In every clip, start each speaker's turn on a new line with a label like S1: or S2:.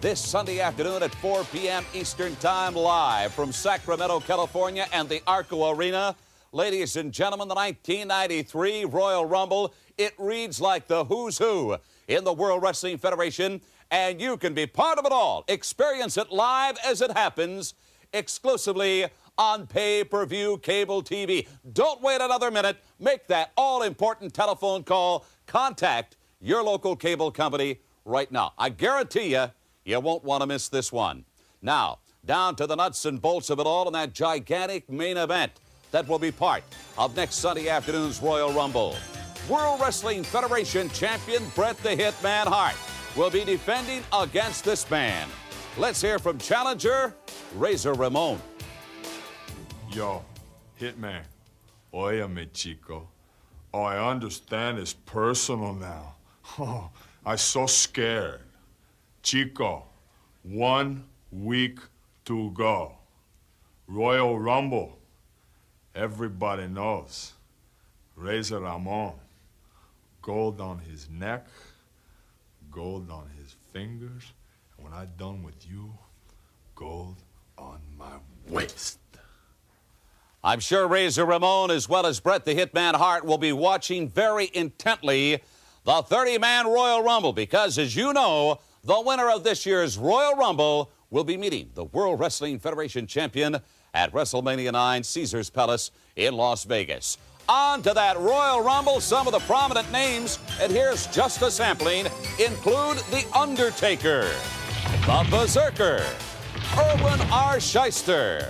S1: this Sunday afternoon at 4 p.m. Eastern Time, live from Sacramento, California, and the Arco Arena. Ladies and gentlemen, the 1993 Royal Rumble. It reads like the who's who in the World Wrestling Federation, and you can be part of it all. Experience it live as it happens, exclusively on pay per view cable TV. Don't wait another minute. Make that all important telephone call. Contact your local cable company right now. I guarantee you, you won't want to miss this one. Now, down to the nuts and bolts of it all in that gigantic main event that will be part of next Sunday afternoon's Royal Rumble. World Wrestling Federation champion Bret the Hitman Hart will be defending against this man. Let's hear from challenger Razor Ramon.
S2: Yo, Hitman. Óyeme, chico. Oh, I understand it's personal now. Oh, I'm so scared. Chico, one week to go. Royal Rumble. Everybody knows. Razor Ramon. Gold on his neck, gold on his fingers, and when I'm done with you, gold on my waist.
S1: I'm sure Razor Ramon, as well as Brett the Hitman Hart, will be watching very intently the 30 man Royal Rumble because, as you know, the winner of this year's Royal Rumble will be meeting the World Wrestling Federation champion at WrestleMania 9 Caesars Palace in Las Vegas. On to that Royal Rumble, some of the prominent names, and here's just a sampling, include The Undertaker, The Berserker, Erwin R. Shyster,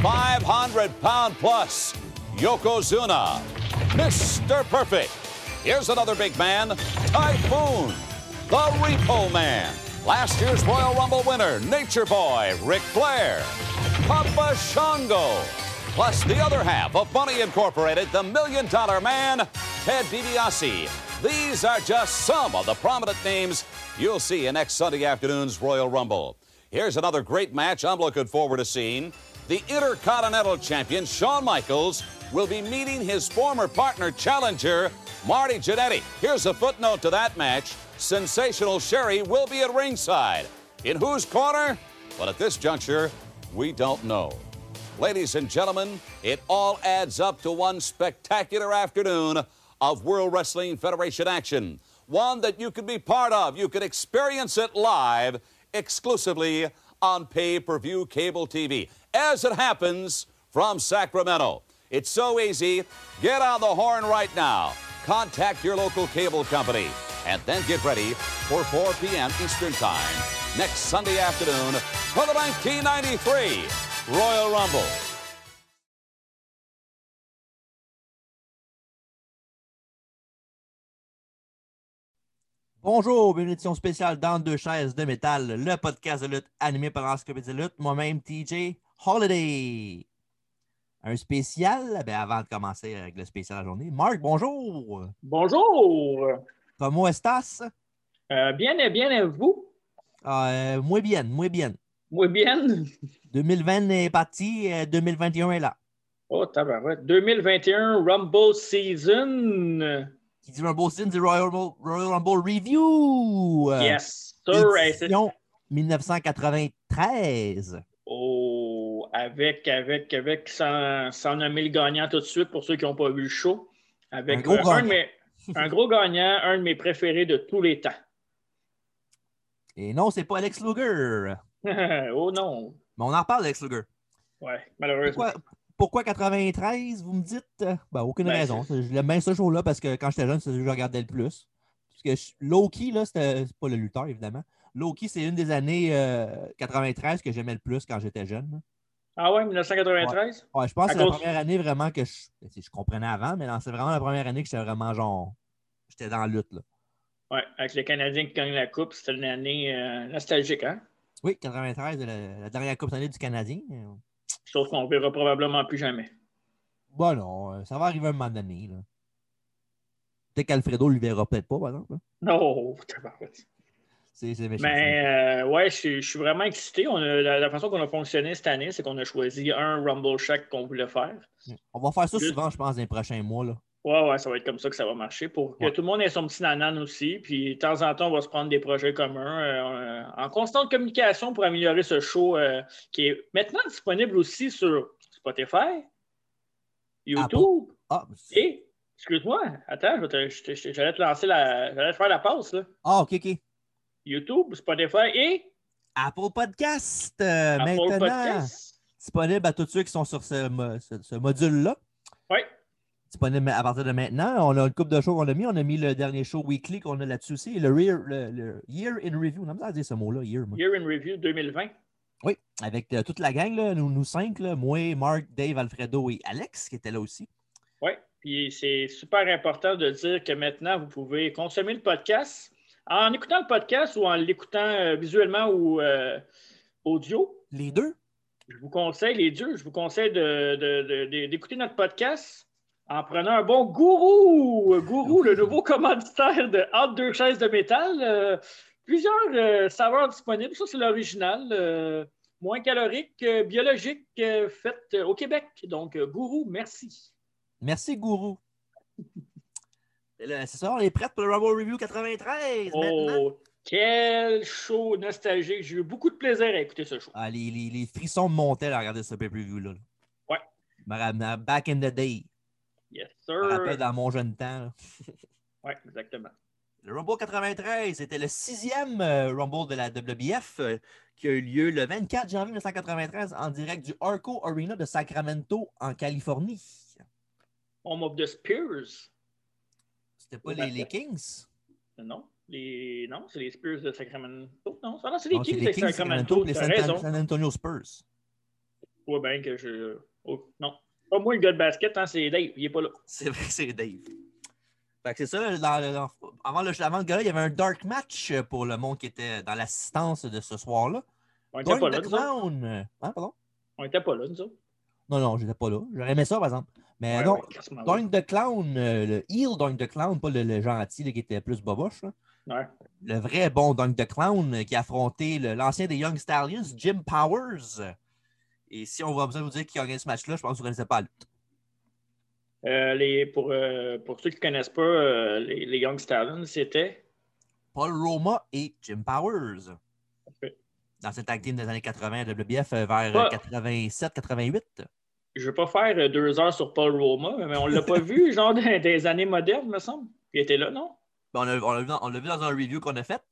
S1: 500 pound plus, Yokozuna, Mr. Perfect. Here's another big man, Typhoon, the Repo Man, last year's Royal Rumble winner, Nature Boy, Ric Flair, Papa Shango, plus the other half of Money Incorporated, the Million Dollar Man, Ted DiBiase. These are just some of the prominent names you'll see in next Sunday afternoon's Royal Rumble. Here's another great match I'm looking forward to seeing the Intercontinental Champion Shawn Michaels will be meeting his former partner challenger Marty Jannetty. Here's a footnote to that match. Sensational Sherry will be at ringside. In whose corner? But at this juncture, we don't know. Ladies and gentlemen, it all adds up to one spectacular afternoon of World Wrestling Federation action. One that you can be part of. You can experience it live exclusively on pay per view cable TV. As it happens from Sacramento. It's so easy. Get on the horn right now. Contact your local cable company and then get ready for 4 p.m. Eastern Time next Sunday afternoon for the 1993 Royal Rumble.
S3: Bonjour, bienvenue à l'édition spéciale dans deux chaises de métal, le podcast de lutte animé par l'Encyclopédie de lutte, moi-même TJ Holiday. Un spécial, ben avant de commencer avec le spécial de la journée, Marc, bonjour.
S4: Bonjour.
S3: Comment estás?
S4: Euh, bien et bien et vous?
S3: Euh, muy bien, muy bien.
S4: Moi bien.
S3: 2020 est parti, euh, 2021 est là.
S4: Oh, tabarouette. 2021 Rumble Season.
S3: Qui dit Rumble Sin, dit Royal Rumble, Royal Rumble Review.
S4: Yes, sir. Hey, c'est-
S3: Édition 1993.
S4: Oh, avec, avec, avec, sans, sans nommer le gagnant tout de suite pour ceux qui n'ont pas vu le show. Avec
S3: Un
S4: un
S3: gros
S4: gros, un,
S3: gagnant.
S4: de mes, un gros gagnant, un de mes préférés de tous les temps.
S3: Et non, c'est pas Alex Luger.
S4: oh non.
S3: Mais on en reparle, Alex Luger.
S4: Ouais, malheureusement.
S3: Pourquoi, pourquoi 93, vous me dites? Euh, Ben, aucune
S4: Ben,
S3: raison. Je l'aime bien ce show-là parce que quand j'étais jeune, c'est celui que je regardais le plus. Parce que je- Loki, là, c'était c'est pas le lutteur, évidemment. Loki, c'est une des années euh, 93 que j'aimais le plus quand j'étais jeune. là.
S4: Ah ouais, 1993?
S3: Ouais, je pense que
S4: À
S3: c'est la
S4: cause-
S3: première année vraiment que je, ben, si je comprenais avant, mais non, c'est vraiment la première année que j'étais vraiment genre. J'étais dans la lutte. Là.
S4: Ouais, avec les Canadiens qui gagnent la Coupe, c'était une année euh, nostalgique, hein?
S3: Oui, 93, la, la dernière Coupe d'année du Canadien.
S4: Sauf qu'on ne verra probablement plus jamais.
S3: Bon, non, euh, ça va arriver un moment donné. là. Peut-être qu'Alfredo ne le verra peut-être pas, par exemple. là.
S4: Non, oh, tabarouette.
S3: C'est c'est méchant. ça.
S4: Mais euh, ouais, je, suis- je suis vraiment excité. On a- la, la façon qu'on a fonctionné cette année, c'est qu'on a choisi un Rumble Shack qu'on voulait faire.
S3: Mm. On va faire ça
S4: Juste-
S3: souvent, je pense, dans les prochains mois. Là.
S4: Ouais, ouais, ça va être comme ça que ça va marcher pour que
S3: Ouais.
S4: tout le monde ait son petit nanan aussi. Puis de temps en temps, on va se prendre des projets communs euh, en constante communication pour améliorer ce show euh, qui est maintenant disponible aussi sur Spotify, YouTube
S3: Ah,
S4: et. Excuse-moi, attends, je vais te- je te- je- j'allais te lancer la. J'allais te faire la passe, là.
S3: ah, OK, OK.
S4: YouTube, Spotify et
S3: Apple Podcast, euh,
S4: Apple
S3: maintenant
S4: Podcasts.
S3: disponible à tous ceux qui sont sur ce, mo- ce- ce module-là.
S4: Oui.
S3: Disponible à partir de maintenant. On a une coupe de shows qu'on a mis. On a mis le dernier show weekly qu'on a là-dessus aussi. Le, rear- le- le Year in Review. On a besoin de dire ce mot-là, Year. moi.
S4: Year in Review 2020.
S3: Oui, avec euh, toute la gang, là, nous, nous cinq, là, moi, Marc, Dave, Alfredo et Alex qui étaient là aussi.
S4: Oui, puis c'est super important de dire que maintenant, vous pouvez consommer le podcast en écoutant le podcast ou en l'écoutant euh, visuellement ou euh, audio.
S3: Les deux.
S4: Je vous conseille, les dieux, je vous conseille de- de- de- de- d'écouter notre podcast en prenant un bon gourou, gourou, le nouveau commanditaire de Hâte deux chaises de métal. Euh, plusieurs euh, saveurs disponibles. Ça, c'est l'original. euh, moins calorique, euh, biologique, euh, fait euh, au Québec. Donc, euh, gourou, merci.
S3: Merci, Gourou. Et là, C'est ça, on est prêts pour le Rumble Review 93 maintenant.
S4: Oh, quel show nostalgique. J'ai eu beaucoup de plaisir à écouter ce show.
S3: Ah, les, les- les frissons me montaient à regarder ce pay-per-view-là. là.
S4: Ouais.
S3: Je me ramenais back in the day.
S4: Yes,
S3: Je me rappelle
S4: sir.
S3: dans mon jeune temps. là.
S4: Oui, exactement.
S3: Le Rumble 93 était le sixième euh, Rumble de la WBF euh, qui a eu lieu le 24 janvier 1993 en direct du Arco Arena de Sacramento en Californie.
S4: Home of the Spears.
S3: C'était pas les, les Kings?
S4: Non, les... non c'est les Spears de Sacramento. Non, ça, non, Ah, c'est les
S3: Non, c'est
S4: Kings de Sacramento.
S3: Sacramento, les
S4: T'as
S3: San,
S4: raison.
S3: San Antonio Spurs.
S4: Ouais, ben que je. oh, non. Pas moi le gars de basket, hein, c'est Dave. Il est pas là.
S3: C'est vrai que c'est Dave. Fait que c'est ça, dans le- dans- avant, le, avant le gars-là, il y avait un dark match pour le monde qui était dans l'assistance de ce soir-là.
S4: On était pas
S3: Gorn
S4: là,
S3: the
S4: nous autres.
S3: Clown. euh, Hein, pardon?
S4: On était pas là, nous autres.
S3: Non, non, j'étais pas là. J'aurais aimé ça, par exemple. Mais
S4: Ouais,
S3: non,
S4: ouais, crissement,
S3: Doink the Clown, euh, le heel Doink the Clown, pas le, le gentil là, qui était plus boboche. là.
S4: Ouais.
S3: Le vrai bon Doink the Clown euh, qui a affronté le- l'ancien des Young Stallions, Jim Powers. Et si on va besoin de vous dire qui a gagné ce match-là, je pense que vous ne connaissez pas la lutte.
S4: Euh, les, pour, euh, pour ceux qui ne connaissent pas, euh, les, les Young Stallions, c'était.
S3: Paul Roma et Jim Powers.
S4: Parfait.
S3: Dans cette tag team des années 80 WBF euh, vers
S4: Ouais.
S3: 87-88.
S4: Je ne veux pas faire euh, deux heures sur Paul Roma, mais on ne l'a pas vu, genre dans- des années modernes, me semble. Il était là, non?
S3: Ben, On l'a on l'a vu, dans- on l'a vu dans un review qu'on a fait.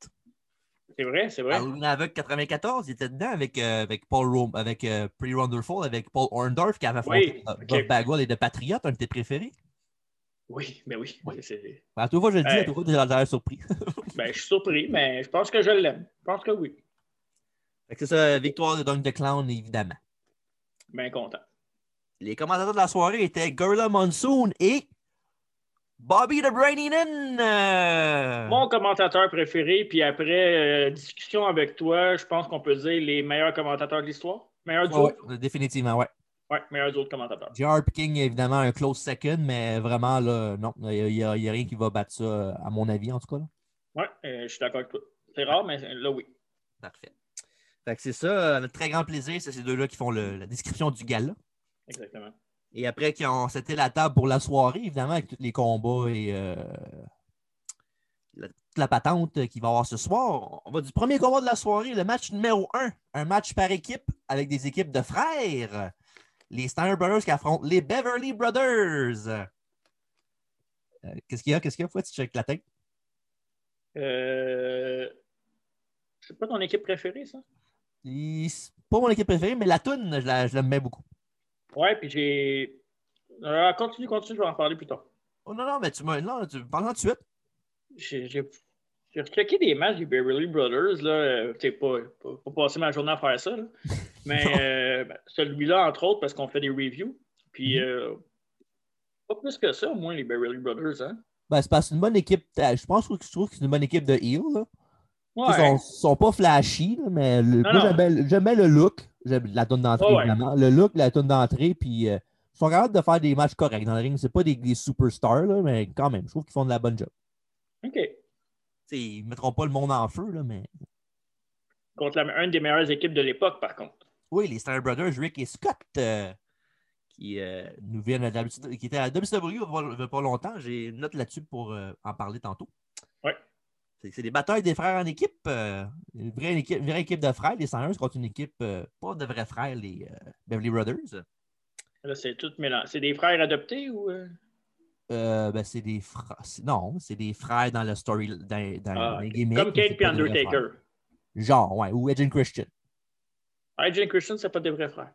S4: C'est vrai, c'est vrai.
S3: Halloween Havoc 94, il était dedans avec, euh, avec Paul Rome, avec euh, Pretty Wonderful, avec Paul Orndorff qui avait affronté
S4: Oui,
S3: euh,
S4: ok.
S3: Bob Bagwell et The Patriot, un de tes préférés.
S4: Oui, mais oui.
S3: Oui.
S4: c'est-
S3: À tout fois, je le dis,
S4: Hey.
S3: à tout fois, t'es dans l'air surpris.
S4: Ben, je suis surpris, mais je pense que je l'aime. Je pense que oui.
S3: Fait que c'est ça, victoire de Dunk the Clown, évidemment.
S4: Bien content.
S3: Les commentateurs de la soirée étaient Gorilla Monsoon et Bobby the Brain Heenan. Euh,
S4: Mon commentateur préféré, puis après euh, discussion avec toi, je pense qu'on peut dire les meilleurs commentateurs de l'histoire. Meilleur duo.
S3: ouais, ouais, définitivement, ouais.
S4: Ouais, meilleur duo de commentateurs.
S3: J.R. King, évidemment, un close second, mais vraiment, là, non, il n'y a, il y a rien qui va battre ça, euh, à mon avis, en tout cas. là.
S4: Ouais, euh, je suis d'accord avec toi. C'est rare, mais euh, là, oui.
S3: Parfait. Fait que c'est ça, euh, avec très grand plaisir, c'est ces deux-là qui font le- la description du gala.
S4: Exactement.
S3: Et après, qui ont c'était la table pour la soirée, évidemment, avec tous les combats et euh, la- toute la patente qu'il va y avoir ce soir. On va du premier combat de la soirée, le match numéro 1. Un match par équipe avec des équipes de frères. Les Steiner Brothers qui affrontent les Beverly Brothers. Euh, Qu'est-ce qu'il y a? Qu'est-ce qu'il y a? Faut que tu checkes la tête.
S4: Euh... C'est pas ton équipe préférée, ça?
S3: Il- C'est pas mon équipe préférée, mais la toune, je la- je l'aime bien beaucoup.
S4: Ouais, puis j'ai. Euh, continue, continue, je vais en parler plus tard.
S3: Oh non, non, mais tu m'as. Non, tu parles tout de suite.
S4: J'ai j'ai- j'ai rechecké des matchs des Beverly Brothers. Là, euh, t'sais, pas, pas, pas passer ma journée à faire ça. là. Mais euh, ben, celui-là, entre autres, parce qu'on fait des reviews. Puis,
S3: Mm-hmm.
S4: euh, pas plus que ça, au moins, les Beverly Brothers. Hein?
S3: Ben, c'est parce que c'est une bonne équipe. euh, Je pense que je trouve que c'est une bonne équipe de heel. là.
S4: Ouais,
S3: Ils sont, sont pas flashy, là, mais le,
S4: Non,
S3: moi,
S4: non.
S3: j'aimais le- j'aimais le look, j'aime la tonne d'entrée,
S4: Ouais, ouais.
S3: évidemment. Le look, la tonne d'entrée, puis euh, ils sont capables de faire des matchs corrects dans le ring. C'est pas des, des superstars, là, mais quand même, je trouve qu'ils font de la bonne job.
S4: OK.
S3: T'sais, ils mettront pas le monde en feu, là, mais.
S4: Contre la, une des meilleures équipes de l'époque, par contre.
S3: Oui, les Star Brothers, Rick et Scott, euh, qui- qui euh, nous viennent de la- qui était à la WCW il y a pas- il y a pas longtemps. J'ai une note là-dessus pour euh, en parler tantôt.
S4: Ouais.
S3: C'est c'est des batailles des frères en équipe. euh, une, vraie équipe une vraie équipe de frères, les 101 contre une équipe euh, pas de vrais frères, les euh, Beverly Brothers.
S4: Là, c'est tout mélangé. C'est des frères adoptés ou. euh?
S3: Euh, ben, c'est des frères. Non, c'est des frères dans la story. Dans, dans
S4: Ah,
S3: les
S4: ok.
S3: gimmicks,
S4: Comme
S3: mais c'est
S4: Kane puis
S3: pas des vrais frères.
S4: Undertaker.
S3: Genre, ouais, ou Edge and Christian.
S4: Ah, Jane Christian, c'est pas des vrais frères.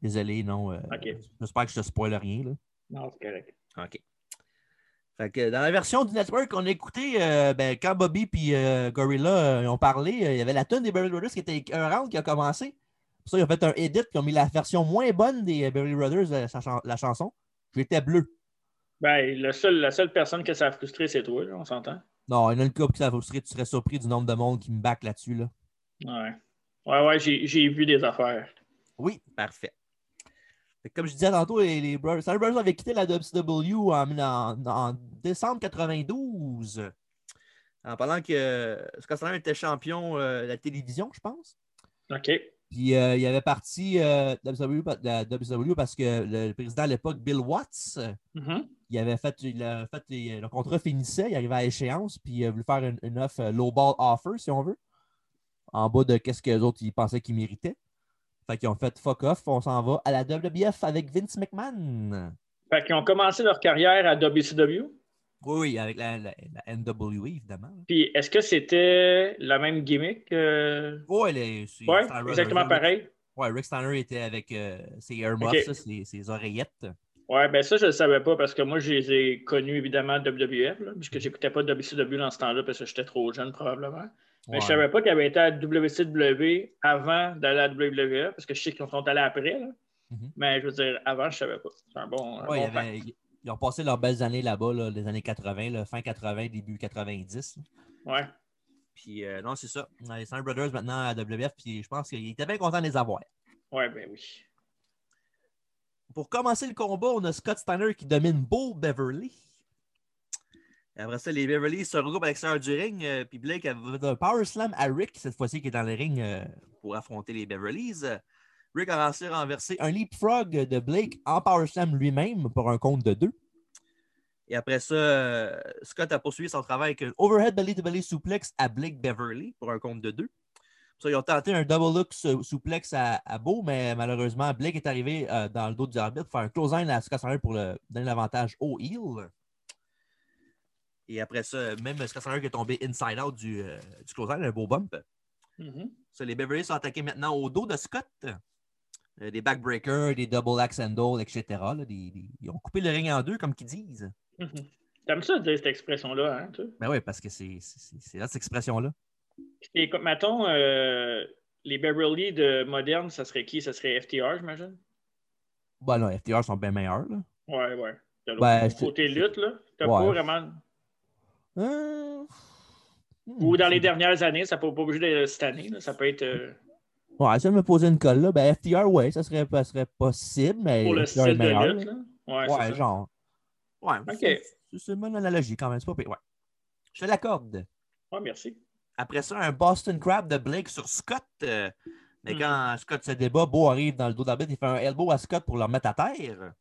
S3: Désolé, non. euh,
S4: Ok.
S3: J'espère que je te spoil rien. Là.
S4: Non, c'est correct.
S3: OK. Fait que dans la version du network, on a écouté euh, ben, quand Bobby puis euh, Gorilla euh, ont parlé, euh, il y avait la tonne des Beverly Brothers qui était un round qui a commencé. Pour ça, ils ont fait un edit qui ont mis la version moins bonne des euh, Beverly Brothers, euh, sa chan- la chanson. J'étais bleu.
S4: Ben, le seul, la seule personne que ça a frustré, c'est toi, là, on s'entend.
S3: Non, il y en a une couple qui ça vous serait- tu serais surpris du nombre de monde qui me back là-dessus. Là.
S4: Ouais. Ouais, ouais, j'ai j'ai vu des affaires.
S3: Oui, parfait. Fait que Comme je disais tantôt, les, les Brothers, Saturday Brothers avaient quitté la WCW en, mille- en- en décembre 92. En parlant que euh, Scott Steiner était champion euh, de la télévision, je pense.
S4: OK.
S3: Puis euh, il avait parti euh, de la WCW pa- de la WCW parce que le président à l'époque, Bill Watts, euh,
S4: Mhm.
S3: il avait fait, il avait fait il- euh, le contrat finissait, il arrivait à échéance, puis il a voulu faire une, une offre euh, low-ball offer, si on veut, en bas de qu'est-ce que les autres ils pensaient qu'ils méritaient. Fait qu'ils ont fait fuck off, on s'en va à la WWF avec Vince McMahon.
S4: Fait qu'ils ont commencé leur carrière à WCW.
S3: Oui, oui, avec la, la- la NWA, évidemment.
S4: Puis, est-ce que c'était la même gimmick? euh?
S3: Oui, les- c'est-
S4: Ouais,
S3: Steiner-
S4: exactement
S3: Rick-
S4: pareil.
S3: Ouais, Rick Steiner était avec euh, ses earmuffs,
S4: Ok.
S3: ça, ses, ses oreillettes.
S4: Ouais, ben ça, je le savais pas parce que moi, je les ai connus évidemment WWF, là,
S3: Mm-hmm.
S4: puisque j'écoutais pas WCW dans ce temps-là parce que j'étais trop jeune probablement. Mais je
S3: Ouais.
S4: savais pas qu'ils avaient été à WCW avant d'aller à WWF parce que je sais qu'ils sont allés après. là.
S3: Mhm.
S4: Mais je veux dire, avant, je savais pas. C'est un bon. un
S3: Ouais, il y
S4: bon fact.
S3: avait- ils ont passé leurs belles années là-bas, là, les années 80, là, fin 80, début 90. là.
S4: Ouais.
S3: Puis euh, non, c'est ça. On a Les Sound Brothers maintenant à WF, puis je pense qu'ils étaient bien contents de les avoir.
S4: Ouais, ben oui.
S3: Pour commencer le combat, on a Scott Steiner qui domine Beau Beverly. Et Après ça, les Beverly se regroupent à l'extérieur du ring, euh, puis Blake a fait un power slam à Rick, cette fois-ci qui est dans le ring euh, pour affronter les Beverlys. Euh, Rick a lancé renversé un leapfrog de Blake en power slam lui-même pour un compte de deux. Et après ça, euh, Scott a poursuivi son travail avec un overhead belly to belly suplex à Blake Beverly pour un compte de deux. Ça, ils ont tenté un double look sou- souplex à, à Beau, mais malheureusement, Blake est arrivé euh, dans le dos du arbitre pour faire un close-in à Scott Steiner pour le, donner l'avantage au heel. Et après ça, même Scott Steiner qui est tombé inside out du, euh, du close-in, un beau bump.
S4: Mhm.
S3: Ça, les Beverly sont attaqués maintenant au dos de Scott. Euh, des backbreakers, des double axe handle, etc. là, des- des- ils ont coupé le ring en deux, comme qu'ils disent.
S4: Mhm. T'aimes ça dire cette expression-là, hein, tu?
S3: Ben oui, parce que c'est c'est- c'est- c'est là cette expression-là.
S4: Et comme, mettons, euh, les Beverly de moderne, ça serait qui? Ça serait FTR, j'imagine?
S3: Ben non, FTR sont bien meilleurs. Là.
S4: Ouais, ouais. De l'autre
S3: Ben, je-
S4: côté lutte, là. T'as
S3: Ouais.
S4: pas vraiment.
S3: Euh,
S4: Ou dans les
S3: hmm.
S4: dernières années, ça peut pas obligé d'être cette année. là, Ça peut être euh,
S3: Ouais, si elle me posait une colle là, ben FTR, ouais, ça serait, ça serait possible, mais
S4: pour le
S3: FTR est
S4: style de
S3: meilleur,
S4: lutte.
S3: là.
S4: là. Ouais,
S3: Ouais,
S4: c'est ça.
S3: genre. Ouais,
S4: Ok.
S3: c'est- c'est- c'est une bonne analogie quand même, c'est pas pire. Ouais. Je te l'accorde.
S4: Ouais, merci.
S3: Après ça, un Boston Crab de Blake sur Scott. euh, mais
S4: Hmm.
S3: quand Scott se débat, Beau arrive dans le dos d'arbitre, il fait un elbow à Scott pour le remettre à terre.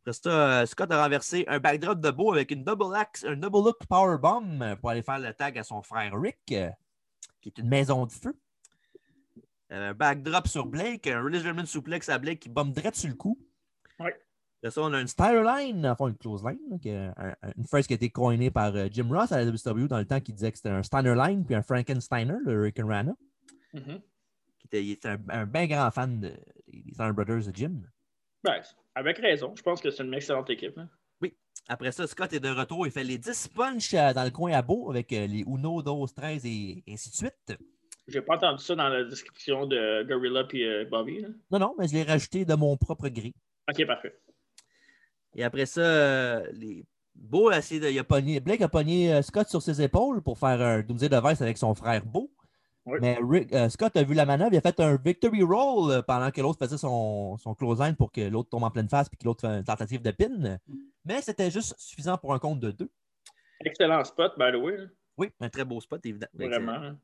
S3: Après ça, euh, Scott a renversé un backdrop de Beau avec une double axe, un double look powerbomb euh, pour aller faire le tag à son frère Rick, euh, qui est une maison de feu. Euh, Un backdrop sur Blake, un release German suplex à Blake qui bombe direct sur le coup.
S4: Ouais.
S3: Après ça, on a une styler line, enfin une close line, là, qui est un- un- une phrase qui a été coinée par euh, Jim Ross à la WCW dans le temps qui disait que c'était un Steiner line puis un Frankensteiner, le Hurricane Rana
S4: Mhm.
S3: qui était, il était un, un bien grand fan de- des Thunder Brothers de Jim.
S4: Ben, c'est- avec raison. Je pense que c'est une excellente équipe. hein.
S3: Après ça, Scott est de retour. Il fait les 10 punches euh, dans le coin à beau avec euh, les Uno, 12, 13 et ainsi de suite.
S4: J'ai pas entendu ça dans la description de Gorilla puis euh, Bobby. là.
S3: Non, non, mais je l'ai rajouté de mon propre gré.
S4: Ok, parfait.
S3: Et après ça, euh, les... Beau a essayé de. Il a pogné, Blake a pogné euh, Scott sur ses épaules pour faire euh, un Doomsday Device avec son frère Beau.
S4: Oui.
S3: Mais Rick- euh, Scott a vu la manœuvre, il a fait un victory roll euh, pendant que l'autre faisait son, son close-in pour que l'autre tombe en pleine face et que l'autre fait une tentative de pin. Mais c'était juste suffisant pour un compte de deux.
S4: Excellent spot, by the way. là.
S3: Oui, un très beau spot, évidemment.
S4: Vraiment. hein.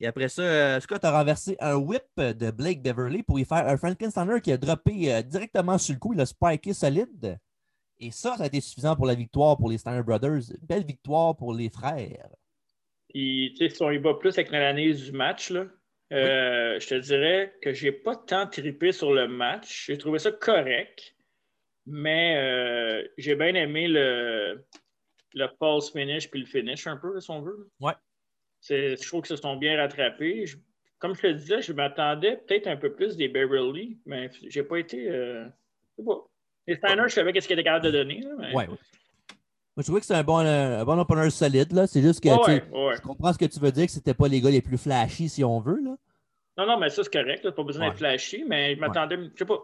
S3: Et après ça, euh, Scott a renversé un whip de Blake Beverly pour y faire un Frankensteiner qui a droppé euh, directement sur le coup. Il a spiké solide. Et ça, ça a été suffisant pour la victoire pour les Steiner Brothers. Belle victoire pour les frères.
S4: Puis, tu sais, si on y va plus avec l'analyse du match, là, euh, je te dirais que j'ai pas tant trippé sur le match. J'ai trouvé ça correct, mais euh, j'ai bien aimé le, le false finish puis le finish un peu, si on veut.
S3: Ouais.
S4: C'est- Je trouve que se sont bien rattrapés. Je- comme je te disais, je m'attendais peut-être un peu plus des Beverly, mais j'ai pas été. euh, je sais pas. Les Steiners, je savais qu'est-ce qu'ils étaient capables de donner. là, mais-
S3: Ouais, ouais. Moi, je trouvais que c'est un bon, euh, un bon opener solide. là. C'est juste que
S4: Ouais,
S3: tu
S4: ouais,
S3: sais,
S4: ouais.
S3: je comprends ce que tu veux dire, que c'était pas les gars les plus flashy, si on veut. Là.
S4: Non, non, mais ça, c'est correct. là, pas besoin
S3: Ouais.
S4: d'être flashy, mais je m'attendais. Je sais pas.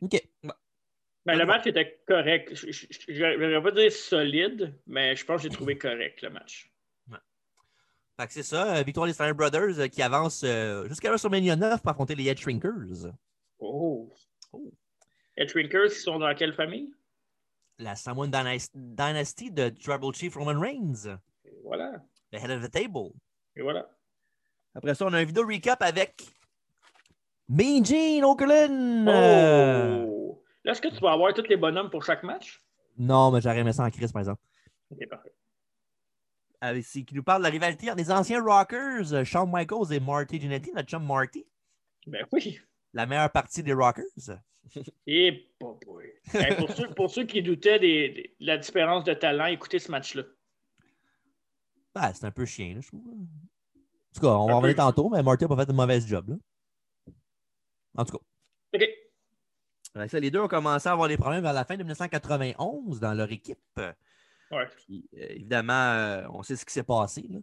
S3: OK.
S4: Ben, le
S3: Ouais.
S4: match était correct. Je ne vais pas dire solide, mais je pense que j'ai trouvé correct le match.
S3: Fait que c'est ça, euh, victoire des Steiner Brothers euh, qui avance euh, jusqu'à WrestleMania 9 pour affronter les Head Shrinkers.
S4: Oh.
S3: Oh.
S4: Et Trinkers, ils sont dans quelle famille?
S3: La Samoan Dynas- Dynasty de Tribal Chief Roman Reigns,
S4: Et voilà.
S3: le Head of the Table.
S4: Et voilà.
S3: Après ça, on a un vidéo recap avec Mean Gene Okerlund. Euh,
S4: Oh! Là, est-ce que tu vas avoir tous les bonhommes pour chaque match?
S3: Non, mais j'aurais aimé ça en crise, par exemple.
S4: Ok, parfait.
S3: Avec, c'est- qui nous parle de la rivalité entre les anciens Rockers, euh, Shawn Michaels et Marty Jannetty, notre chum Marty.
S4: Ben oui.
S3: La meilleure partie des Rockers.
S4: Et bah, boy. Hey, pour, ceux, pour ceux qui doutaient des- des- de la différence de talent, écoutez ce match-là.
S3: Ah, c'est un peu chien, là, je trouve. là. En tout cas, on va
S4: Un
S3: en revenir
S4: peu.
S3: tantôt, mais Marty n'a pas fait de mauvaise job. Là. En tout cas.
S4: OK.
S3: Avec ça, les deux ont commencé à avoir des problèmes vers la fin de 1991 dans leur équipe.
S4: Ouais.
S3: Puis, euh, évidemment, euh, on sait ce qui s'est passé. là.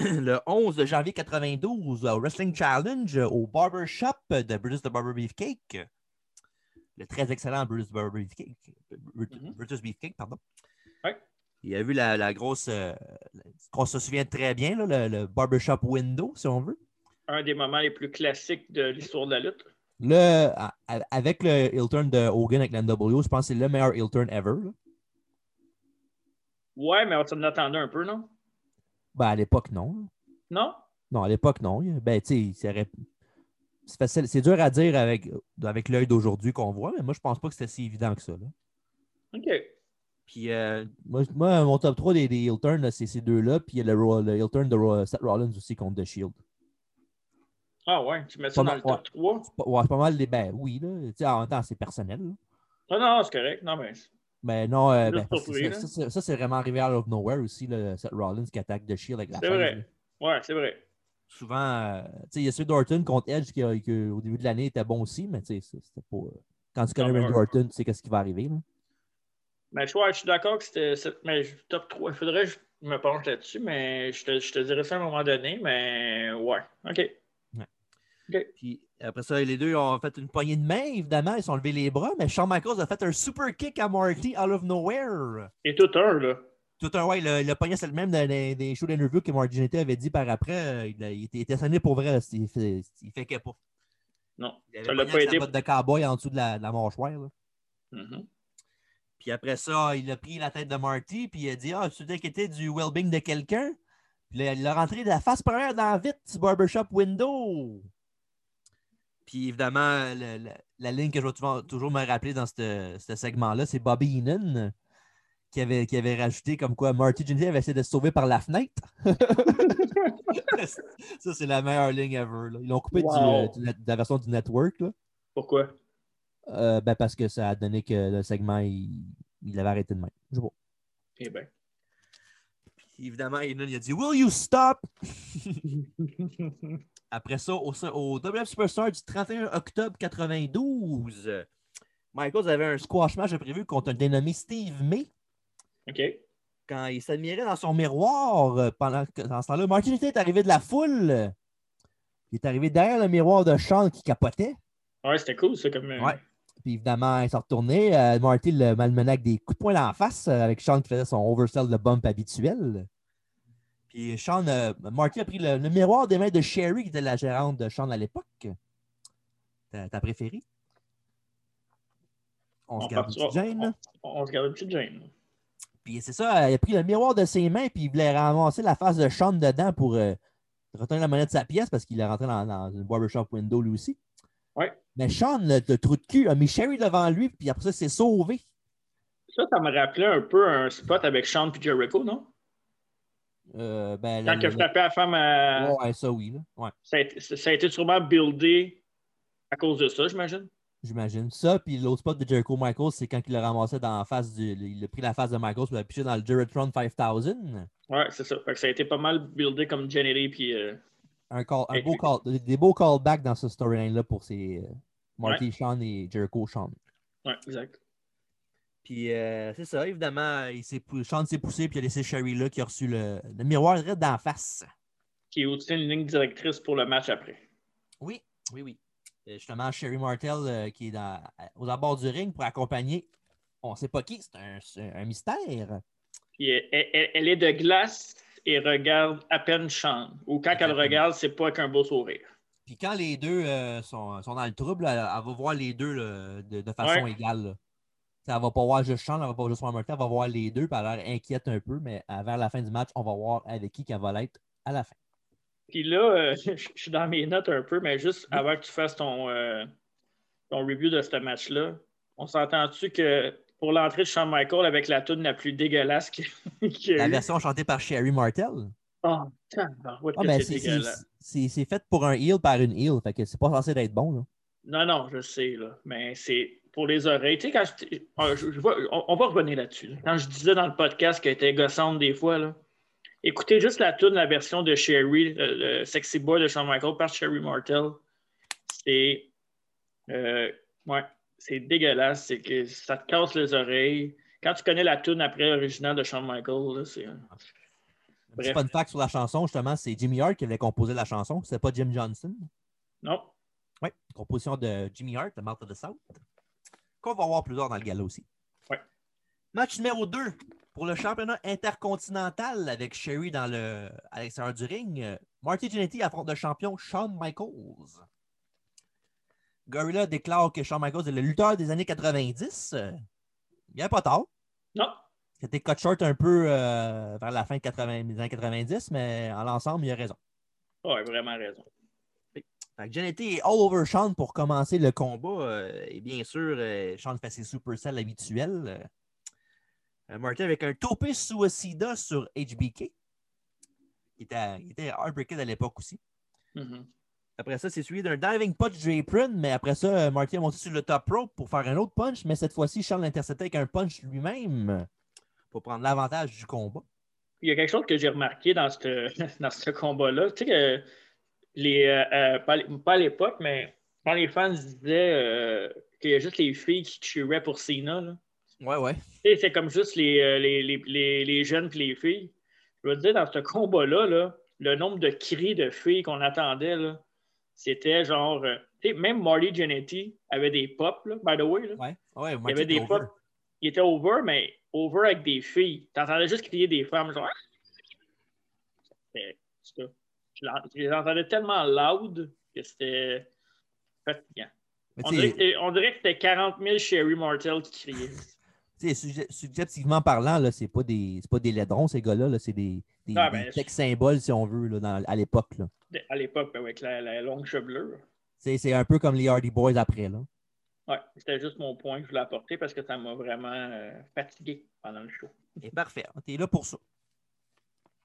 S3: Le 11 de janvier 92, au Wrestling Challenge euh, au Barbershop de Brutus the Barber Beefcake. Le très excellent Brutus the Barber Beefcake. Brutus,
S4: Mhm.
S3: Brutus Beefcake, pardon.
S4: Ouais.
S3: Il a vu la, la grosse. euh, la- qu'on se souvient très bien, là, le, le Barbershop Window, si on veut.
S4: Un des moments les plus classiques de l'histoire de la lutte.
S3: Le, a- a- avec le heel turn de Hogan avec la NWO, je pense que c'est le meilleur heel turn ever. là.
S4: Ouais, mais on s'en attendait un peu, non?
S3: Ben, à l'époque, non. là.
S4: Non?
S3: Non, à l'époque, non. Il- Ben, tu sais, ça aurait- c'est facile- c'est dur à dire avec, avec l'œil d'aujourd'hui qu'on voit, mais moi, je pense pas que c'était si évident que ça. là.
S4: OK.
S3: Puis, euh, moi, je- moi, mon top 3 des, des heel turns, là, c'est ces deux-là. Puis, il y a le, Ro- le heel turn de Ro- Seth Rollins aussi contre The Shield.
S4: Ah ouais, tu mets ça
S3: Pas
S4: dans
S3: mal,
S4: le top 3.
S3: C'est pas, ouais, c'est pas mal des. Ben, oui, là. Tu sais, en même temps, c'est personnel. là.
S4: Non, Ah, non, c'est correct. Non, mais
S3: Mais non, euh, ben,
S4: Juste pour hein.
S3: parce que
S4: trouver,
S3: ça,
S4: là.
S3: ça, c'est- ça, c'est vraiment arrivé out of nowhere aussi, là, Seth Rollins qui attaque The Shield avec la
S4: C'est
S3: chaise,
S4: vrai.
S3: là.
S4: ouais, c'est vrai.
S3: Souvent, euh, tu sais, il y a celui d'Orton contre Edge qui, a- qui, au début de l'année, était bon aussi, mais tu sais, c'est- c'était pas. euh, Quand tu connais
S4: Non, mais
S3: Randy
S4: ouais.
S3: Orton, tu sais qu'est-ce qui va arriver. là.
S4: Mais je, ouais, je suis d'accord que c'était. c'est- Mais je- top 3. Il faudrait que je me penche là-dessus, mais je te, je te dirais ça à un moment donné, mais ouais. OK.
S3: Puis après ça, les deux ont fait une poignée de main, évidemment. Ils sont levés les bras, mais Shawn Michaels a fait un super kick à Marty out of nowhere.
S4: Et tout un, là.
S3: Tout un ouais, le, le poignet, c'est le même dans les- des shows d'interview que Marty Jannetty avait dit par après. euh, Il, a- il était, il était sonné pour vrai. là, c'est- Il, fait- il fait qu'il pas.
S4: Non.
S3: Il
S4: Ça
S3: avait
S4: l'a
S3: pogné
S4: pas
S3: avec
S4: aidé.
S3: la botte de cowboy en dessous de la, de la mâchoire. là.
S4: Mhm.
S3: Puis après ça, ah, il a pris la tête de Marty, puis il a dit Ah, tu t'inquiétais du well-being de quelqu'un Puis là, il l'a rentré de la face première dans vite, petit barbershop window. Puis évidemment, le- le- la ligne que je vais toujours, toujours me rappeler dans ce ce segment-là, c'est Bobby Heenan qui avait, qui avait rajouté comme quoi Marty Jannetty avait essayé de se sauver par la fenêtre. ça, c'est la meilleure ligne ever. là. Ils l'ont coupé du- euh,
S4: Wow.
S3: du net- de la version du network. là.
S4: Pourquoi?
S3: Euh, ben, parce que ça a donné que le segment, il, il avait arrêté de même. Je sais pas.
S4: Eh bien.
S3: Puis évidemment, Heenan, il a dit Will you stop? Après ça, au, au WF Superstar du 31 octobre 92, Michaels avait un squash match de prévu contre un dénommé Steve May.
S4: OK.
S3: Quand il s'admirait dans son miroir euh, pendant que, dans ce temps-là, Martin Luther est arrivé de la foule. Il est arrivé derrière le miroir de Sean qui capotait.
S4: Ouais, c'était cool, ça, comme. euh,
S3: Ouais. Puis évidemment, il s'est retourné. Euh, Marty le malmenait avec des coups de poing dans la face, euh, avec Sean qui faisait son oversell de bump habituel. Puis Sean, euh, Marty a pris le, le miroir des mains de Sherry, qui était la gérante de Sean à l'époque. Ta, ta préférée. On,
S4: On,
S3: se garde une
S4: partira-
S3: petite gêne. là.
S4: on- on se garde une petite gêne.
S3: Puis c'est ça, euh, il a pris le miroir de ses mains, puis il voulait ramasser la face de Sean dedans pour euh, retourné la monnaie de sa pièce parce qu'il est rentré dans, dans une barbershop window lui aussi.
S4: Ouais.
S3: Mais Sean, le, le trou de cul, a mis Sherry devant lui, puis après ça, s'est sauvé.
S4: Ça, ça me rappelait un peu un spot avec Sean et Jericho, non?
S3: Euh, ben,
S4: Quand
S3: le-
S4: il a
S3: le-
S4: frappé la femme à.
S3: Ouais, ça oui, là. Ouais,
S4: Ça, a été, ça a été sûrement buildé à cause de ça, j'imagine.
S3: j'imagine. Ça, puis l'autre spot de Jericho Michaels, c'est quand il le ramassé dans la face du. Il a pris la face de Michaels pour l'a piché dans le Juratron 5000.
S4: Ouais, c'est ça. Fait que ça a été pas mal buildé comme Jenny puis. euh,
S3: un, call- un
S4: Et
S3: beau
S4: puis-
S3: call- des- des beaux callbacks dans ce storyline-là pour ces, euh, Marty Sean et Jericho Sean.
S4: Ouais, exact.
S3: Puis euh, c'est ça, évidemment, il s'est pou- Sean s'est poussé puis il a laissé Sherry là qui a reçu le, le miroir direct d'en face.
S4: Qui est aussi une ligne directrice pour le match après.
S3: Oui, oui, oui. Euh, justement, Sherry Martel euh, qui est dans- à- aux abords du ring pour accompagner. On ne sait pas qui, c'est un, c'est un mystère.
S4: Puis elle, elle- elle est de glace et regarde à peine Sean. Ou quand elle
S3: Exactement.
S4: regarde, c'est pas qu'un beau sourire.
S3: Puis quand les deux euh, sont, sont dans le trouble, elle, elle va voir les deux là, de, de façon
S4: Ouais.
S3: égale. là. T'sais, Elle ne va pas voir juste Sean, elle ne va pas juste voir Martel, elle va voir les deux, puis elle a l'air inquiète un peu, mais à- vers la fin du match, on va voir avec qui qu'elle va l'être à la fin.
S4: Puis là, euh, je je suis dans mes notes un peu, mais juste
S3: Mm-hmm.
S4: avant que tu fasses ton, euh, ton review de ce match-là, on s'entend-tu que pour l'entrée de Shawn Michael avec la toune la plus dégueulasse qu'il qu'il y a
S3: La
S4: eu?
S3: version chantée par Sherry Martel.
S4: Oh, tabarouette
S3: Ah,
S4: que
S3: ben,
S4: c'est
S3: c'est- c'est
S4: dégueulasse.
S3: c'est- c'est fait pour un heel par une heel, fait que c'est pas censé d'être bon. Là.
S4: Non, non, je sais, là. Mais c'est pour les oreilles. Tu sais, quand je, t- ah, je- je vois- on, on va revenir là-dessus. là. Quand je disais dans le podcast qu'elle était gossante des fois, là, écoutez juste la tune, la version de Sherry, euh, le, le Sexy Boy de Shawn Michael par Sherry Martel. C'est. euh, ouais, c'est dégueulasse. C'est que ça te casse les oreilles. Quand tu connais la tune après originale de Shawn Michael, là, c'est.
S3: Un petit
S4: Bref.
S3: fun fact sur la chanson, justement, c'est Jimmy Hart qui avait composé la chanson, c'est pas Jim Johnson.
S4: Non.
S3: Oui, composition de Jimmy Hart, The Mouth of the South, qu'on va voir plus tard dans le gala aussi.
S4: Ouais.
S3: Match numéro 2 pour le championnat intercontinental avec Sherry dans le, à l'extérieur du ring. euh, Marty Jannetty affronte le champion Shawn Michaels. Gorilla déclare que Shawn Michaels est le lutteur des années 90. euh, Il n'y a pas tard.
S4: Non.
S3: C'était cut short un peu euh, vers la fin de 80 des années 90, mais en l'ensemble, il a raison.
S4: Ouais, vraiment raison.
S3: Fait que Jannetty est all over Sean pour commencer le combat. euh, et bien sûr, euh, Sean fait ses supercells habituels. euh. Euh, Martin avec un topé suicida sur HBK. Il était, il était heartbreaking à l'époque aussi.
S4: Mhm.
S3: Après ça, c'est suivi d'un diving punch du apron, mais après ça, euh, Marty a monté sur le top rope pour faire un autre punch, mais cette fois-ci, Sean l'interceptait avec un punch lui-même pour prendre l'avantage du combat.
S4: Il y a quelque chose que j'ai remarqué dans ce, dans ce combat-là. Tu sais que les. euh, euh, pas, pas à l'époque, mais quand les fans disaient euh, qu'il y a juste les filles qui cheeraient pour Cena, là.
S3: Ouais, ouais.
S4: Tu sais, c'est comme juste les, euh, les, les, les, les jeunes et les filles. Je veux dire, dans ce combat-là, là, le nombre de cris de filles qu'on attendait, là, c'était genre. euh, tu sais, même Marty Jannetty avait des pops, là, by the way. Là.
S3: Ouais, ouais,
S4: Il y avait des pops. Il était over, mais over avec des filles. T'entendais juste crier des femmes, genre. ah! C'était ça. Je l'en- je les entendais tellement loud que c'était fatigant.
S3: Mais
S4: On
S3: tu sais,
S4: dirait, que c'était- on dirait que c'était 40 000 Sherry Martel qui criaient.
S3: tu sais, sugge- subjectivement parlant, là, c'est pas des c'est pas des laidrons, ces gars-là, là, c'est des, des,
S4: Ah, ben,
S3: des sex symboles, si on veut, là, dans- à l'époque. là.
S4: De- À l'époque, ben avec la, la longue chevelure.
S3: C'est c'est un peu comme les Hardy Boys après. Là.
S4: Ouais, c'était juste mon point que je voulais apporter parce que ça m'a vraiment euh, fatigué pendant le show.
S3: Et parfait, t'es là pour ça.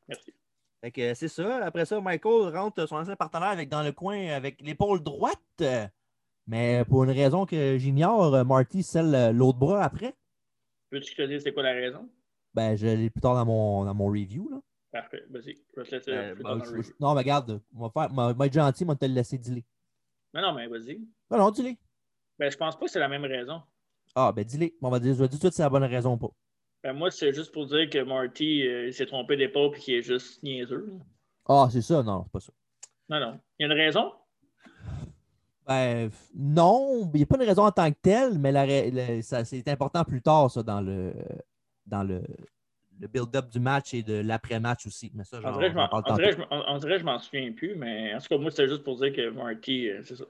S4: Merci.
S3: Fait que euh, c'est ça. Après ça, Michael rentre son ancien partenaire avec, dans le coin avec l'épaule droite. euh, Mais pour une raison que j'ignore, euh, Marty scelle euh, l'autre bras après.
S4: Veux-tu que je te dise c'est quoi la raison?
S3: Ben, je l'ai plus tard dans mon, dans mon review. Là.
S4: Parfait, vas-y. Je vais te laisser.
S3: Euh,
S4: plus
S3: bah,
S4: tard dans
S3: je-
S4: le review.
S3: non, mais regarde, on va, faire, on va- on va être gentil, mais on va te le laisser dealer.
S4: Non, non, mais vas-y.
S3: Non, non, dis-les.
S4: Ben, je pense pas que c'est la même raison.
S3: Ah, ben, dis-les. On va dire, je vais dire tout de suite si c'est la bonne raison ou pas.
S4: Ben, moi, c'est juste pour dire que Marty euh, il s'est trompé d'épaule et qu'il est juste niaiseux. là.
S3: Ah, c'est ça, non, c'est pas ça.
S4: Non, non. Il y a une raison?
S3: Ben, f- non, il n'y a pas de raison en tant que telle, mais la ra- le- ça, c'est important plus tard, ça, dans le, dans le, le build-up du match et de l'après-match aussi. Mais ça,
S4: On
S3: j'en
S4: dirait que je
S3: j'en
S4: m'en-
S3: parle
S4: on dirait que
S3: tantôt.
S4: je m'en- on dirait que je m'en souviens plus, mais en tout cas, moi, c'était juste pour dire que Marty, euh, c'est ça.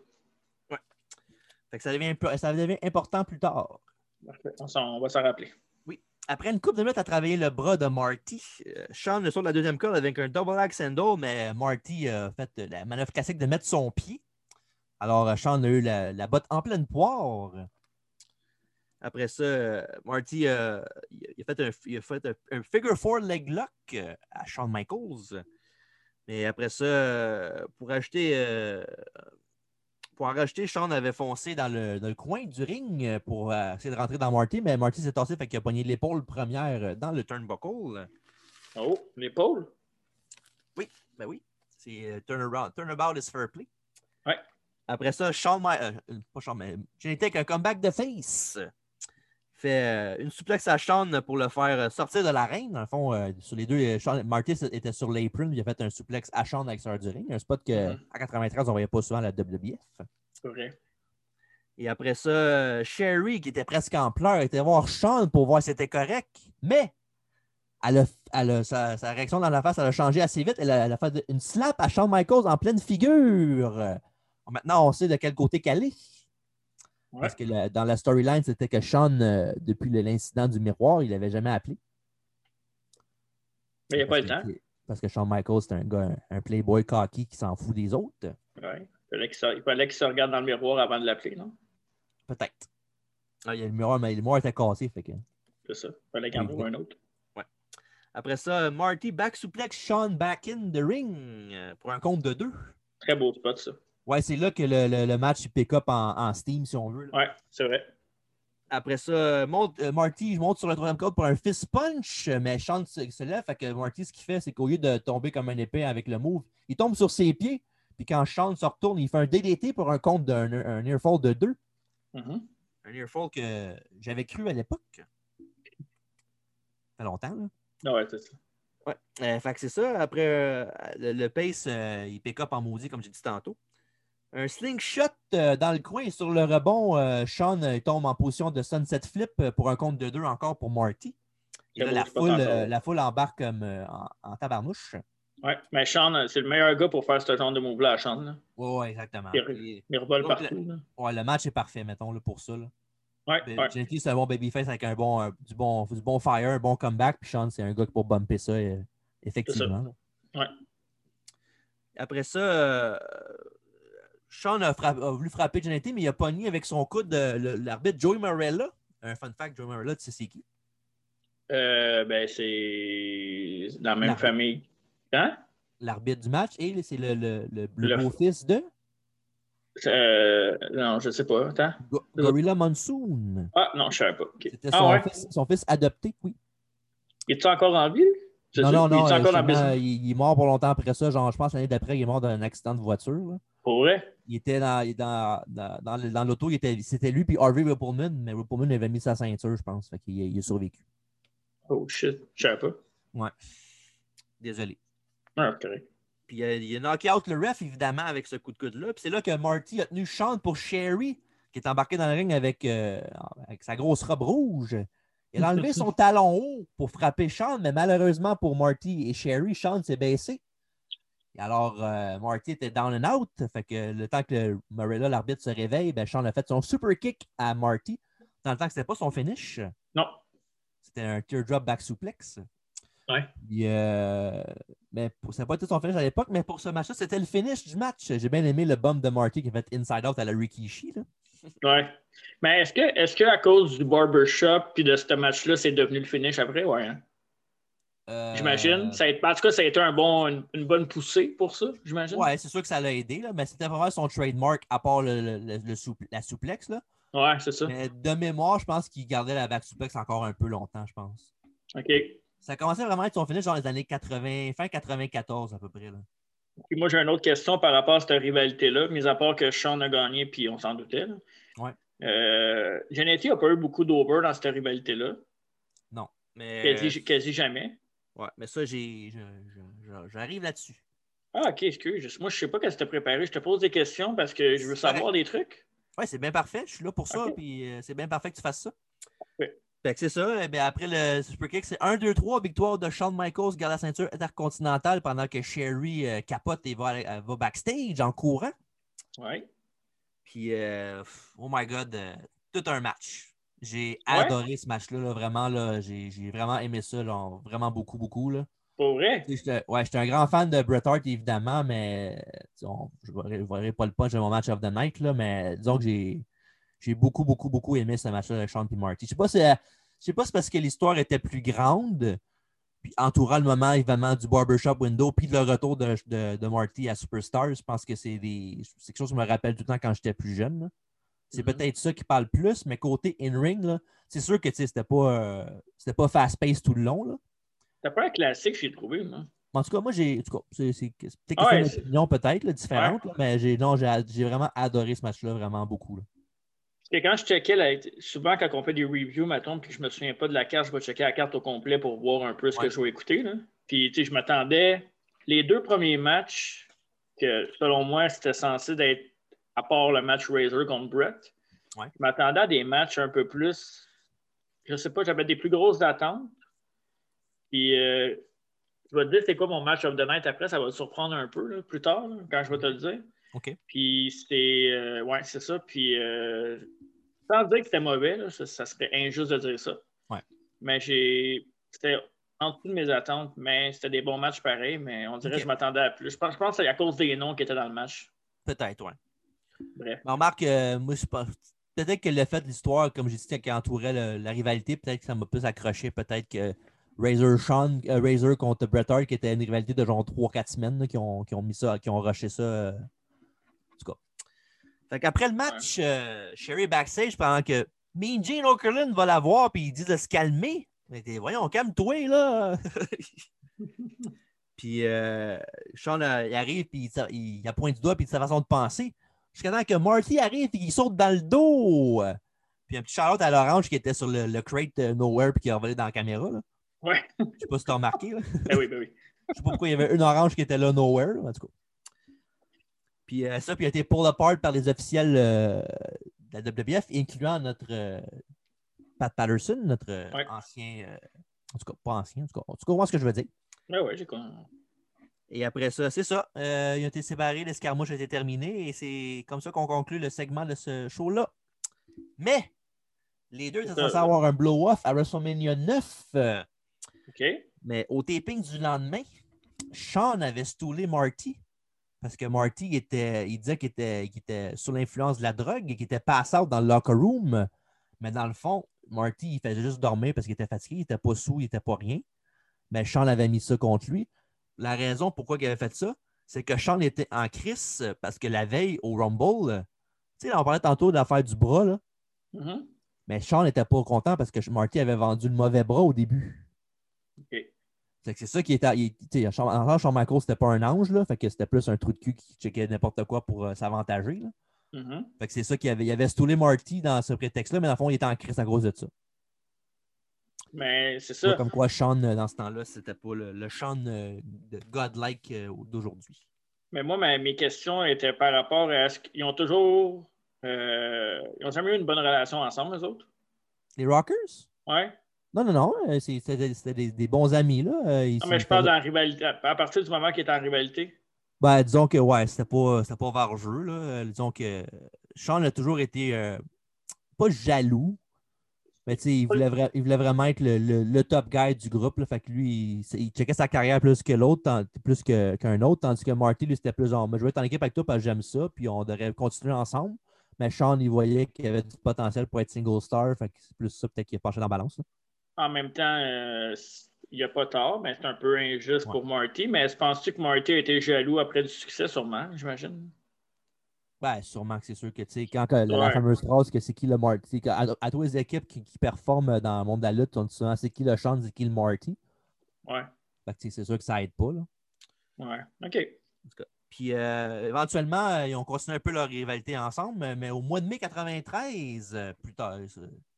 S3: Fait que ça, devient, impo- ça devient important plus tard.
S4: Parfait. On, s'en- on va s'en rappeler.
S3: Oui. après une coupe de minutes à travailler le bras de Marty, euh, Sean le sort de la deuxième corde avec un double axe handle, mais Marty a fait la manœuvre classique de mettre son pied. Alors, euh, Sean a eu la, la botte en pleine poire. Après ça, euh, Marty euh, il a- il a fait, un, il a fait un- un figure four leg lock euh, à Shawn Michaels. Mais après ça, euh, pour acheter. euh, pour en racheter, Sean avait foncé dans le, dans le coin du ring euh, pour euh, essayer de rentrer dans Marty, mais Marty s'est tassé, fait qu'il a pogné l'épaule première euh, dans le turnbuckle.
S4: Oh, l'épaule.
S3: Ben oui, c'est euh, turnaround. Turnabout is fair play.
S4: Ouais.
S3: Après ça, Shawn Mi- euh, euh, pas Shawn, mais Genetic, un comeback de face. Fait euh, une souplex à Shawn pour le faire euh, sortir de l'arène. Dans le fond, euh, sur les deux, euh, Shawn, Marty était sur l'apron. Il a fait un souplex à Shawn à l'extérieur du ring. Un spot que,
S4: Mhm.
S3: à 93, on voyait pas souvent à la WWF.
S4: C'est vrai.
S3: Et après ça, euh, Sherry, qui était presque en pleurs, était voir Sean pour voir si c'était correct. Mais elle a- elle a- sa, sa réaction dans la face, elle a changé assez vite. Elle a, elle a fait une slap à Shawn Michaels en pleine figure. Euh, Maintenant, on sait de quel côté qu'elle est.
S4: Ouais.
S3: Parce que la- dans la storyline, c'était que Sean, euh, depuis le- l'incident du miroir, il l'avait jamais appelé.
S4: Mais il n'y a pas le temps.
S3: Parce que Shawn Michaels, c'est un gars, un, un playboy cocky qui s'en fout des autres.
S4: Ouais. Il fallait qu'il se- il fallait qu'il se regarde dans le miroir avant de l'appeler, non?
S3: Peut-être. Ah, il y a le miroir, mais le miroir était cassé. Fait que...
S4: C'est ça. Il fallait qu'il en
S3: Oui.
S4: trouve un autre.
S3: Après ça, Marty back suplex Sean back in the ring euh, pour un compte de deux.
S4: Très beau spot, ça.
S3: Ouais, c'est là que le, le- le match il pick up en, en steam, si on veut. là.
S4: Ouais, c'est vrai.
S3: Après ça, monte, euh, Marty monte sur le troisième code pour un fist punch, mais Sean se, se lève. Fait que Marty, ce qu'il fait, c'est qu'au lieu de tomber comme un épée avec le move, il tombe sur ses pieds. Puis quand Sean se retourne, il fait un DDT pour un compte d'un un near fall de deux.
S4: Mhm.
S3: Un near fall que j'avais cru à l'époque. Ça fait longtemps, là.
S4: Ah Ouais, c'est ça.
S3: Ouais. Euh, fait que c'est ça. Après, euh, le, le pace, euh, il pick up en maudit, comme j'ai dit tantôt. Un slingshot euh, dans le coin. Sur le rebond, euh, Sean euh, tombe en position de sunset flip euh, pour un compte de deux encore pour Marty. Et là,
S4: Très beau
S3: la
S4: spot
S3: foule,
S4: encore.
S3: euh, la foule embarque comme euh, en, en tabarnouche.
S4: Ouais. Mais Sean, euh, c'est le meilleur gars pour faire ce genre de move-là à Sean. là.
S3: Ouais, ouais, exactement.
S4: Il re-
S3: Et-
S4: Il revole
S3: Donc,
S4: partout. là.
S3: ouais, le match est parfait, mettons, là, pour ça. là.
S4: Ouais,
S3: Ben,
S4: ouais.
S3: Gentil, c'est un bon babyface avec un bon, euh, du, bon, du bon fire, un bon comeback. Puis Sean, c'est un gars qui pour bumper ça, euh, effectivement. là.
S4: Ouais.
S3: Après ça, euh, Sean a, frapp- a voulu frapper Gentil, mais il a pogné avec son coude euh, le- l'arbitre Joey Morella. Un fun fact, Joey Morella, tu sais c'est qui?
S4: Euh, ben, c'est dans la même
S3: Non.
S4: famille. Hein?
S3: L'arbitre du match. Et c'est le, le, le,
S4: Le-
S3: beau-fils de
S4: Euh, non, je sais pas. Attends.
S3: Go- Gorilla Monsoon.
S4: Ah, non, je savais pas. ok.
S3: C'était son,
S4: Ah ouais?
S3: fils, son fils adopté, oui.
S4: Il est encore en ville? Je
S3: Non,
S4: sais
S3: non, non,
S4: pas, Il est
S3: euh,
S4: encore en
S3: justement,
S4: business.
S3: il, il est mort pour longtemps après ça. Genre, je pense l'année d'après, il est mort d'un accident de voiture. là.
S4: Pour vrai?
S3: il était dans, dans, dans, dans le- dans l'auto, il était- c'était lui puis Harvey Whippleman, mais Whippleman avait mis sa ceinture, je pense. Fait qu'il a- il a survécu.
S4: Oh shit, je savais pas.
S3: Désolé.
S4: Ah, correct.
S3: Puis euh, il a, il a knocké out le ref, évidemment, avec ce coup de coude-là. Puis c'est là que Marty a tenu Sean pour Sherry, qui est embarqué dans le ring avec, euh, avec sa grosse robe rouge. Il a enlevé son talon haut pour frapper Sean, mais malheureusement pour Marty et Sherry, Sean s'est baissé. Et alors, euh, Marty était down and out. Fait que le temps que le- Morella, l'arbitre, se réveille, ben, Sean a fait son super kick à Marty. Dans le temps que c'était pas son finish.
S4: Non.
S3: C'était un teardrop back suplex.
S4: Ouais.
S3: Puis, euh, mais pour, ça n'a pas été son finish à l'époque, mais pour ce match-là, c'était le finish du match. J'ai bien aimé le bump de Marty qui a fait inside out à la Rikishi. Là.
S4: Ouais. Mais est-ce que, est-ce que à cause du barbershop puis de ce match-là, c'est devenu le finish après? Ouais. hein?
S3: Euh,
S4: J'imagine. Ça a été- En tout cas, ça a été un bon, une, une bonne poussée pour ça, j'imagine.
S3: Ouais, c'est sûr que ça l'a aidé, là, mais c'était vraiment son trademark à part le, le- le- le souple- la souplex. Là.
S4: Ouais, c'est ça.
S3: Mais de mémoire, je pense qu'il gardait la back souplex encore un peu longtemps, je pense.
S4: OK. Puis
S3: Ça commençait vraiment à être son finish dans les années 80, fin 94 à peu près. Là.
S4: moi, j'ai une autre question par rapport à cette rivalité-là, mis à part que Sean a gagné puis on s'en doutait. là.
S3: Ouais.
S4: Euh, Genetti n'a pas eu beaucoup d'over dans cette rivalité-là.
S3: Mais,
S4: Quasi, quasi jamais.
S3: ouais, mais ça, j'ai- je- je- je- j'arrive là-dessus.
S4: Ah, OK, excuse. Moi, je sais pas qu'est-ce que tu préparé. Je te pose des questions parce que je veux
S3: C'est correct.
S4: savoir des trucs.
S3: Oui, c'est bien parfait. Je suis là pour ça,
S4: Ok.
S3: puis euh, c'est bien parfait que tu fasses ça.
S4: Parfait.
S3: Fait que c'est ça. eh bien, après le Super Kick, c'est 1, 2, 3, victoire de Shawn Michaels, garde la ceinture intercontinentale pendant que Sherry euh, capote et va, aller- euh, va backstage en courant.
S4: Ouais.
S3: Puis, euh, pff, oh my God, euh, tout un match. J'ai adoré ce match-là, là, vraiment. Là, j'ai, j'ai vraiment aimé ça, là, on- vraiment beaucoup, beaucoup. Là.
S4: Pour vrai?
S3: Tu sais, J'étais ouais, j'étais un grand fan de Bret Hart, évidemment, mais tu sais, on- je ne verrai pas le punch de mon match of the night, là, mais disons que j'ai j'ai beaucoup, beaucoup, beaucoup aimé ce match-là de Sean et Marty. Je ne sais pas si euh, je sais pas si c'est parce que l'histoire était plus grande, puis entourant le moment évidemment du barbershop window, puis le retour de, de, de Marty à Superstar, je pense que c'est des c'est quelque chose qui me rappelle tout le temps quand j'étais plus jeune. là. C'est
S4: Mhm.
S3: peut-être ça qui parle plus, mais côté in-ring, là, c'est sûr que tu sais, c'était pas, euh, c'était pas fast-paced tout le long. Là.
S4: T'as pas un classique, j'ai trouvé, moi.
S3: Mais En tout cas, moi, j'ai. en tout cas, c'est c'est- c'est peut-être
S4: Ah ouais,
S3: une
S4: c'est-
S3: opinion peut-être là, différente, là, mais j'ai non, j'ai j'ai vraiment adoré ce match-là, vraiment beaucoup. là.
S4: Parce que quand je checkais, la- souvent quand on fait des reviews, mettons, puis que je me souviens pas de la carte, je vais checker la carte au complet pour voir un peu ce
S3: Ouais.
S4: que je vais écouter. là. Puis, tu sais, je m'attendais. Les deux premiers matchs, que selon moi, c'était censé d'être, à part le match Razor contre Brett,
S3: Ouais.
S4: je m'attendais à des matchs un peu plus. Je sais pas, j'avais des plus grosses attentes. Puis, euh, je vais te dire c'est quoi mon match of the night après, ça va te surprendre un peu là, plus tard, là, quand je vais te le dire.
S3: OK.
S4: Puis c'était. euh, ouais, c'est ça. Puis euh, sans dire que c'était mauvais, là, ça, ça serait injuste de dire ça.
S3: Ouais.
S4: Mais j'ai. C'était en dessous de mes attentes, mais c'était des bons matchs pareils, mais on dirait
S3: Ok.
S4: que je m'attendais à plus. Je pense, je pense que c'est à cause des noms qui étaient dans le match.
S3: Peut-être, oui.
S4: Bref.
S3: Mais remarque, euh, moi, je pense. Peut-être que le fait de l'histoire, comme j'ai dit, qui entourait le- la rivalité, peut-être que ça m'a plus accroché, peut-être que Razor Sean, euh, Razor contre Bret Hart, qui était une rivalité de genre 3-4 semaines, là, qui, ont, qui ont mis ça, qui ont rushé ça. euh, En tout cas. Fait qu'après le match, euh, Sherry backstage, pendant que Mean Gene Okerlund va la voir, puis il dit de se calmer. Mais t'es- voyons, calme-toi, là. puis euh, Sean, euh, il arrive, puis il, sa- il, il pointe du doigt, puis de sa façon de penser. Jusqu'à temps que Marty arrive, et il saute dans le dos. Puis un petit shout à l'orange qui était sur le, le crate euh, Nowhere, puis qui a volé dans la caméra. Là.
S4: Ouais.
S3: Je sais pas si t'as remarqué. Là.
S4: Ben oui, ben oui.
S3: Je sais pas pourquoi il y avait une orange qui était là, nowhere, là, en tout cas. Puis euh, ça, puis il a été pulled apart par les officiels euh, de la WWF, incluant notre euh, Pat Patterson, notre euh,
S4: Ouais.
S3: ancien. euh, en tout cas, pas ancien, en tout cas. En tout cas, on voit ce que je veux dire.
S4: Ouais, Ah ouais, j'ai con-
S3: Et après ça, c'est ça. euh, ils ont été séparés, l'escarmouche a été terminée, et c'est comme ça qu'on conclut le segment de ce show-là. Mais les deux étaient
S4: C'est ça.
S3: censés avoir un blow-off à WrestleMania 9. euh,
S4: OK.
S3: mais au taping du lendemain, Sean avait stoulé Marty parce que Marty était, il disait qu'il était, qu'il était sous l'influence de la drogue et qu'il était passé dans le locker room. Mais dans le fond, Marty, il faisait juste dormir parce qu'il était fatigué, il n'était pas sous, il n'était pas rien. Mais Sean avait mis ça contre lui. La raison pourquoi il avait fait ça, c'est que Sean était en crise parce que la veille au Rumble, tu sais, là, on parlait tantôt de l'affaire du bras, là,
S4: Mhm.
S3: mais Sean n'était pas content parce que Marty avait vendu le mauvais bras au début.
S4: OK.
S3: Fait que c'est ça qui était. il- tu sais, Shawn- En Sean Michaels, c'était pas un ange, là. Fait que c'était plus un trou de cul qui checkait n'importe quoi pour euh, s'avantager. là.
S4: Mhm.
S3: Fait que c'est ça qu'il avait. Il avait stoulé Marty dans ce prétexte-là, mais dans le fond, il était en crise à cause de ça.
S4: Mais c'est
S3: Tu vois,
S4: ça.
S3: Comme quoi, Sean, euh, dans ce temps-là, c'était pas le, le Sean euh, de godlike euh, d'aujourd'hui.
S4: Mais moi, ma- mes questions étaient par rapport à ce qu'ils ont toujours. euh, ils ont jamais eu une bonne relation ensemble, eux autres.
S3: Les Rockers?
S4: Ouais. Ah,
S3: Non, non, non. euh, c'est- C'était c'était des, des bons amis, là. euh, ils
S4: Non,
S3: se
S4: Ah, mais je parle
S3: faisaient-
S4: dans la rivalité. À à partir du moment qu'il est en rivalité.
S3: Ben, disons que ouais, c'était pas, c'était pas vers le jeu. Là. Euh, Disons que Sean a toujours été euh, pas jaloux, mais tu sais, il voulait, vra- il voulait vraiment être le, le- le top guy du groupe. Là. Fait que lui, il, il checkait sa carrière plus que l'autre, tant- plus que- qu'un autre, tandis que Marty, lui, c'était plus genre Mais je vais être en équipe avec toi parce que j'aime ça, puis on devrait continuer ensemble. Mais Sean, il voyait qu'il avait du potentiel pour être single star. Fait que c'est plus ça peut-être qu'il est penché dans la balance. là.
S4: En même temps, euh, il n'y a pas tort, mais c'est un peu injuste
S3: Ouais.
S4: pour Marty. Mais est-ce- penses-tu que Marty a été jaloux après du succès, sûrement, j'imagine?
S3: Ouais, Ben, sûrement que c'est sûr que, tu sais, quand que la, la
S4: Ouais.
S3: fameuse phrase que c'est qui le Marty, que à, à tous les équipes qui, qui performent dans le monde de la lutte, on dit souvent c'est qui le Sean, c'est qui le Marty.
S4: Ouais,
S3: Fait que, tu sais, c'est sûr que ça aide pas, là.
S4: ouais. OK.
S3: Puis euh, éventuellement, euh, ils ont continué un peu leur rivalité ensemble, euh, mais au mois de mai 93, euh, plus tard, euh,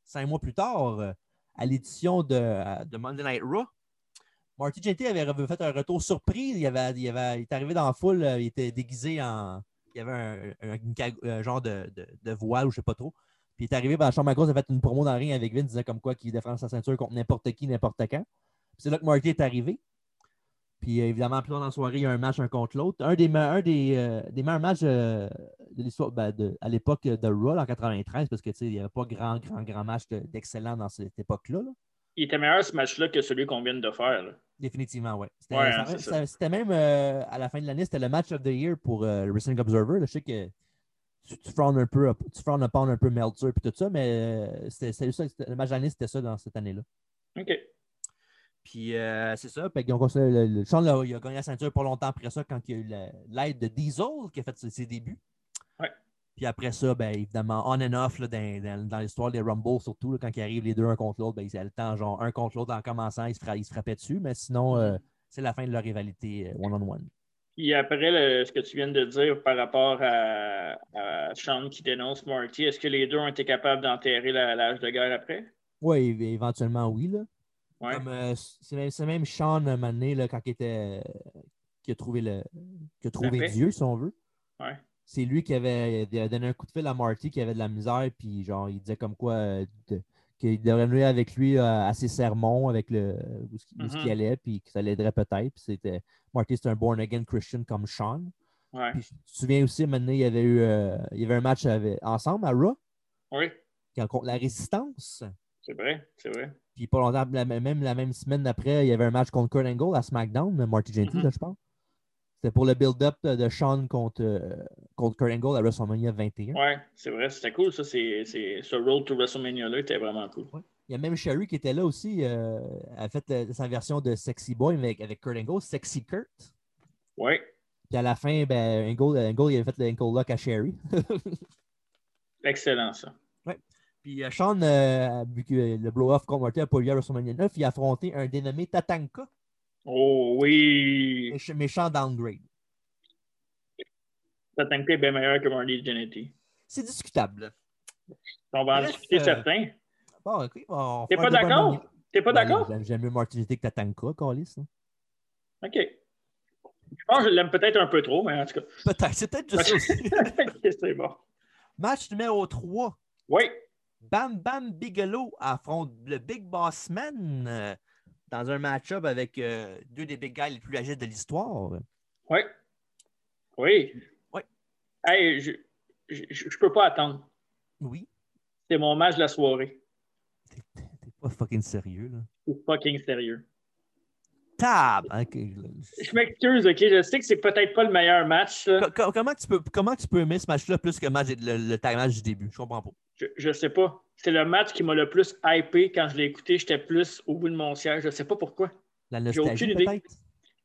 S3: cinq mois plus tard, euh, à l'édition de, euh, de Monday Night Raw, Marty Jannetty avait re- fait un retour surprise. Il, avait, il, avait- il est arrivé dans la foule, euh, il était déguisé en. Il avait un, un- une cag- un genre de, de- de voile ou je sais pas trop. Puis il est arrivé, ben, Shawn Michaels a fait une promo dans le ring avec Vince, disant comme quoi qu'il défend sa ceinture contre n'importe qui, n'importe quand. Puis c'est là que Marty est arrivé. Puis euh, évidemment, plus tard dans la soirée, il y a un match un contre l'autre. Un des, me- un des, euh, des meilleurs matchs euh, de l'histoire, ben, de- à l'époque de Raw en 93, parce que tu sais, il n'y avait pas grand, grand, grand match de- d'excellent dans cette époque-là. là.
S4: Il était meilleur ce match-là que celui qu'on vient de faire. là.
S3: Définitivement, oui. C'était
S4: Ouais,
S3: ça-
S4: hein, c'est
S3: ça-
S4: ça.
S3: c'était même euh, à la fin de l'année, c'était le match of the year pour euh, le Wrestling Observer. là. Je sais que tu, tu frowns un peu, tu frowns upon un peu Meltzer et tout ça, mais euh, c'était c'était ça, c'était- le match de l'année, c'était ça dans cette année-là.
S4: OK.
S3: Puis euh, c'est ça. Fait qu'ils ont construit le, le- Sean, là, il a gagné la ceinture pas longtemps après ça quand il y a eu la- l'aide de Diesel qui a fait ses, ses débuts.
S4: Ouais.
S3: Puis après ça, ben, évidemment, on and off là, dans, dans- dans l'histoire des Rumbles, surtout là, quand ils arrivent les deux un contre l'autre, ben, ils avaient le temps, genre un contre l'autre en commençant, ils se, fra- ils se frappaient dessus. Mais sinon, euh, c'est la fin de leur rivalité euh, one-on-one.
S4: Puis après le- ce que tu viens de dire par rapport à, à Sean qui dénonce Marty, est-ce que les deux ont été capables d'enterrer la- l'âge de guerre après?
S3: Oui, éventuellement, oui. Là.
S4: Ouais.
S3: Comme, euh, c'est même, c'est même Sean un moment donné, là, quand il était, euh, qui a trouvé, le, qui a trouvé
S4: Parfait.
S3: Dieu, si on veut.
S4: Ouais.
S3: C'est lui qui avait il a donné un coup de fil à Marty qui avait de la misère, puis genre, il disait comme quoi euh, de- qu'il devrait venir avec lui euh, à ses sermons, avec le, où ce qui- où ce qu'il
S4: Mhm.
S3: allait, puis que ça l'aiderait peut-être. Puis c'était, Marty, c'est un born-again Christian comme Sean.
S4: Ouais.
S3: Puis, tu te souviens aussi, maintenant, il y avait eu euh, il y avait un match avec- ensemble à Raw,
S4: Oui,
S3: contre la Résistance.
S4: c'est vrai, c'est vrai.
S3: Puis pas longtemps, la- même la même semaine d'après, il y avait un match contre Kurt Angle à SmackDown, le Marty Jannetty,
S4: Mhm.
S3: là, je pense. C'était pour le build-up de Sean contre, euh, contre Kurt Angle à WrestleMania 21.
S4: Ouais, c'est vrai, c'était cool. Ça, c'est, c'est- ce Road to WrestleMania-là était vraiment cool.
S3: Il y a même Sherry qui était là aussi. euh, elle a fait euh, sa version de Sexy Boy avec, avec Kurt Angle, Sexy Kurt.
S4: Ouais,
S3: Puis à la fin, ben, Angle, Angle il avait fait le Angle Lock à Sherry.
S4: excellent ça.
S3: Puis euh, Sean, euh, vu que le blow-off contre Marty n'a pas eu lieu à WrestleMania 9, il a affronté un dénommé Tatanka,
S4: Oh oui!
S3: méch- méchant downgrade.
S4: Tatanka est bien meilleur que Marty Jannetty.
S3: C'est discutable.
S4: On va en
S3: Bref,
S4: discuter
S3: euh,
S4: certains.
S3: Bon, ok, bon,
S4: T'es
S3: on fera un
S4: pas
S3: débat
S4: d'accord?
S3: Mania.
S4: T'es pas
S3: Ben,
S4: d'accord?
S3: j'aime- J'aime mieux Martinité que Tatanka, Calis. hein.
S4: OK. Je pense que je l'aime peut-être un peu trop, mais en tout cas,
S3: Peut-être, c'est peut-être
S4: Ben,
S3: juste ça aussi.
S4: c'est bon.
S3: Match numéro 3.
S4: Oui,
S3: Bam Bam Bigelow affronte le Big Boss Man euh, dans un match-up avec euh, deux des big guys les plus âgés de l'histoire.
S4: oui. Oui.
S3: Oui.
S4: Hey, je, je, je- je peux pas attendre.
S3: Oui,
S4: C'est mon match de la soirée.
S3: t'es pas fucking sérieux, là.
S4: C'est fucking sérieux.
S3: Tab! hein, que-
S4: Je m'excuse, OK? Je sais que c'est peut-être pas le meilleur match. là.
S3: Co- co- comment, tu peux, comment tu peux aimer ce match-là plus que le match- le, le tag match du début? Je comprends pas.
S4: Je, je sais pas. C'est le match qui m'a le plus hypé quand je l'ai écouté. J'étais plus au bout de mon siège. Je sais pas pourquoi.
S3: La
S4: J'ai
S3: nostalgie,
S4: aucune idée.
S3: peut-être?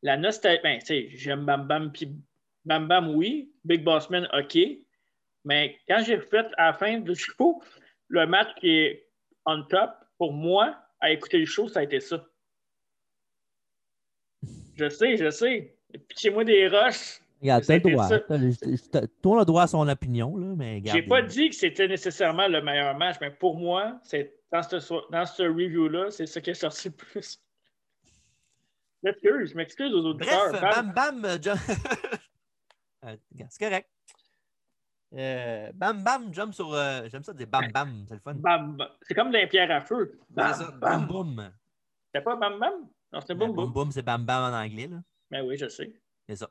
S4: La nostalgie, ben, tu sais, j'aime Bam Bam, puis Bam Bam, oui. Big Boss Man, OK. Mais quand j'ai fait à la fin du show, le match qui est on top, pour moi, à écouter le show, ça a été ça. Je sais, je sais. Pitchez-moi des rushs.
S3: Regarde, t'as le
S4: C'était
S3: droit.
S4: ça.
S3: t'as le- je- je- t'as- Toi, on a le droit à son opinion, là, mais regarde. euh,
S4: J'ai pas dit que c'était nécessairement le meilleur match, mais pour moi, c'est dans ce, so- dans ce review-là, c'est ça qui est sorti le plus. Je m'excuse, je m'excuse aux auditeurs.
S3: Bref, bam, bam, euh, John. Euh, regarde, c'est correct. Euh, bam, bam, jump sur. euh, J'aime ça, des bam, bam, c'est le fun.
S4: Bam, bam. C'est comme d'un pierre à feu. Bam,
S3: C'est ça,
S4: bam.
S3: boum, boum.
S4: C'était pas bam bam? Non, c'était
S3: Ben,
S4: boum
S3: Boum,
S4: boum.
S3: boum, c'est bam, bam en anglais, là.
S4: Mais oui, je sais.
S3: C'est ça.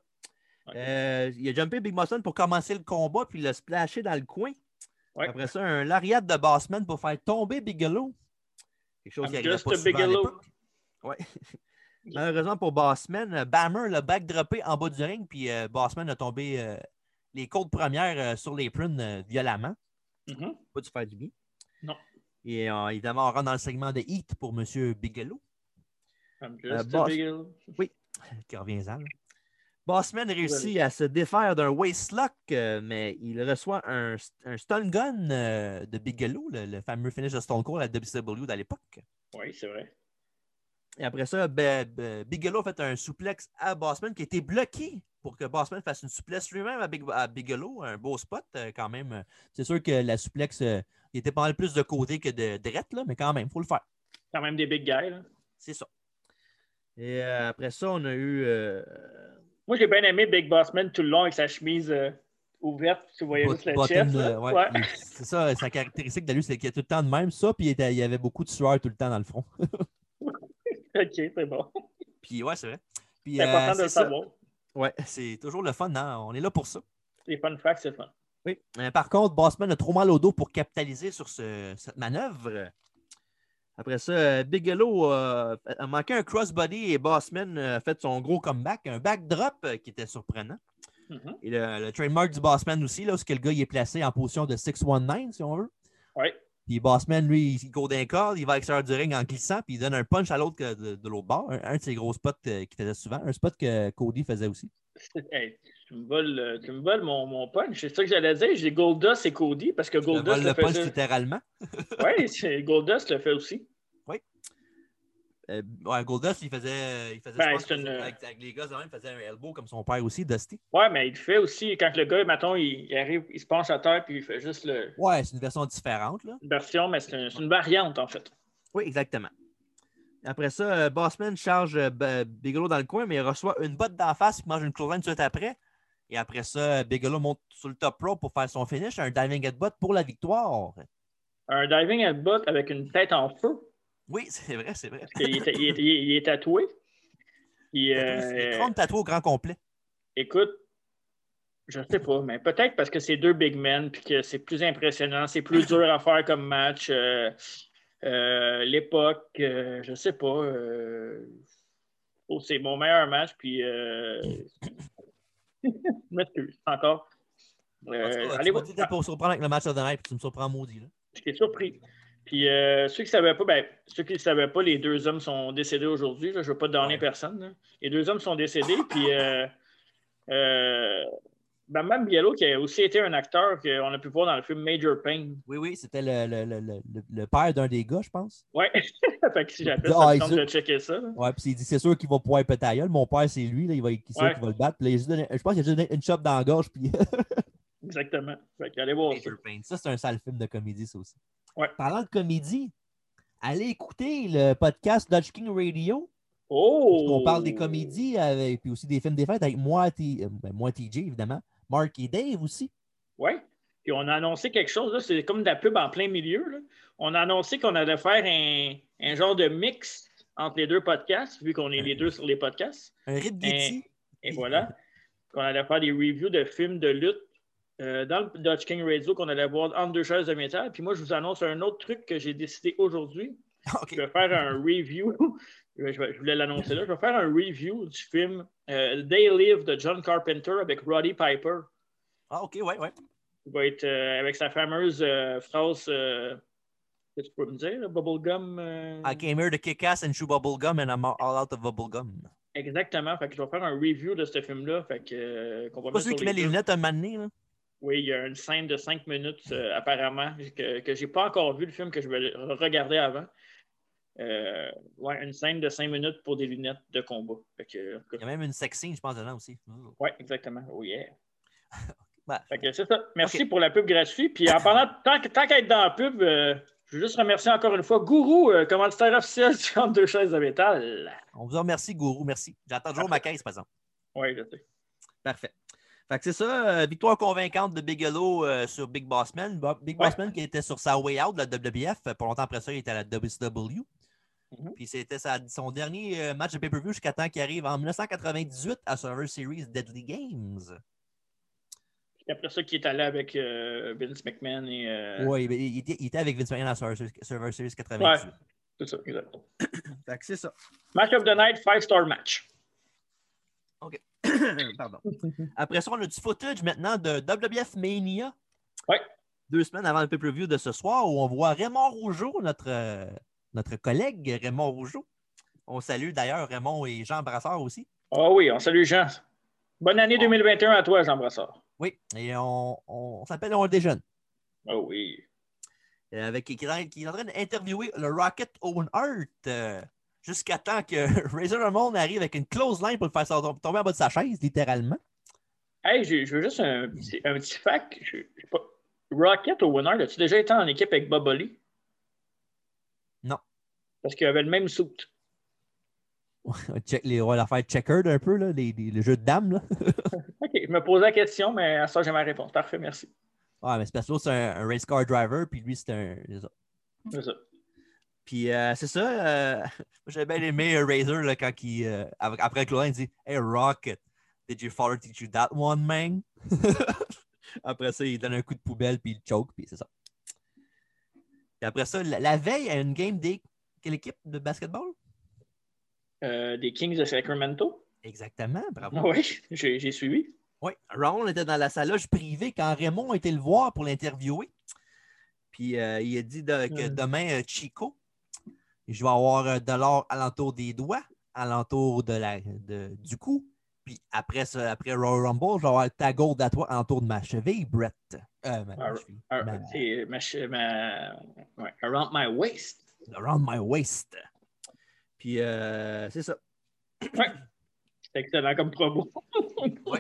S4: Ouais.
S3: Euh, il a jumpé Big Muscle pour commencer le combat, puis il l'a splashé dans le coin.
S4: Ouais.
S3: Après ça, un lariat de Bassman pour faire tomber Bigelow. Quelque chose
S4: I'm
S3: qui arrivait
S4: just
S3: pas
S4: a
S3: souvent à
S4: Bigelow.
S3: l'époque. Ouais. Malheureusement pour Bassman, euh, Bammer l'a backdroppé en bas du ring, puis euh, Bassman a tombé euh, les côtes premières euh, sur les prunes euh, violemment.
S4: Mhm.
S3: Pas du faire du bien.
S4: Non.
S3: Et euh, évidemment, on rentre dans le segment de Heat pour M. Bigelow.
S4: I'm
S3: Euh,
S4: just a
S3: boss.
S4: big girl.
S3: qui revient-en. là. Bossman réussit à se défaire d'un waistlock, euh, mais il reçoit un, st- un stun gun euh, de Bigelow, le, le fameux finish de Stone Cold à WCW d'à l'époque.
S4: Oui, c'est vrai.
S3: Et après ça, ben, ben, Bigelow fait un souplex à Bossman qui a été bloqué pour que Bossman fasse une souplesse lui-même à, Big- à Bigelow. Un beau spot euh, quand même. C'est sûr que la souplex euh, il était pas mal plus de côté que de drette, là, mais quand même, il faut le faire.
S4: Quand même des big guys. là.
S3: C'est ça. Et euh, après ça, on a eu euh,
S4: Moi, j'ai bien aimé Big Boss Man tout le long avec sa chemise euh, ouverte. Tu voyais
S3: Bot-
S4: juste le
S3: bottom
S4: chest.
S3: de-
S4: là.
S3: euh, ouais,
S4: Ouais.
S3: il- C'est ça, sa caractéristique de lui, c'est qu'il est tout le temps de même. Ça, puis il, était- il y avait beaucoup de sueur tout le temps dans le front.
S4: OK, c'est bon.
S3: Puis ouais, c'est vrai. Puis,
S4: C'est
S3: euh,
S4: important de le
S3: ça.
S4: savoir.
S3: Ouais, c'est toujours le fun, hein? On est là pour ça.
S4: Les fun facts, c'est fun.
S3: Oui. Euh, par contre, Bossman a trop mal au dos pour capitaliser sur ce- cette manœuvre. Après ça, euh, Bigelow euh, a manqué un crossbody et Bossman euh, a fait son gros comeback, un backdrop euh, qui était surprenant.
S4: Mhm.
S3: Et le, le trademark du Bossman aussi, là, où ce que le gars il est placé en position de 6-1-9, si on veut.
S4: Ouais.
S3: Puis Bossman, lui, il court d'un corps, il va à l'extérieur du ring en glissant, puis il donne un punch à l'autre que- de, de l'autre bord. Un, un de ses gros spots euh, qu'il faisait souvent, un spot que Cody faisait aussi.
S4: Hey, tu me voles, euh, tu me voles mon, mon punch. C'est ça que j'allais dire. J'ai Goldust et Cody parce que
S3: Il vole
S4: Goldust le,
S3: le punch
S4: faisait.
S3: littéralement.
S4: Oui, c'est- Goldust le fait aussi.
S3: Euh, ouais, Goldust, il faisait, euh, il faisait
S4: Ben,
S3: je pense,
S4: c'est une-
S3: avec, avec les gars, de même, il faisait un elbow comme son père aussi, Dusty.
S4: Ouais, mais il le fait aussi quand le gars, mettons, il, il arrive, il se penche à terre puis il fait juste le,
S3: Ouais, c'est une version différente. Là.
S4: une version, mais c'est un- c'est une variante en fait.
S3: Oui, exactement. Après ça, euh, Bossman charge euh, B- Bigelow dans le coin, mais il reçoit une botte d'en face, il mange une clothesline tout de suite après. Et après ça, Bigelow monte sur le top rope pour faire son finish, un diving headbutt pour la victoire.
S4: Un diving headbutt avec une tête en feu.
S3: Oui, c'est vrai, c'est vrai.
S4: Il est, il est- il est- il est tatoué. Il,
S3: Il
S4: euh,
S3: 30 tatouages au grand complet.
S4: Écoute, je sais pas, mais peut-être parce que c'est deux big men puis que c'est plus impressionnant, c'est plus dur à faire comme match. euh, euh, L'époque, euh, je sais pas. euh, oh, c'est mon meilleur match, puis. euh, je m'excuse, encore. Euh,
S3: En tout cas, tu
S4: allez
S3: m'as
S4: voir.
S3: dit que t'étais pour surprendre avec le match de la night, puis tu me surprends maudit. Là.
S4: J'étais surpris. Puis euh, ceux qui ne savaient pas, ben, ceux qui le savaient pas, les deux hommes sont décédés aujourd'hui. là. Je ne veux pas donner
S3: Ouais.
S4: personne. là. Les deux hommes sont décédés. Puis euh, euh, ben, Matt Biello, qui a aussi été un acteur qu'on a pu voir dans le film Major Pain.
S3: Oui, oui, c'était le, le- le- le- le- le père d'un des gars, je pense.
S4: Ouais. fait que si j'appelle,
S3: Ah,
S4: ça me
S3: il
S4: tente
S3: se-
S4: de checker ça. là.
S3: Ouais, puis il dit c'est sûr qu'il va pouvoir péter la gueule. Mon père, c'est lui, là, il va, c'est sûr
S4: Ouais.
S3: qu'il va le battre. Puis là, il a juste donné- je pense qu'il a juste donné une chope dans la gorge. Puis...
S4: Exactement. Fait que allez voir ça.
S3: Ça, c'est un sale film de comédie, ça aussi.
S4: Ouais.
S3: Parlant de comédie, allez écouter le podcast Dutch King Radio.
S4: Oh!
S3: On parle des comédies avec, puis aussi des films des fêtes avec moi, T- euh, ben, moi TJ, évidemment. Mark et Dave aussi.
S4: Oui. Puis on a annoncé quelque chose, là, c'est comme de la pub en plein milieu. là. On a annoncé qu'on allait faire un, un genre de mix entre les deux podcasts, vu qu'on est les deux sur les podcasts.
S3: Un Rip Getty.
S4: Et voilà. Qu'on allait faire des reviews de films de lutte euh, dans le Dutch King Radio qu'on allait voir entre deux chaises de métal. Puis moi, je vous annonce un autre truc que j'ai décidé aujourd'hui.
S3: OK.
S4: Je vais faire un review. Je, vais- je voulais l'annoncer là. Je vais faire un review du film euh, They Live de John Carpenter avec Roddy Piper.
S3: Ah, OK, ouais, ouais.
S4: Il va être euh, avec sa fameuse euh, phrase euh, que tu peux me dire, là, bubblegum. euh,
S3: I came here to kick ass and chew bubblegum and I'm all out of bubblegum.
S4: Exactement. Fait que je vais faire un review de ce film-là. Fait que, euh, qu'on
S3: C'est pas
S4: va mettre
S3: celui
S4: sur
S3: qui met les
S4: deux.
S3: lunettes un moment donné, là.
S4: Oui, il y a une scène de cinq minutes, euh, apparemment, que, que j'ai pas encore vu le film que je vais regarder avant. Euh, ouais, une scène de cinq minutes pour des lunettes de combat. Fait que, en tout
S3: Il y
S4: cas,
S3: a même une sex scene, je pense, dedans aussi. Ouh.
S4: ouais, exactement. Oh yeah.
S3: Bah,
S4: Fait que c'est ça. Merci
S3: Ok.
S4: pour la pub gratuite. Puis en parlant, tant, que- tant qu'à être dans la pub, euh, je veux juste remercier encore une fois Gourou, euh, commanditaire officiel du Centre deux chaises de métal.
S3: on vous en remercie, Gourou, merci. J'attends toujours ma caisse, par exemple.
S4: Oui, je sais.
S3: Parfait. Fait que c'est ça, euh, victoire convaincante de Bigelow euh, sur Big Bossman. Bo- Big
S4: Ouais.
S3: Bossman qui était sur sa way out de la WBF. Pas longtemps après ça, il était à la WCW.
S4: Mhm.
S3: Puis c'était sa- son dernier euh, match de pay-per-view jusqu'à temps qu'il arrive en 1998 à Survivor Series Deadly Games.
S4: Puis après ça, qui est allé avec euh, Vince McMahon et. euh,
S3: Oui, il, il était, il était avec Vince McMahon à Survivor Series, Survivor Series 98.
S4: C'est ça, exact.
S3: Fait que c'est ça.
S4: Match of the night, five-star match.
S3: Pardon. Après ça, on a du footage maintenant de WWF Mania.
S4: Ouais.
S3: Deux semaines avant le pay-per-view de ce soir où on voit Raymond Rougeau, notre, euh, notre collègue Raymond Rougeau. On salue d'ailleurs Raymond et Jean Brassard aussi.
S4: Ah oui, on salue Jean. Bonne année 2021 à toi, Jean Brassard.
S3: Oui, et on, on s'appelle On déjeune.
S4: Ah oui.
S3: Euh, Avec, qui, est en- qui est en train d'interviewer le Rocket Owen Hart euh, jusqu'à temps que Razor Ramon arrive avec une close line pour le faire sor- tomber en bas de sa chaise, littéralement.
S4: Hey, j'ai- je veux juste un petit, un petit fact. Je- je sais pas. Rocket au winner, as-tu déjà été en équipe avec Bob Ollie?
S3: Non.
S4: Parce qu'il avait le même suit.
S3: Check, les, on va la faire checkered un peu, là, les, les- le jeu de dames. Là.
S4: OK, je me posais la question, mais à ça, j'ai ma réponse. Parfait, merci.
S3: Ouais, mais c'est parce que l'autre, c'est un, un race car driver, puis lui, c'est un. c'est ça.
S4: C'est ça.
S3: Puis euh, c'est ça. euh, moi, J'avais bien aimé euh, Razor là, quand il, euh, av- après Claudin, il dit Hey Rocket, did your father teach you that one, man? Après ça, il donne un coup de poubelle, puis il choke, puis c'est ça. Puis après ça, la, la veille, à une game des. Quelle équipe de basketball?
S4: Euh, des Kings de Sacramento.
S3: Exactement, bravo.
S4: Oui, j'ai j'ai suivi.
S3: Oui, Ron était dans la salle privée quand Raymond a été le voir pour l'interviewer. Puis euh, il a dit de- que
S4: Mm.
S3: demain, euh, Chico, je vais avoir euh, de l'or alentour des doigts, alentour de la, de- du cou. Puis après, ça, après Royal Rumble, je vais avoir ta gourde à toi alentour de ma cheville, Brett. Euh, ma- ma
S4: Ah,
S3: cheville.
S4: Ah,
S3: Ma-
S4: c'est ma ch- ma- ouais, around my waist.
S3: around my waist. Puis euh, c'est ça.
S4: C'est excellent comme promo.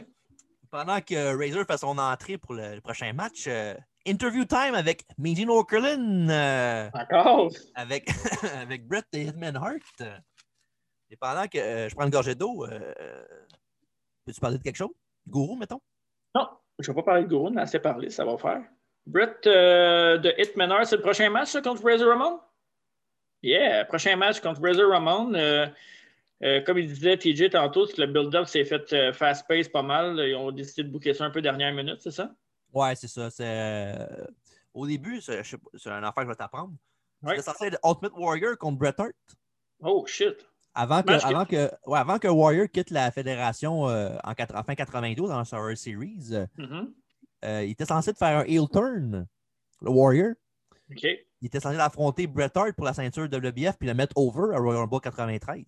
S3: Pendant que Razor fait son entrée pour le, le prochain match, euh, interview time avec Meeting O'Kerlin. euh,
S4: Encore.
S3: avec, avec Brett et Hitman Hart. Et pendant que euh, je prends une gorgée d'eau, euh, peux-tu parler de quelque chose? Gourou, mettons?
S4: Non, je ne vais pas parler de Gourou, on en a assez parlé, ça va faire. Brett euh, de Hitman Hart, c'est le prochain match ça, contre Razor Ramon? Yeah, prochain match contre Razor Ramon. Euh, euh, comme il disait TJ tantôt, c'est que le build-up s'est fait euh, fast-paced pas mal. Ils ont décidé de bouquer ça un peu dernière minute, c'est ça?
S3: Ouais, c'est ça. C'est, euh, au début, c'est, je sais pas, c'est un affaire que je vais t'apprendre.
S4: Ouais.
S3: C'était censé être Ultimate Warrior contre Bret Hart.
S4: Oh shit!
S3: Avant que,
S4: Match
S3: avant, que, ouais, avant que Warrior quitte la fédération euh, en, quatre- en fin 92 dans Survivor Series, euh,
S4: Mhm.
S3: euh, il était censé de faire un heel turn, le Warrior.
S4: OK.
S3: Il était censé affronter Bret Hart pour la ceinture WBF puis le mettre over à Royal Rumble 93.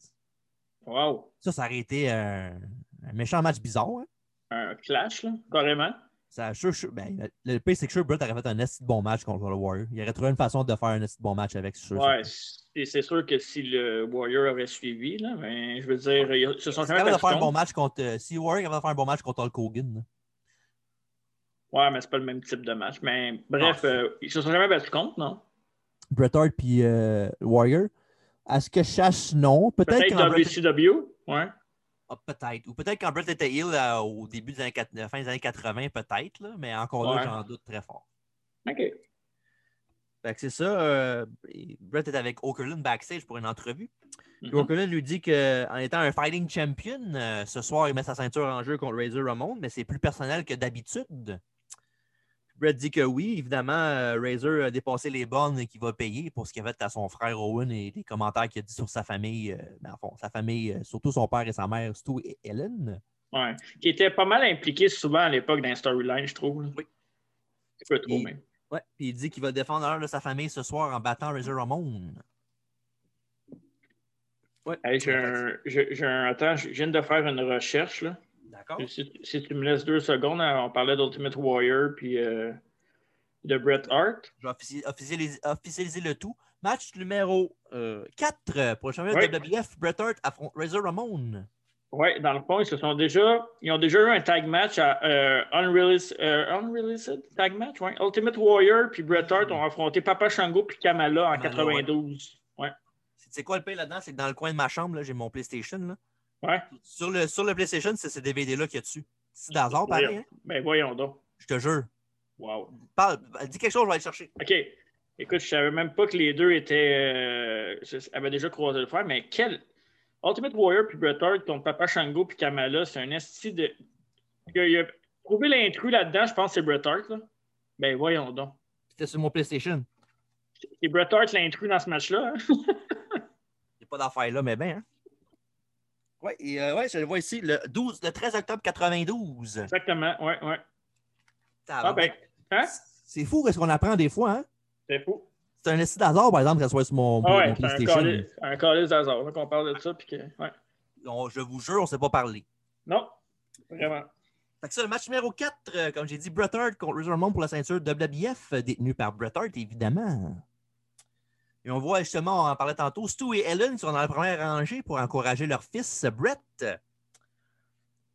S4: Wow.
S3: Ça, ça aurait été un, un méchant match bizarre. hein.
S4: Un clash, là, carrément.
S3: Ça, je- je- ben, le- le pire, c'est que sure, Brett aurait fait un esti de bon match contre le Warrior. Il aurait trouvé une façon de faire un esti de bon match avec, c'est sûr.
S4: Ouais, c'est c'est sûr que si le Warrior aurait suivi, là, ben, je veux dire, ils se sont
S3: Si
S4: quand
S3: capable
S4: même
S3: de faire un bon
S4: fait
S3: match contre. euh, Si Warrior est capable de faire un bon match contre Hulk Hogan. là.
S4: Ouais, mais c'est pas le même type de match. Mais bref,
S3: Non.
S4: euh, ils se sont jamais battus contre, non?
S3: Bret Hart puis euh, Warrior. À ce que je sache, non. Peut-être
S4: Peut-être
S3: quand Brett...
S4: WCW, ouais.
S3: Ah, peut-être. Ou peut-être quand Brett était heel euh, au début des années, quat- euh, fin des années 80, peut-être, là, mais encore là,
S4: Ouais.
S3: j'en doute très fort.
S4: OK.
S3: Fait que c'est ça. euh, et Brett est avec Okerlund backstage pour une entrevue. Puis
S4: Mhm.
S3: Okerlund lui dit qu'en étant un fighting champion, euh, ce soir, il met sa ceinture en jeu contre Razor Ramon, mais c'est plus personnel que d'habitude. Brett dit que oui, évidemment, euh, Razor a dépassé les bornes et qu'il va payer pour ce qu'il a fait à son frère Owen et les commentaires qu'il a dit sur sa famille, euh, ben, en fond, sa famille, euh, surtout son père et sa mère, Stu et Ellen.
S4: Ouais. Qui était pas mal impliqué souvent à l'époque dans les storylines, je trouve. là.
S3: Oui.
S4: Un peu trop,
S3: Il-
S4: même.
S3: Ouais. Puis il dit qu'il va défendre l'honneur de sa famille ce soir en battant Razor Ramon. Ouais.
S4: Hey, j'ai un, j'ai- j'ai un- Attends, je viens de faire une recherche, là.
S3: D'accord.
S4: Si, si tu me laisses deux secondes, hein, on parlait d'Ultimate Warrior, puis euh, de Bret Hart.
S3: Je vais offici- officialiser, officialiser le tout. Match numéro 4 pour le championnat
S4: Oui.
S3: de WWF. Bret Hart affronte Razor Ramon.
S4: Ouais, dans le fond, ils se sont déjà. Ils ont déjà eu un tag match à euh, Unreleased, euh, Unreleased Tag Match, ouais. Ultimate Warrior puis Bret Hart ont affronté Papa Shango puis Kamala en
S3: Kamala,
S4: 92. Ouais.
S3: C'est c'est quoi le pire là-dedans? C'est que dans le coin de ma chambre, là, j'ai mon PlayStation. là.
S4: Ouais.
S3: Sur, le, sur le PlayStation, c'est ces DVD-là qu'il y a dessus. C'est dans l'or, pareil. hein?
S4: Ben voyons donc.
S3: Je te jure.
S4: Wow.
S3: Parle, dis quelque chose, je vais aller le chercher.
S4: OK. Écoute, je savais même pas que les deux étaient. euh, je- avaient déjà croisé le frère, mais quel. Ultimate Warrior puis Bret Hart contre Papa Shango puis Kamala, c'est un esti de. Il a, il a trouvé l'intrus là-dedans, je pense que c'est Bret Hart. Là. Ben voyons donc.
S3: C'était sur mon PlayStation.
S4: C'est Bret Hart l'intrus dans ce match-là. hein?
S3: Il n'y a pas d'affaire là, mais ben. Hein? Ouais, et, euh, ouais, je le vois ici, le, 12, le 13 octobre 92.
S4: Exactement, ouais, ouais. Ah ben,
S3: Tabarnak.
S4: hein?
S3: C'est fou ce qu'on apprend des fois. Hein?
S4: C'est fou.
S3: C'est un esti d'hasard, par exemple, que ce soit sur mon,
S4: Ah
S3: mon
S4: ouais, c'est un
S3: PlayStation.
S4: calice- un calice d'hasard, là, qu'on parle de ça. Puis que, ouais.
S3: On- je vous jure, on ne s'est pas parlé.
S4: Non, vraiment.
S3: Fait que ça, le match numéro 4, comme j'ai dit, Bret Hart contre Razor Ramon pour la ceinture WWF, euh, détenue par Bret Hart, évidemment. Et on voit justement, on en parlait tantôt, Stu et Ellen sont dans la première rangée pour encourager leur fils, euh, Bret.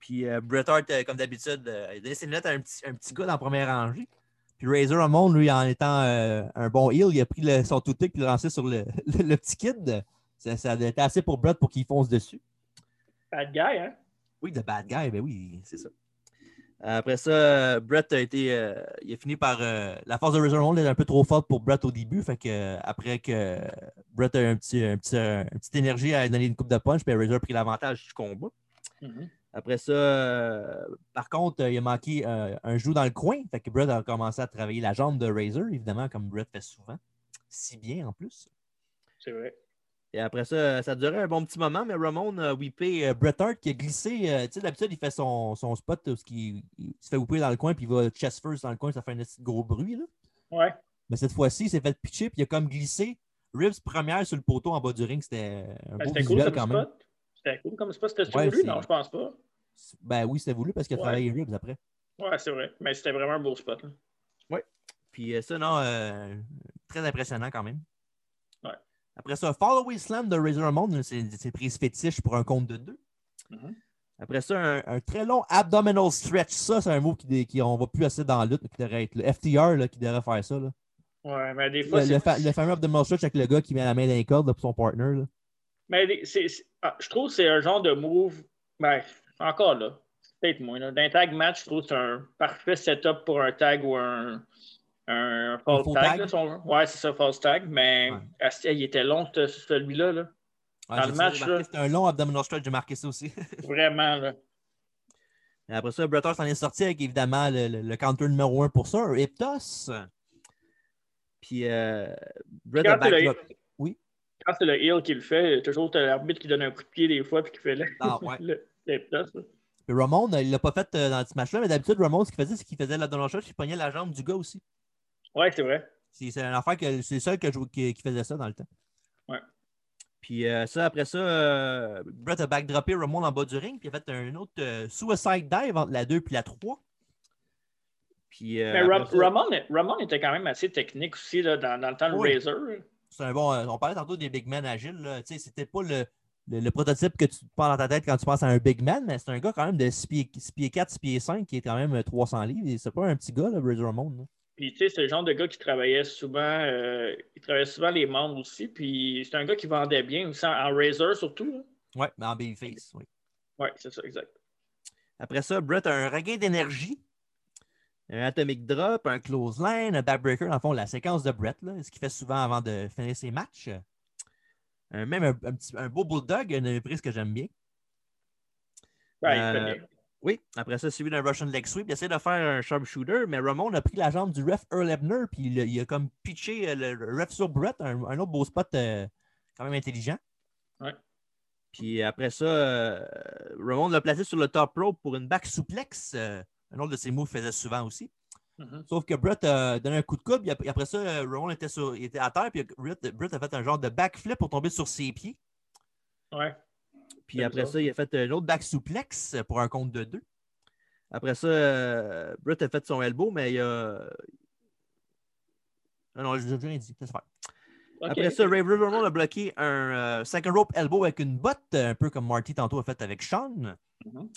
S3: Puis euh, Bret Hart, euh, comme d'habitude, euh, il donne ses lunettes à un petit, un petit gars dans la première rangée. Puis Razor Ramon, lui, en étant euh, un bon heel, il a pris le- son toutique et l'a lancé sur le, le- le petit kid. Ça, ça a été assez pour Bret pour qu'il fonce dessus.
S4: Bad guy, hein?
S3: Oui, de Bad Guy, ben oui, c'est ça. Après ça, euh, Brett a été. euh, il a fini par. euh, la force de Razor Ramon est un peu trop forte pour Brett au début. Fait que euh, après que Brett ben a eu un petit, un petit, euh, une petite énergie à donner une coupe de punch, puis Razor a pris l'avantage du combat.
S4: Mhm.
S3: Après ça, euh, par contre, euh, il a manqué euh, un genou dans le coin. Fait que Brett a commencé à travailler la jambe de Razor, évidemment, comme Brett fait souvent. Si bien en plus.
S4: C'est vrai.
S3: Et après ça, ça durait un bon petit moment, mais Ramon a whippé euh, Bret Hart qui a glissé. euh, tu sais, d'habitude, il fait son, son spot parce qu'il il se fait whipper dans le coin, puis il va chest first dans le coin, ça fait un petit gros bruit. Là.
S4: Ouais. Ben,
S3: Mais cette fois-ci, il s'est fait pitcher, puis il a comme glissé. Ribs première sur le poteau en bas du ring, c'était euh, un
S4: Ben,
S3: beau
S4: C'était cool
S3: visuel
S4: comme
S3: quand même.
S4: spot. C'était cool comme spot. C'était
S3: Ouais,
S4: voulu?
S3: c'est-
S4: Non, je pense pas.
S3: Ben oui, c'était voulu parce qu'il a
S4: Ouais.
S3: travaillé Ribs après.
S4: Ouais, c'est vrai. Mais c'était vraiment un beau spot. là.
S3: Puis euh, ça, non, euh, très impressionnant quand même.
S4: Ouais.
S3: Après ça, Follow Slam de Razor Ramon, là, c'est c'est prise fétiche pour un compte de deux.
S4: Mhm.
S3: Après ça, un, un très long abdominal stretch. Ça, c'est un mot qui, dé- qui- on va plus assez dans la lutte, mais qui devrait être le FTR là, qui devrait faire ça. là.
S4: Ouais, mais des fois,
S3: Le, le
S4: c'est-
S3: fa- le fameux abdominal stretch avec le gars qui met la main dans les cordes là, pour son partner. là.
S4: Mais les- c'est- c'est- ah, je trouve que c'est un genre de move. Ben, encore là, c'est peut-être moins. Là. D'un tag match, je trouve que c'est un parfait setup pour un tag ou un, un false
S3: faux
S4: tag.
S3: tag?
S4: là, si on veut. ouais, c'est ça, false tag. Mais
S3: Ouais.
S4: asti, il était long, ce- celui-là. Là.
S3: Ouais,
S4: Dans
S3: j'ai-
S4: le
S3: j'ai
S4: match,
S3: remarqué,
S4: là.
S3: C'était un long abdominal stretch, j'ai marqué ça aussi.
S4: Vraiment. Là.
S3: Et Après ça, Bret Hart s'en est sorti avec évidemment le, le- le counter numéro 1 pour ça, un Iptos. Puis euh, Bret a
S4: Quand c'est, le,
S3: backlog. Oui.
S4: quand c'est le heel qui le fait, toujours t'as l'arbitre qui donne un coup de pied des fois puis qui fait le,
S3: Ah, ouais.
S4: le, le toss, là.
S3: Puis Ramon, euh, il l'a pas fait euh, dans ce match-là, mais d'habitude, Ramon, ce qu'il faisait, c'est qu'il faisait l'abdominal stretch, il pognait la jambe du gars aussi.
S4: Ouais, c'est vrai.
S3: C'est c'est un affaire que c'est le seul que je- qui, qui faisait ça dans le temps.
S4: Ouais.
S3: Puis euh, ça, après ça, euh, Brett a backdroppé Ramon en bas du ring, puis il a fait un autre euh, suicide dive entre la 2 puis la 3. Puis. euh,
S4: Mais
S3: après
S4: Ra-
S3: ça-
S4: Ramon, Ramon était quand même assez technique aussi là, dans, dans le temps de
S3: Oui.
S4: Razor.
S3: c'est un bon. euh, On parlait tantôt des big men agiles. là. Tu sais, C'était pas le, le- le prototype que tu te prends dans ta tête quand tu penses à un big man, mais c'est un gars quand même de 6 pieds, 4, 6 pieds 5 qui est quand même euh, 300 livres. et C'est pas un petit gars, là, Razor Ramon. là.
S4: Puis, tu sais, c'est le genre de gars qui travaillait souvent, euh, il travaillait souvent les membres aussi. Puis, c'est un gars qui vendait bien aussi, en, en Razor surtout. là.
S3: Ouais, mais en babyface. Oui.
S4: Ouais, c'est ça, exact.
S3: Après ça, Brett a un regain d'énergie. Un atomic drop, un close line, un backbreaker, dans le fond, la séquence de Brett, là, ce qu'il fait souvent avant de finir ses matchs. Un- même un, un petit- un beau bulldog, une prise que j'aime bien.
S4: Ouais, il
S3: Euh,
S4: fait bien.
S3: Oui, après ça, suivi d'un Russian leg sweep. Il essaie de faire un sharpshooter, mais Ramon a pris la jambe du ref Earl Ebner, puis il, a- il a comme pitché euh, le ref sur Brett, un, un autre beau spot euh, quand même intelligent.
S4: Ouais.
S3: Puis après ça, euh, Ramon l'a placé sur le top rope pour une back souplex. euh, un autre de ses mots qu'il faisait souvent aussi.
S4: Mhm.
S3: Sauf que Brett a donné un coup de coude, puis ap- après ça, euh, Ramon était, sur, il était à terre, puis Brett, Brett a fait un genre de backflip pour tomber sur ses pieds.
S4: Ouais.
S3: Puis
S4: C'est
S3: après
S4: bizarre.
S3: ça, il a fait euh, un autre back suplex euh, pour un compte de deux. Après ça, euh, Brett a fait son elbow, mais il a. Ah non, je n'ai rien dit. laisse faire.
S4: Ok.
S3: Après ça, Ray Rivermont a bloqué un euh, second rope elbow avec une botte, un peu comme Marty tantôt a fait avec Sean.
S4: Mhm.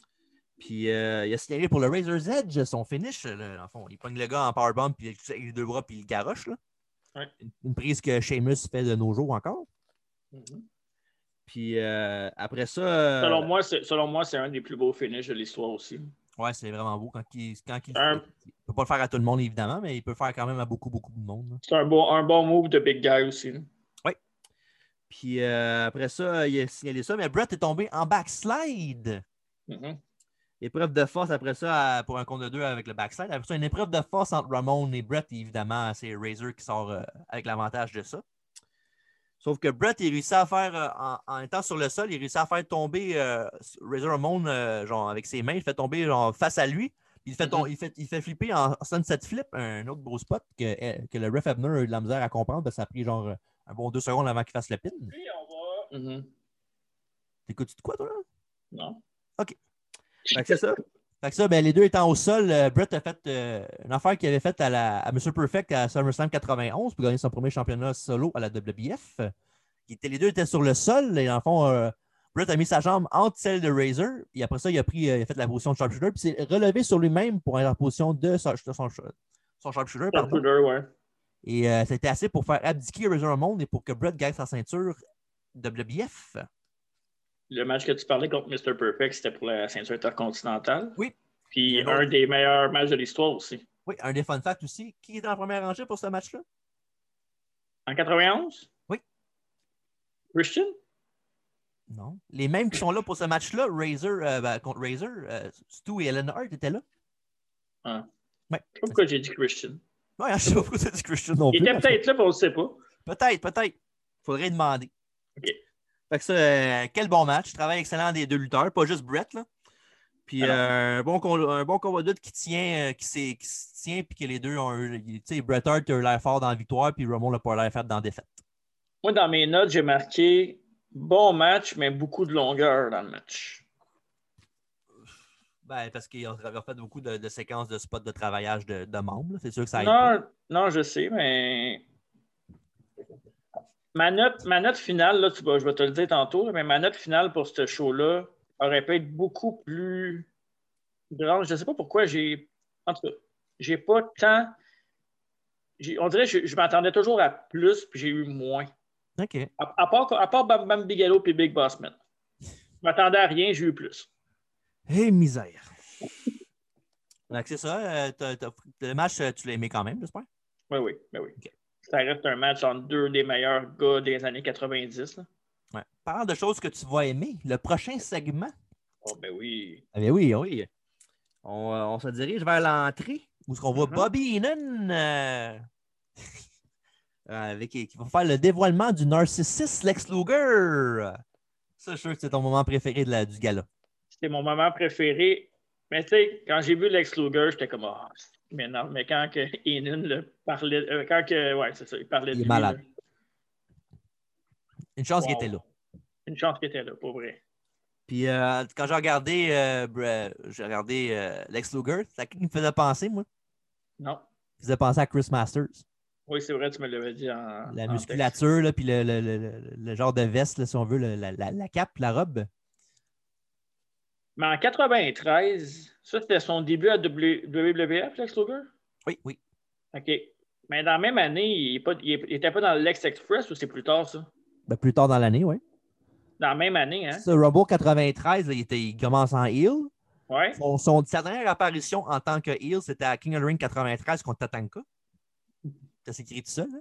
S3: Puis euh, il a signalé pour le Razor's Edge son finish. Là, dans le fond. Il pogne le gars en powerbomb, puis il- avec les deux bras, puis il le garoche. là.
S4: Ouais.
S3: Une, une prise que Sheamus fait de nos jours encore.
S4: Mhm.
S3: Puis euh, après ça. euh,
S4: Selon moi, c'est, selon moi, c'est un des plus beaux finishes de l'histoire aussi.
S3: Ouais, c'est vraiment beau quand il, quand il,
S4: Un-
S3: il peut pas le faire à tout le monde, évidemment, mais il peut le faire quand même à beaucoup, beaucoup de monde. là.
S4: C'est un, beau, un bon move de Big Guy aussi. là.
S3: Puis euh, après ça, il a signalé ça, mais Brett est tombé en backslide.
S4: Mhm.
S3: Épreuve de force après ça à- pour un compte de deux avec le backslide. Après ça, une épreuve de force entre Ramon et Brett. Et évidemment, c'est Razor qui sort euh, avec l'avantage de ça. Sauf que Brett, il réussit à faire, euh, en, en étant sur le sol, il réussit à faire tomber euh, Razor Ramon euh, genre, avec ses mains. Il fait tomber genre, face à lui. Il fait, ton- il, fait, il fait flipper en sunset flip, un autre gros spot que, eh, que le ref Ebner a eu de la misère à comprendre parce que ça a pris genre un bon deux secondes avant qu'il fasse le pin.
S4: Mhm.
S3: T'écoutes-tu de quoi, toi, là?
S4: Non.
S3: Ok. Fait que c'est ça. Fait que ça, ben, les deux étant au sol, euh, Brett a fait euh, une affaire qu'il avait faite à, la- à Monsieur Perfect à SummerSlam 91 pour gagner son premier championnat solo à la WBF. Il était- les deux étaient sur le sol et dans le fond, euh, Brett a mis sa jambe entre celle de Razor et après ça, il a, pris, euh, il a fait la position de sharpshooter puis s'est relevé sur lui-même pour aller en position de son, de son- son sharpshooter. pardon.
S4: Sharpshooter, ouais.
S3: Et euh, c'était assez pour faire abdiquer Razor Ramon et pour que Brett gagne sa ceinture WBF.
S4: Le match que tu parlais contre Mr. Perfect, c'était pour la ceinture intercontinentale.
S3: Oui.
S4: Puis
S3: Et
S4: un
S3: l'autre-
S4: des meilleurs matchs de l'histoire aussi.
S3: Oui, un des fun facts aussi. Qui est en première rangée pour ce match-là?
S4: En 91?
S3: Oui.
S4: Christian?
S3: Non. Les mêmes qui sont là pour ce match-là, Razor euh, ben, contre Razor, euh, Stu et Ellen Hart étaient là.
S4: Ah.
S3: Ouais.
S4: Je sais pas pourquoi j'ai dit Christian.
S3: Ouais, je sais pas pourquoi t'as dit Christian non
S4: Il
S3: plus.
S4: était peut-être là, mais on ne sait pas.
S3: Peut-être, peut-être. Faudrait demander.
S4: OK.
S3: Fait que ça, euh, quel bon match. Travail excellent des deux lutteurs, pas juste Brett. Là. Puis
S4: Alors.
S3: euh, un, bon com- un bon combat de lutte qui tient, euh, qui, s'est- qui se tient, puis que les deux ont eu. Tu sais, Bret Hart a eu l'air fort dans la victoire, puis Ramon n'a pas l'air faible dans la défaite.
S4: Moi, dans mes notes, j'ai marqué bon match, mais beaucoup de longueur dans le match.
S3: Ben, parce qu'ils ont tra- fait beaucoup de, de séquences de spots de travaillage de, de membres. là. C'est sûr que ça aide. pas.
S4: Non, non, je sais, mais. Ma note, ma note finale, là, tu vas- je vais te le dire tantôt, là, mais ma note finale pour ce show-là aurait pu être beaucoup plus grande. Je ne sais pas pourquoi j'ai. En tout cas, j'ai pas tant. j'ai- On dirait que je, je m'attendais toujours à plus, puis j'ai eu moins.
S3: OK.
S4: À, à part, à part Bam Bam Bigelow et Big Boss Man. Je m'attendais à rien, j'ai eu plus.
S3: Hé, misère. Fait que c'est ça. euh, t'as- t'as- le match, euh, tu l'as aimé quand même, j'espère.
S4: Oui, oui, ben oui.
S3: Ok.
S4: Ça reste un match entre deux des meilleurs gars des années 90. Là.
S3: Ouais. Parlant de choses que tu vas aimer, le prochain segment.
S4: Oh, ben oui.
S3: Ah ben oui, oui. On, euh, on se dirige vers l'entrée où est-ce qu'on voit
S4: Mhm.
S3: Bobby Heenan euh, avec, qui va faire le dévoilement du narcissiste Lex Luger. Ça, je suis sûr que c'est ton moment préféré de la, du gala.
S4: C'était mon moment préféré. Mais tu sais, quand j'ai vu Lex Luger, j'étais comme, ah, mais non, mais quand que Heenan le parlait, euh, quand que, ouais, c'est ça, il parlait
S3: Il
S4: de
S3: est
S4: lui,
S3: malade.
S4: là,
S3: Une chance qu'il
S4: Wow.
S3: était là.
S4: une chance qu'il était là, pour vrai.
S3: Puis euh, quand j'ai regardé, euh, Bra- j'ai regardé euh, Lex Luger, ça qui me faisait penser, moi.
S4: Non.
S3: Il faisait penser à Chris Masters.
S4: Oui, c'est vrai, tu me l'avais dit en.
S3: La
S4: en texte.
S3: musculature, là, puis le, le- le- le- le genre de veste, là, si on veut, le- la, la- la cape, la robe.
S4: Mais en 93, ça, c'était son début à W- WWF, Lex Luger?
S3: Oui, oui.
S4: OK. Mais dans la même année, il n'était pas dans le Lex Express ou c'est plus tard, ça?
S3: Ben, plus tard dans l'année, oui.
S4: Dans la même année, hein?
S3: Ce Rumble 93, là, il, était- il commence en heel.
S4: Ouais.
S3: Son, son- sa dernière apparition en tant que heel, c'était à King of the Ring 93 contre Tatanka. Ça s'écrit tout seul. là.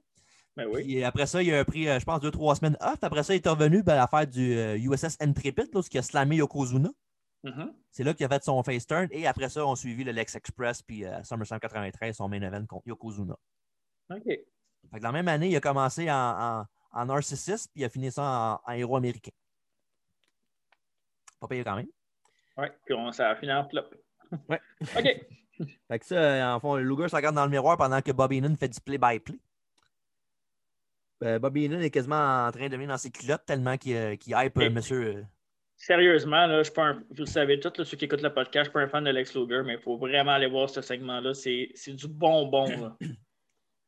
S4: Ben oui.
S3: Puis après ça, il a pris, euh, je pense, deux, trois semaines off. Après ça, il est revenu ben, à l'affaire du euh, USS Intrepid, là, où il a slamé Yokozuna.
S4: Mhm.
S3: C'est là qu'il a fait son face turn. Et après ça, on suivi le Lex Express puis euh, SummerSlam 93, son main event contre Yokozuna.
S4: OK.
S3: Fait que dans la même année, il a commencé en, en, en narcissiste, puis il a fini ça en, en héros américain. Pas payé quand même.
S4: Ouais. Puis on, ça a fini en flop.
S3: Ouais.
S4: OK.
S3: Fait que ça, en fond, Luger se regarde dans le miroir pendant que Bobby Heenan fait du play-by-play. Euh, Bobby Heenan est quasiment en train de venir dans ses culottes tellement qu'il euh, qu'il hype euh,
S4: Et-
S3: monsieur. euh,
S4: Sérieusement, là, je suis pas un- vous le savez tous, là, ceux qui écoutent le podcast, je suis pas un fan de Lex Luger, mais il faut vraiment aller voir ce segment-là. C'est c'est du bonbon. là.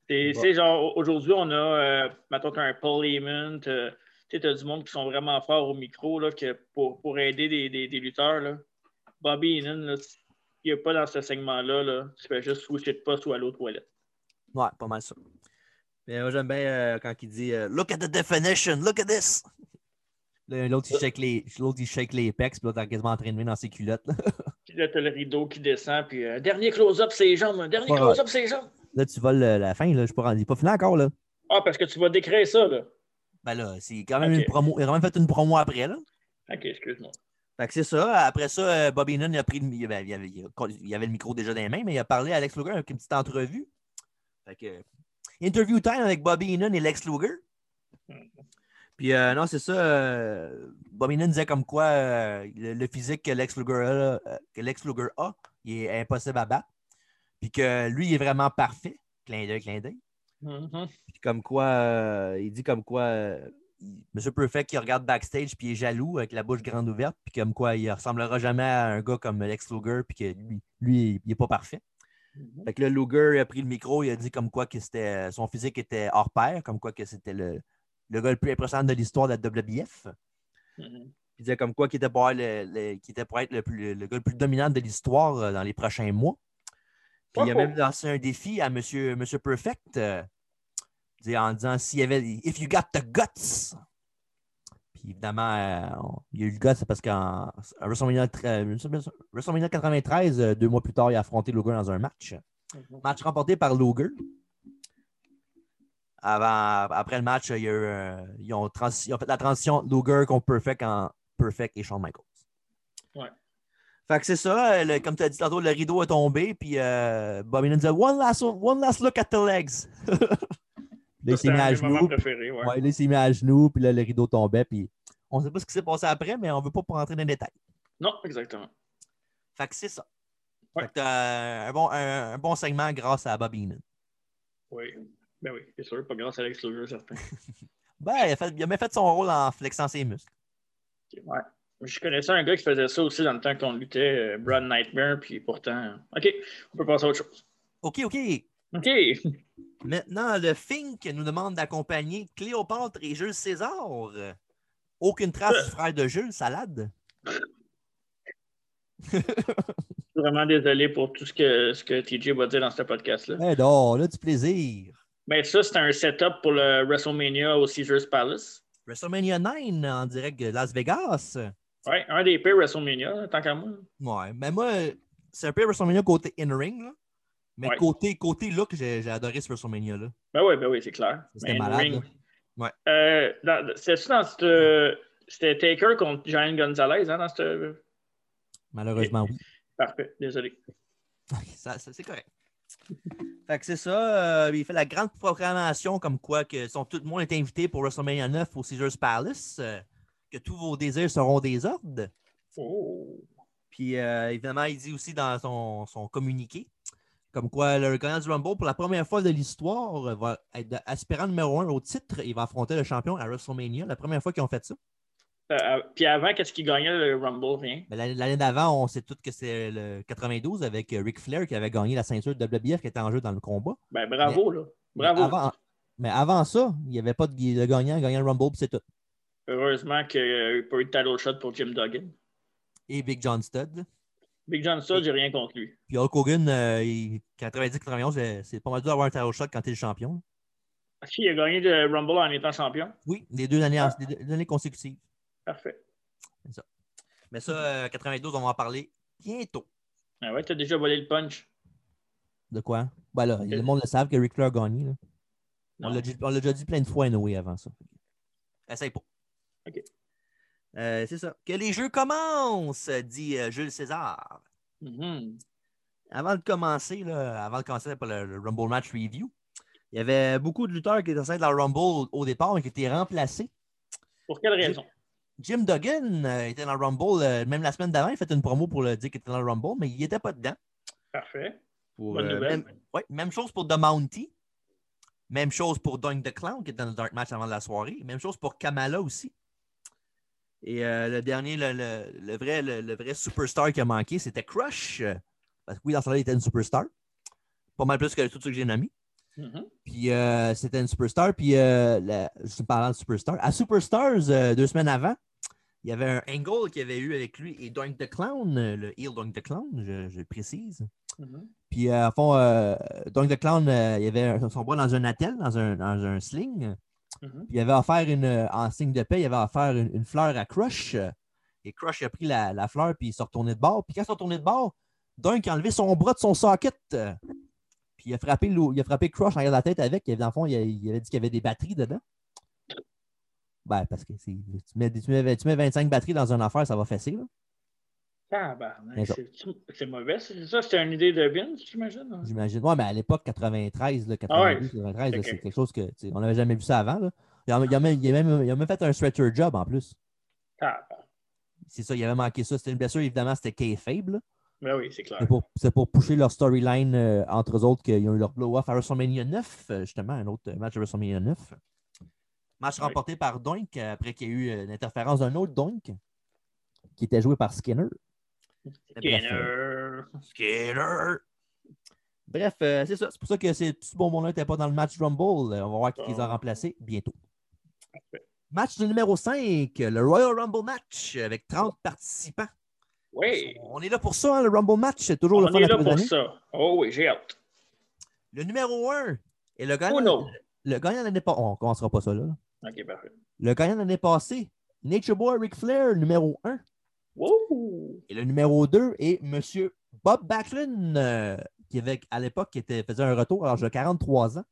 S4: C'est
S3: Bon.
S4: c'est genre, aujourd'hui, on a, euh, mettons, t'as un Paul Heyman, t'as tu sais, t'as du monde qui sont vraiment forts au micro là, que pour, pour aider des, des- des lutteurs. Là. Bobby Heenan, là, il n'est pas dans ce segment-là. Là. Tu fais juste switcher de poste ou aller aux toilettes.
S3: Ouais, pas mal ça. Mais moi, j'aime bien euh, quand il dit euh, Look at the definition, look at this. Là, L'autre, il shake les, l'autre, il shake les pecs, puis l'autre, est quasiment en train de venir dans ses culottes. Là,
S4: Puis là, t'as le rideau qui descend, puis euh, dernier close-up, c'est les jambes. hein, Dernier
S3: Ouais.
S4: close-up, c'est les jambes.
S3: Là, tu voles euh, la fin, là, je suis pas rendu. il est pas fini encore, là.
S4: Ah, parce que tu vas décrire ça, là.
S3: Ben là, c'est quand même
S4: Ok.
S3: une promo. Il a quand même fait une promo après, là.
S4: OK, excuse-moi.
S3: Fait que c'est ça. Après ça, euh, Bobby Heenan, il a pris le, mi- ben, il avait, il a- il avait le micro déjà dans les mains, mais il a parlé à Lex Luger avec une petite entrevue. Fait que, interview time avec Bobby Heenan et Lex Luger. Puis euh, non, c'est ça. euh, Bobby Heenan disait comme quoi euh, le, le physique que Lex, Luger a, là, euh, que Lex Luger a, il est impossible à battre. Puis que lui, il est vraiment parfait. Clin d'œil, clin d'œil.
S4: Mhm.
S3: Puis comme quoi, euh, il dit comme quoi, euh, il- Monsieur Perfect, qui regarde backstage, puis il est jaloux avec la bouche grande ouverte, puis comme quoi, il ressemblera jamais à un gars comme Lex Luger, puis que lui, lui, il est pas parfait.
S4: Mhm.
S3: Fait que là, Luger il a pris le micro, il a dit comme quoi que c'était son physique était hors pair, comme quoi que c'était le, le gars le plus impressionnant de l'histoire de la WBF.
S4: Mhm.
S3: Il disait comme quoi qu'il était pour, avoir le- le- qu'il était pour être le, plus- le gars le plus dominant de l'histoire euh, dans les prochains mois. Puis il a
S4: Wow.
S3: même lancé un défi à M. Monsieur, Monsieur Perfect euh, dis- en disant s'il y avait If you got the guts. Puis évidemment, euh, on- il y a eu le guts parce qu'en à WrestleMania, tra- WrestleMania 93, euh, deux mois plus
S4: Mm-hmm.
S3: tard, il a affronté Luger dans un match.
S4: Mhm.
S3: Match remporté par Luger. Avant, après le match, il y a eu, euh, ils, ont transi- ils ont fait la transition Luger contre Perfect en Perfect et Shawn Michaels.
S4: Ouais.
S3: Fait que c'est ça, euh, le- comme tu as dit tantôt, le rideau est tombé, puis euh, Bobby Heenan disait One last, one last look at the legs. Là, il s'est
S4: C'est
S3: mis à
S4: un de mes moments
S3: genoux,
S4: préférés. ouais.
S3: Ouais, là, il s'est mis à genoux, puis là, le rideau tombait, puis on ne sait pas ce qui s'est passé après, mais on ne veut pas rentrer dans les détails.
S4: Non, exactement.
S3: Fait que c'est ça.
S4: Ouais.
S3: Fait que t'as un bon, un, un bon segment grâce à Bobby Heenan.
S4: Oui. Ben oui, c'est sûr, pas grâce à Alex Luger, certain.
S3: Ben, il a, fait, il a bien fait son rôle en flexant ses muscles.
S4: Ouais. Je connaissais un gars qui faisait ça aussi dans le temps qu'on luttait, euh, Brad Nightmare, puis pourtant. OK, on peut passer à autre chose.
S3: OK, OK.
S4: OK.
S3: Maintenant, le Fink nous demande d'accompagner Cléopâtre et Jules César. Aucune trace du frère de Jules, salade.
S4: Je suis vraiment désolé pour tout ce que, ce que TJ va dire dans ce podcast-là.
S3: Eh non, là, du plaisir.
S4: Mais ça, c'était un setup pour le WrestleMania au Caesars Palace.
S3: WrestleMania 9 en direct de Las Vegas.
S4: Ouais, un des pires WrestleMania, tant qu'à moi.
S3: Ouais, mais moi, c'est un peu WrestleMania côté in-ring, là. Mais
S4: Ouais.
S3: côté, côté look, j'ai j'ai adoré ce WrestleMania-là.
S4: Ben oui, ben oui, c'est clair.
S3: C'était
S4: Mais
S3: malade,
S4: in-ring.
S3: là. Ouais.
S4: Euh, dans- C'était-tu dans cette. euh, C'était Taker contre Giant Gonzalez, hein, dans cette.
S3: Malheureusement, oui.
S4: Parfait, désolé.
S3: Ça- ça- c'est correct. Fait que c'est ça. euh, il fait la grande programmation comme quoi que sont, tout le monde est invité pour WrestleMania 9 au Caesars Palace, euh, que tous vos désirs seront des ordres.
S4: Oh.
S3: Puis euh, évidemment, il dit aussi dans son, son communiqué comme quoi le gagnant du Rumble, pour la première fois de l'histoire, euh, va être aspirant numéro un au titre. Il va affronter le champion à WrestleMania, la première fois qu'ils ont fait ça.
S4: Euh, euh, puis avant, qu'est-ce qu'il gagnait le Rumble? Rien.
S3: Mais l'année- L'année d'avant, on sait tous que c'est le 92 avec euh, Ric Flair qui avait gagné la ceinture WBF qui était en jeu dans le combat.
S4: Ben bravo, là. Bravo.
S3: Mais avant, mais avant ça, il n'y avait pas de, gui- de gagnant, gagnant le Rumble, puis c'est tout.
S4: Heureusement qu'il n'y a eu pas eu de title shot pour Jim Duggan.
S3: Et Big John Studd.
S4: Big John Studd, j'ai rien contre lui.
S3: Puis Hulk Hogan, euh, il- 90-91, c'est- c'est pas mal dur d'avoir un tarot shot quand t'es le champion.
S4: Est-ce qu'il a gagné le Rumble en étant champion?
S3: Oui, les deux années, en- les deux- les deux années consécutives.
S4: Parfait.
S3: Mais ça, euh, 92, on va en parler bientôt.
S4: Ah ouais, t'as déjà volé le punch.
S3: De quoi? Ben là, le monde le savent que Ric Flair a gagné. là. On
S4: Non.
S3: l'a ju- on l'a déjà dit plein de fois Noé avant ça. Essaye pas.
S4: OK.
S3: Euh, c'est ça. Que les jeux commencent, dit euh, Jules César.
S4: Mhm.
S3: avant de commencer, là, avant de commencer pour le, le Rumble Match Review, il y avait beaucoup de lutteurs qui étaient censés être dans le Rumble au départ mais qui étaient remplacés.
S4: Pour quelle raison?
S3: Jim Duggan euh, était dans le Rumble, euh, même la semaine d'avant, il fait une promo pour le dire qu'il était dans le Rumble, mais il n'était pas dedans.
S4: Parfait.
S3: Pour,
S4: Bonne
S3: euh,
S4: nouvelle.
S3: même, ouais, même chose pour The Mountie. Même chose pour Dunk the Clown, qui était dans le Dark Match avant la soirée. Même chose pour Kamala aussi. Et euh, le dernier, le, le- le vrai, le, le vrai superstar qui a manqué, c'était Crush. Euh, Parce que oui, dans ce là il était une superstar. Pas mal plus que tout ce que j'ai nommé.
S4: Mhm.
S3: Puis euh, c'était une superstar. Puis euh, la- je suis parlant de superstar. À Superstars, euh, deux semaines avant, il y avait un angle qu'il y avait eu avec lui et Doink the Clown, euh, le heel Doink the Clown, je, je précise.
S4: Mhm.
S3: Puis euh, à fond, euh, Doink the Clown, euh, il avait un- son bras dans un attel, dans un, dans un sling.
S4: Mhm.
S3: Puis il avait offert une, euh, en signe de paix, il avait offert une, une fleur à Crush. euh, Et Crush a pris la, la fleur, puis il s'est retourné de bord. Puis quand il s'est retourné de bord, Dunk a enlevé son bras de son socket. euh, Puis il a frappé, le- il a frappé Crush en arrière de la tête avec. Et dans le fond, il, a- il avait dit qu'il y avait des batteries dedans. Ben, parce que c'est- tu mets, tu, mets, tu mets 25 batteries dans une affaire, ça va fesser. Là.
S4: Tabarnak,
S3: Mais ça-
S4: c'est- C'est mauvais, c'est ça? C'était une idée de Vince, j'imagine? hein?
S3: J'imagine. Ouais, mais à l'époque, 93, là, 92, 93, là,
S4: Ah Ok.
S3: c'est quelque chose que tu sais, on n'avait jamais vu ça avant. Là. Il, a, il a même, il a même- il a même fait un stretcher job en plus.
S4: Tabarnak.
S3: C'est ça, il avait manqué ça. C'était une blessure, évidemment, c'était K-Fable.
S4: Ben oui, c'est clair.
S3: C'est pour, c'est pour pousser leur storyline euh, entre eux autres qu'ils ont eu leur blow-off à WrestleMania 9, euh, justement, un autre match de WrestleMania 9. Match
S4: Ouais.
S3: remporté par Doink euh, après qu'il y ait eu euh, l'interférence d'un autre Doink qui était joué par Skinner.
S4: Skinner. euh,
S3: Skinner! Bref, euh, c'est ça. C'est pour ça que ces petits bonbons-là n'étaient pas dans le match Rumble. Euh, On va voir qui les a
S4: Bon.
S3: remplacés bientôt. Match de numéro 5, le Royal Rumble match avec 30 participants.
S4: Oui,
S3: On est là pour ça, hein, le Rumble match. C'est toujours le
S4: on
S3: fun
S4: est
S3: à
S4: là
S3: tous les
S4: pour
S3: années.
S4: ça. Oh oui, j'ai hâte.
S3: Le numéro 1 est le
S4: Oh
S3: gagnant.
S4: non.
S3: Le gagnant de l'année passée. On commencera pas ça là.
S4: Ok, parfait.
S3: Le gagnant de l'année passée, Nature Boy Ric Flair, numéro 1.
S4: Wow!
S3: Et le numéro 2 est Monsieur Bob Backlund, euh, qui avait, à l'époque qui était, faisait un retour à l'âge de 43 ans.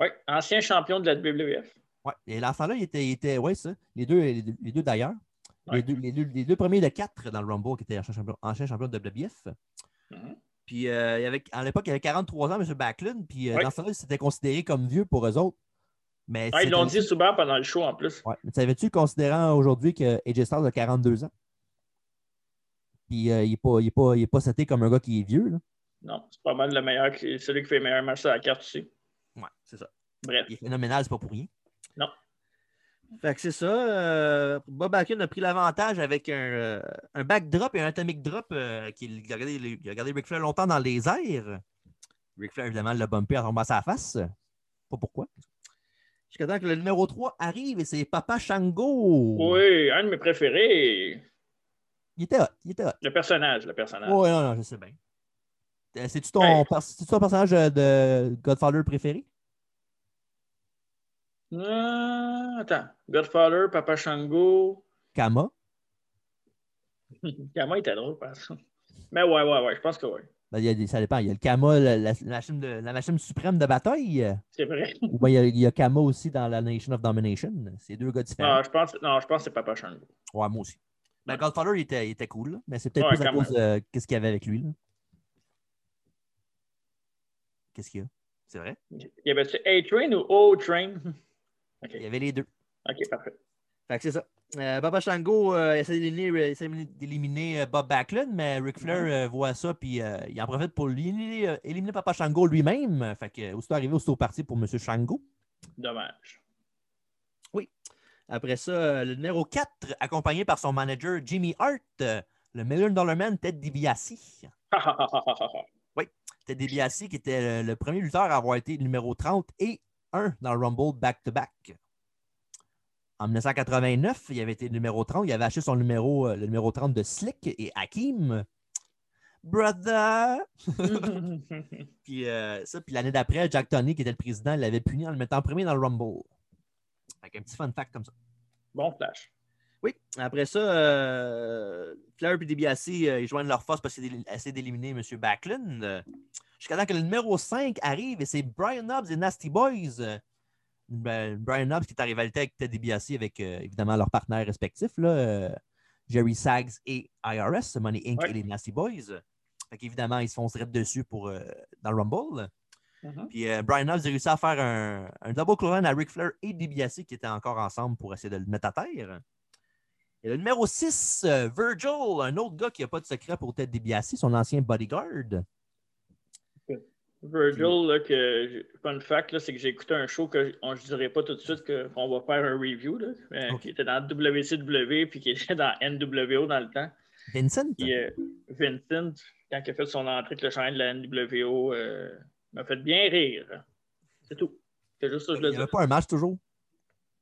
S4: Oui, ancien champion de la WWF.
S3: Ouais. Et dans ce temps-là, il était, il était ouais, ça, les deux, les deux, les deux d'ailleurs. Les,
S4: Ouais.
S3: deux, les, deux, les deux premiers de quatre dans le Rumble qui étaient anciens champions, anciens champions de WWF.
S4: Mhm.
S3: Puis euh, il avait- à l'époque, il avait 43 ans, M. Backlund. Puis euh,
S4: Ouais.
S3: dans ce temps-là, il s'était considéré comme vieux pour eux autres. Mais
S4: Ouais, Ah, ils l'ont
S3: c'était-
S4: dit souvent pendant le show en plus.
S3: Ouais. Mais savais-tu, considérant aujourd'hui que AJ Styles a 42 ans, puis euh, il n'est pas, il est pas, il est pas seté comme un gars qui est vieux. Là.
S4: Non, c'est pas mal le meilleur, qui- celui qui fait le meilleur match à la carte, tu sais.
S3: Ouais, c'est ça.
S4: Bref.
S3: Il est phénoménal, c'est pas pour rien.
S4: Non.
S3: Fait que c'est ça. euh, Bob Akin a pris l'avantage avec un, euh, un backdrop et un atomic drop euh, qu'il il a regardé, il a regardé Ric Flair longtemps dans les airs. Ric Flair, évidemment, l'a bumpé en tombant à sa face. Pas pourquoi. Jusqu'à temps que le numéro 3 arrive et c'est Papa Shango.
S4: Oui, un de mes préférés,
S3: Il était hot. Il était hot.
S4: le personnage, le personnage.
S3: Ouais, non, non, je sais bien. Euh, C'est-tu ton,
S4: Hey.
S3: per- c'est-tu ton personnage euh, de Godfather préféré?
S4: Euh, attends, Godfather, Papa Shango.
S3: Kama?
S4: Comment il était drôle, par exemple. Mais ouais, ouais, ouais, je pense que oui.
S3: Ben, il y a des- ça dépend. Il y a le Kama, la, la- la machine, de- la machine suprême de bataille. euh,
S4: C'est vrai.
S3: Ou bien il y a- il y, a Kama aussi dans la Nation of Domination. C'est deux gars différents.
S4: Non, je pense, non, je pense que c'est Papa Shango.
S3: Ouais, moi aussi. Ben, Godfather, il était, il était cool, là, mais c'est peut-être
S4: Ouais,
S3: plus à
S4: quand
S3: cause de qu'est-ce qu'il y avait avec lui. là. Qu'est-ce qu'il y a? C'est vrai?
S4: Il y avait-tu A-Train ou O-Train? OK,
S3: Il y avait les deux.
S4: OK, parfait.
S3: Fait que c'est ça. Euh, Baba Shango euh, essaie d'éliminer- essaie d'éliminer euh, Bob Backlund, mais Ric Flair euh, voit ça, puis euh, il en profite pour lui- éliminer, euh, éliminer Papa Shango lui-même. Fait que, euh, aussitôt arrivé, aussitôt parti pour M. Shango.
S4: Dommage.
S3: Après ça, euh, le numéro 4, accompagné par son manager Jimmy Hart, euh, le Million Dollar Man Ted DiBiase.
S4: Ha, ha, ha, ha, ha, ha.
S3: Ted DiBiase qui était euh, le, premier lutteur à avoir été numéro 30 et 1 dans le Rumble back-to-back. En 1989, il avait été numéro 30. Il avait acheté son numéro, euh, le numéro 30 de Slick et Hakim. Brother! Puis euh, ça, puis l'année d'après, Jack Tony, qui était le président, l'avait puni en le mettant premier dans le Rumble. Avec un petit fun fact comme ça.
S4: bon flash.
S3: Oui, après ça, euh, Flair et DiBiase, euh, ils joignent leur force parce qu'ils essaient d'éliminer M. Backlund. euh, Jusqu'à temps que le numéro 5 arrive et c'est Brian Hobbs et Nasty Boys. euh, ben, Brian Hobbs qui est en rivalité avec Ted DiBiase avec euh, évidemment leurs partenaires respectifs, là, euh, Jerry Sags et IRS, Money Inc.
S4: Ouais.
S3: et les Nasty Boys. Fait qu'évidemment, ils se font direct dessus pour, euh, dans le Rumble.
S4: Mhm.
S3: Puis euh, Brian Hobbs a réussi à faire un, un double clown à Ric Flair et DiBiase qui étaient encore ensemble pour essayer de le mettre à terre. Et le numéro 6, Virgil, un autre gars qui n'a pas de secret pour Ted DiBiase, son ancien bodyguard.
S4: Virgil, là, que, j'ai- fun fact, là, c'est que j'ai écouté un show que j- on- je ne dirais pas tout de suite que- qu'on va faire un review, là, mais
S3: Ok.
S4: qui était dans WCW puis qui était dans NWO dans le temps.
S3: Vincent?
S4: Puis euh, Vincent, quand il a fait son entrée avec le chandail de la NWO, euh, m'a fait bien rire. C'est tout. C'est juste ça que
S3: il
S4: je le
S3: n'y
S4: dis.
S3: avait pas un match toujours?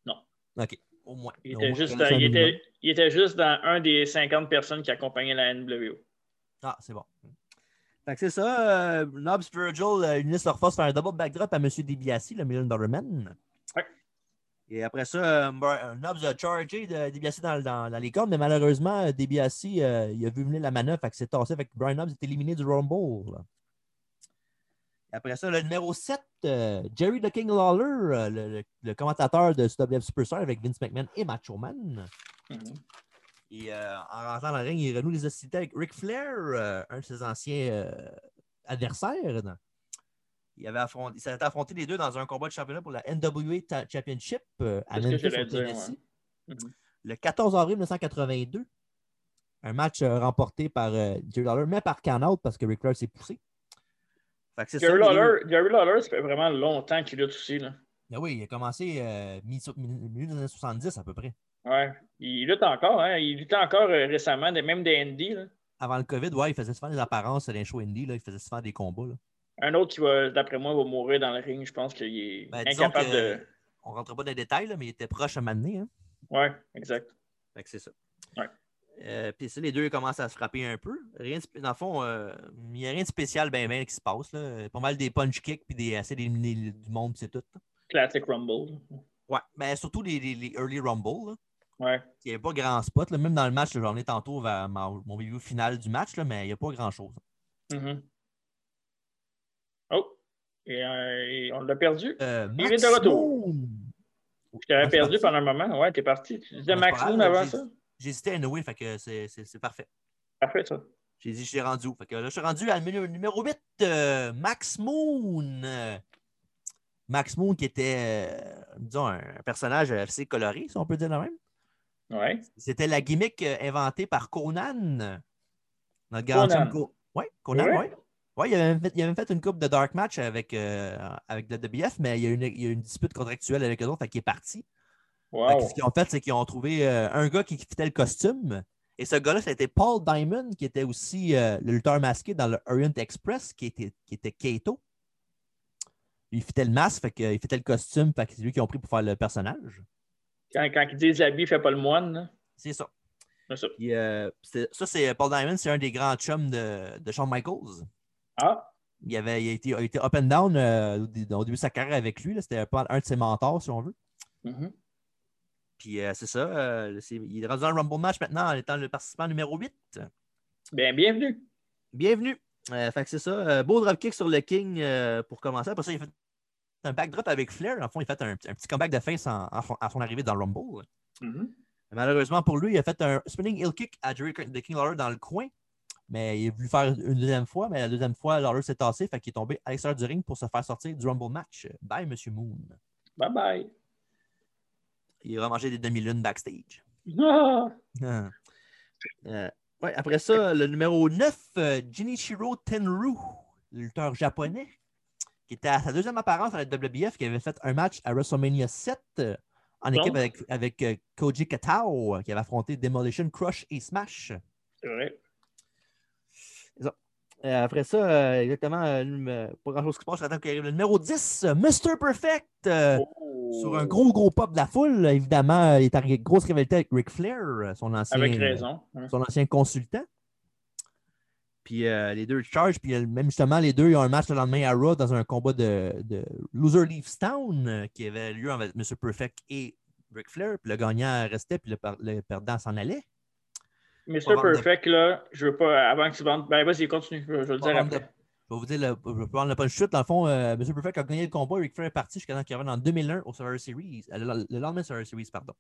S4: Non.
S3: OK. Au moins.
S4: Il
S3: Au
S4: était,
S3: moins,
S4: juste,
S3: c'est un
S4: il,
S3: minimum.
S4: était, il était juste dans un des 50 personnes qui accompagnaient la NWO.
S3: Ah, c'est bon. Fait que c'est ça. euh, Nobs et Virgil euh, unissent leur force pour faire un double backdrop à M. DiBiase, le Million Dollar Man.
S4: Ouais.
S3: Et après ça, euh, Br- euh, Nobs a chargé de DiBiase dans, dans- dans les cordes, mais malheureusement, euh, DiBiase, euh, il a vu venir la manœuvre, fait que c'est tassé, fait que Brian Nobs est éliminé du Rumble. Et Après ça, le numéro 7, euh, Jerry The King Lawler, euh, le, le- le commentateur de WF Superstar avec Vince McMahon et Macho Man.
S4: Mhm.
S3: Et euh, en rentrant dans le ring, il renoue les hostilités avec Ric Flair, euh, un de ses anciens euh, adversaires. dans- Il, avait affronté, il s'était affronté les deux dans un combat de championnat pour la NWA Ta- Championship euh, à
S4: C'est ce que
S3: Memphis,
S4: j'allais
S3: au
S4: dire,
S3: Tennessee,
S4: ouais. Mhm.
S3: le 14 avril 1982. Un match euh, remporté par euh, Jerry Lawler, mais par Canal parce que Ric Flair s'est poussé. Fait que c'est
S4: Jerry
S3: ça, les-
S4: Lawler, Jerry Lawler, ça fait vraiment longtemps qu'il lutte aussi. Là.
S3: Ben oui, il a commencé euh, mi- mi- milieu des années 70 à peu près.
S4: Ouais. Il lutte encore. Hein. Il lutte encore euh, récemment, des- même des ND. là.
S3: Avant le COVID, ouais, il faisait souvent des apparences dans les shows indie, là, il faisait souvent des combats. là.
S4: Un autre qui va, d'après moi, va mourir dans le ring. Je pense qu'il est
S3: Ben, disons
S4: incapable
S3: que-
S4: de.
S3: On ne rentre pas dans les détails, là, mais il était proche à m'amener. Hein.
S4: Ouais, exact.
S3: Fait que c'est ça.
S4: Ouais.
S3: Euh, Puis ça, les deux commencent à se frapper un peu. Rien de sp- dans le fond, euh, il n'y a rien de spécial ben ben qui se passe. Là. Pas mal des punch kicks puis des essais d'éliminer le- du monde, puis c'est tout. là.
S4: Classic Rumble.
S3: Ouais. Mais surtout les, les- les early rumble. là.
S4: Ouais.
S3: Il n'y avait pas grand spot. là. Même dans le match, là, j'en ai tantôt vers ma- mon review final du match, là, mais il n'y a pas grand chose.
S4: Mhm. Mm-hmm. Oh, Et, euh, et on l'a perdu.
S3: Euh,
S4: Il est de
S3: Max
S4: retour.
S3: Moon.
S4: Je t'avais
S3: Max
S4: perdu
S3: Martin.
S4: pendant un moment. Ouais, t'es parti. Tu disais
S3: C'est
S4: Max
S3: pas grave,
S4: Moon avant
S3: j'ai-
S4: ça.
S3: J'hésitais à Noé, fait que c'est- c'est c'est parfait.
S4: Parfait, ça.
S3: J'ai dit, je suis rendu. où? Fait que là, je suis rendu à le menu- numéro 8, euh, Max Moon. Euh, Max Moon, qui était, euh, disons, un personnage assez coloré, si on peut dire le même.
S4: Ouais.
S3: C'était la gimmick euh, inventée par Conan. Notre grand
S4: Conan.
S3: chum Co- Ouais, Conan,
S4: Ouais.
S3: ouais. Ouais, il, avait même fait, il avait même fait une coupe de dark match avec, euh, avec la WBF, mais il y, a eu une, il y a eu une dispute contractuelle avec eux autres, fait qu'il est parti. Fait que
S4: Wow.
S3: ce qu'ils ont fait, c'est qu'ils ont trouvé euh, un gars qui quittait le costume. Et ce gars-là, c'était Paul Diamond, qui était aussi euh, le lutteur masqué dans le Orient Express, qui était, qui était Kato. Il fitait le masque, fait que, il fitait le costume, fait que c'est lui qu'ils ont pris pour faire le personnage.
S4: Quand, quand ils disent l'habit fait pas le moine, là.
S3: C'est ça.
S4: C'est ça.
S3: Puis, euh, c'est- ça, c'est Paul Diamond, c'est un des grands chums de, de Shawn Michaels.
S4: Ah,
S3: Il, avait, il a, été, il a été up and down euh, au dé- au début de sa carrière avec lui. là. C'était un, un de ses mentors, si on veut.
S4: mhm.
S3: Puis euh, c'est ça, euh, c'est- il est rendu dans le Rumble match maintenant en étant le participant numéro 8.
S4: ben, bienvenue.
S3: Bienvenue. Euh, fait que c'est ça. euh, beau dropkick sur le King euh, pour commencer. Après ça, il a fait un backdrop avec Flair. En fond, il a fait un, un petit comeback de face en- en fon- à son arrivée dans le Rumble. Mm-hmm.
S4: Mhm.
S3: Malheureusement pour lui, il a fait un spinning heel kick à Jerry Cur- de King Lawler dans le coin. Mais il a voulu faire une deuxième fois, mais la deuxième fois, Lawler s'est tassé, fait qu'il est tombé à l'extérieur du ring pour se faire sortir du Rumble match. Bye, Monsieur Moon.
S4: Bye bye.
S3: Il a remangé des demi-lunes backstage.
S4: Ah.
S3: Ah. Euh, ouais, après ça, le numéro 9, euh, Jinichiro Tenru, le lutteur japonais, qui était à sa deuxième apparence à la WBF, qui avait fait un match à WrestleMania 7 euh, en
S4: Bon.
S3: équipe avec, avec, euh, Koji Katao, euh, qui avait affronté Demolition, Crush et Smash.
S4: C'est vrai.
S3: Euh, après ça, euh, exactement, euh, num- euh, pas grand-chose qui se passe, j'attends qu'il arrive le numéro 10, euh, Mr. Perfect, euh,
S4: Oh.
S3: sur un gros, gros pop de la foule. euh, Évidemment, euh, il est en grosse rivalité avec Ric Flair, euh, son ancien...
S4: Avec raison. hein.
S3: son ancien consultant. Puis euh, les deux chargent, puis euh, même justement, les deux, ils ont un match le lendemain à Raw dans un combat de, de Loser Leaves Town euh, qui avait lieu avec M. Perfect et Ric Flair. Puis le gagnant restait, puis le, par- le perdant s'en allait.
S4: Mr.
S3: Pas vendre de-
S4: Perfect, là, je veux pas, avant que tu vendes. Ben, vas-y, continue. Je, je vais le
S3: Pas
S4: dire
S3: vendre
S4: après.
S3: Je vais vous dire, le, je vais prendre le punch chute. Dans le fond, euh, M. Perfect a gagné le combat. Ric Flair est parti jusqu'à temps qu'il revienne en 2001 au Survivor Series. euh, le, le lendemain Survivor Series, pardon.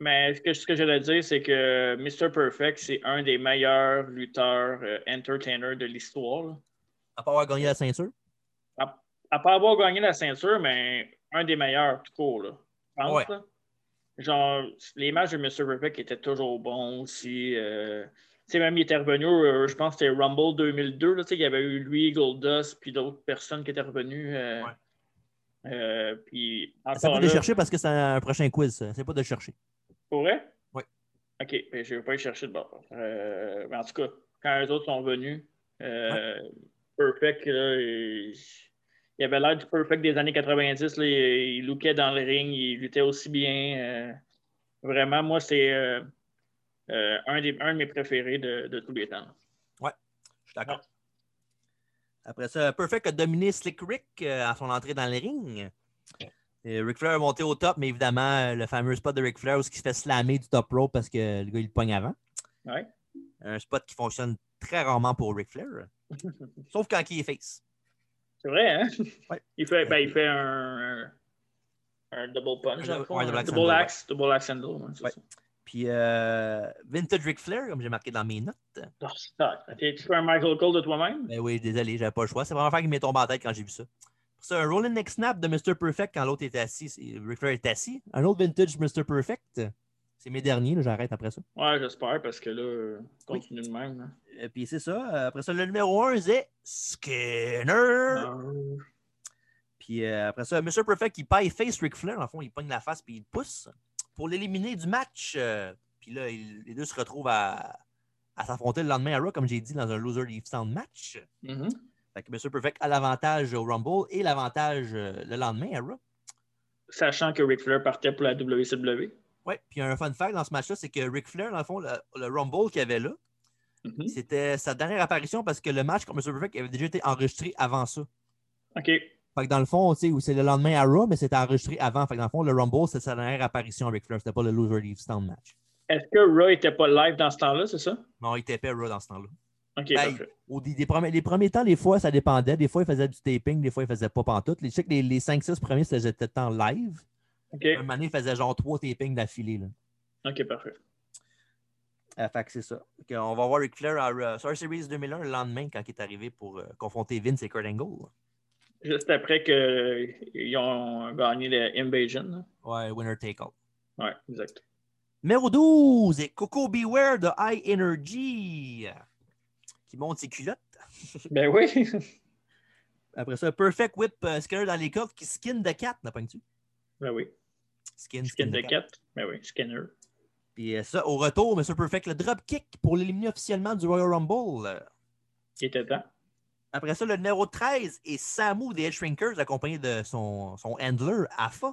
S4: Mais ce que, ce que j'allais dire, c'est que Mr. Perfect, c'est un des meilleurs lutteurs euh, entertainers de l'histoire. là.
S3: À part avoir gagné la ceinture.
S4: À part avoir gagné la ceinture, mais un des meilleurs, tout court. Là. Je pense,
S3: Ouais.
S4: là. Genre, les matchs de Mr. Perfect étaient toujours bons aussi. euh, Tu sais, même, il était revenu, euh, je pense que c'était Rumble 2002. Là, tu sais, il y avait eu lui, Goldust, puis d'autres personnes qui étaient revenues. euh, euh, puis
S3: Ça
S4: encore
S3: peut de
S4: là,
S3: chercher parce que c'est un prochain quiz. ça. C'est pas de chercher.
S4: Pour vrai?
S3: Oui.
S4: OK, ben, je ne vais pas y chercher de bord. Euh, mais en tout cas, quand les autres sont venus, euh, Perfect, là, il, il avait l'air du Perfect des années 90. là, il, il lookait dans le ring, il luttait aussi bien. euh, vraiment, moi, c'est euh, euh, un, des- un de mes préférés de, de tous les temps.
S3: Je suis d'accord. Après ça, Perfect a dominé Slick Rick euh, à son entrée dans le ring. Et Ric Flair est monté au top, mais évidemment, euh, le fameux spot de Ric Flair où il se fait slammer du top rope parce que le gars, il le pogne avant.
S4: Ouais.
S3: Un spot qui fonctionne très rarement pour Ric Flair. Sauf quand il est face.
S4: C'est vrai, hein?
S3: Ouais.
S4: Il fait, ben, il fait un, un- un double punch.
S3: Ouais,
S4: dans le fond, hein?
S3: double axe
S4: double
S3: handle,
S4: axe, double axe handle. hein, c'est
S3: Ouais.
S4: ça.
S3: Puis, euh, Vintage Ric Flair, comme j'ai marqué dans mes notes.
S4: Oh, putain, t'es- tu fais un Michael Cole de toi-même?
S3: Ben oui, désolé, j'avais pas le choix. C'est vraiment affaire qui m'est tombée en tête quand j'ai vu ça. Pour ça, un Rolling Neck Snap de Mr. Perfect quand l'autre est assis. c'est- Ric Flair est assis. Un autre Vintage Mr. Perfect. C'est mes derniers, là, j'arrête après ça.
S4: Ouais, j'espère, parce que là, euh, continue de même. hein.
S3: Et puis c'est ça. Euh, Après ça, le numéro 1, c'est Skinner.
S4: Euh,
S3: Puis euh, après ça, Mr. Perfect, il paye face Ric Flair. En fond, il pogne la face puis il le pousse pour l'éliminer du match. Euh, puis là, il- les deux se retrouvent à, à s'affronter le lendemain à Raw, comme j'ai dit, dans un Loser Leave Sound match.
S4: mhm.
S3: Fait que Mr. Perfect a l'avantage au Rumble et l'avantage euh, le lendemain à Raw.
S4: Sachant que Ric Flair partait pour la WCW.
S3: Ouais, puis un fun fact dans ce match-là, c'est que Ric Flair, dans le fond, le, le Rumble qu'il avait là,
S4: Mhm.
S3: c'était sa dernière apparition parce que le match contre Mr. Perfect avait déjà été enregistré avant ça.
S4: OK.
S3: Fait que dans le fond, tu sais, où c'est le lendemain à Raw, mais c'était enregistré avant. Fait que dans le fond, le Rumble, c'est sa dernière apparition avec Flair. C'était pas le Loser Leave Stand match.
S4: Est-ce que Raw était pas live dans ce temps-là, c'est ça?
S3: Non, il tapait Raw dans ce temps-là.
S4: OK,
S3: Ben,
S4: parfait.
S3: au- des- des premiers- les premiers temps, des fois, ça dépendait. Des fois, ils faisaient du taping, des fois, ils faisaient pas pantoute. Les- Je sais que les, les 5-6 premiers, c'était peut-être en live.
S4: OK,
S3: Un moment donné, ils faisaient genre trois tapings d'affilée. là.
S4: OK, parfait.
S3: Euh, fait que c'est ça. Fait que on va voir Ric Flair à euh, Survivor Series 2001 le lendemain quand il est arrivé pour euh, confronter Vince et Kurt Angle.
S4: Juste après qu'ils ont gagné le Invasion. là.
S3: Ouais, winner take all.
S4: Ouais, exact.
S3: Numéro 12 et Coco Beware de High Energy qui monte ses culottes.
S4: Ben oui.
S3: Après ça, Perfect Whip euh, Skinner dans les coffres qui skin de cat, n'a pas tu
S4: ben oui.
S3: Skin,
S4: Skin de
S3: cat.
S4: 4. Ben oui, Skinner.
S3: Puis euh, ça, au retour, Monsieur Perfect, le drop kick pour l'éliminer officiellement du Royal Rumble. Euh,
S4: Il était temps.
S3: Après ça, le numéro 13 est Samu des Edge Shrinkers, accompagné de son, son handler, Afa.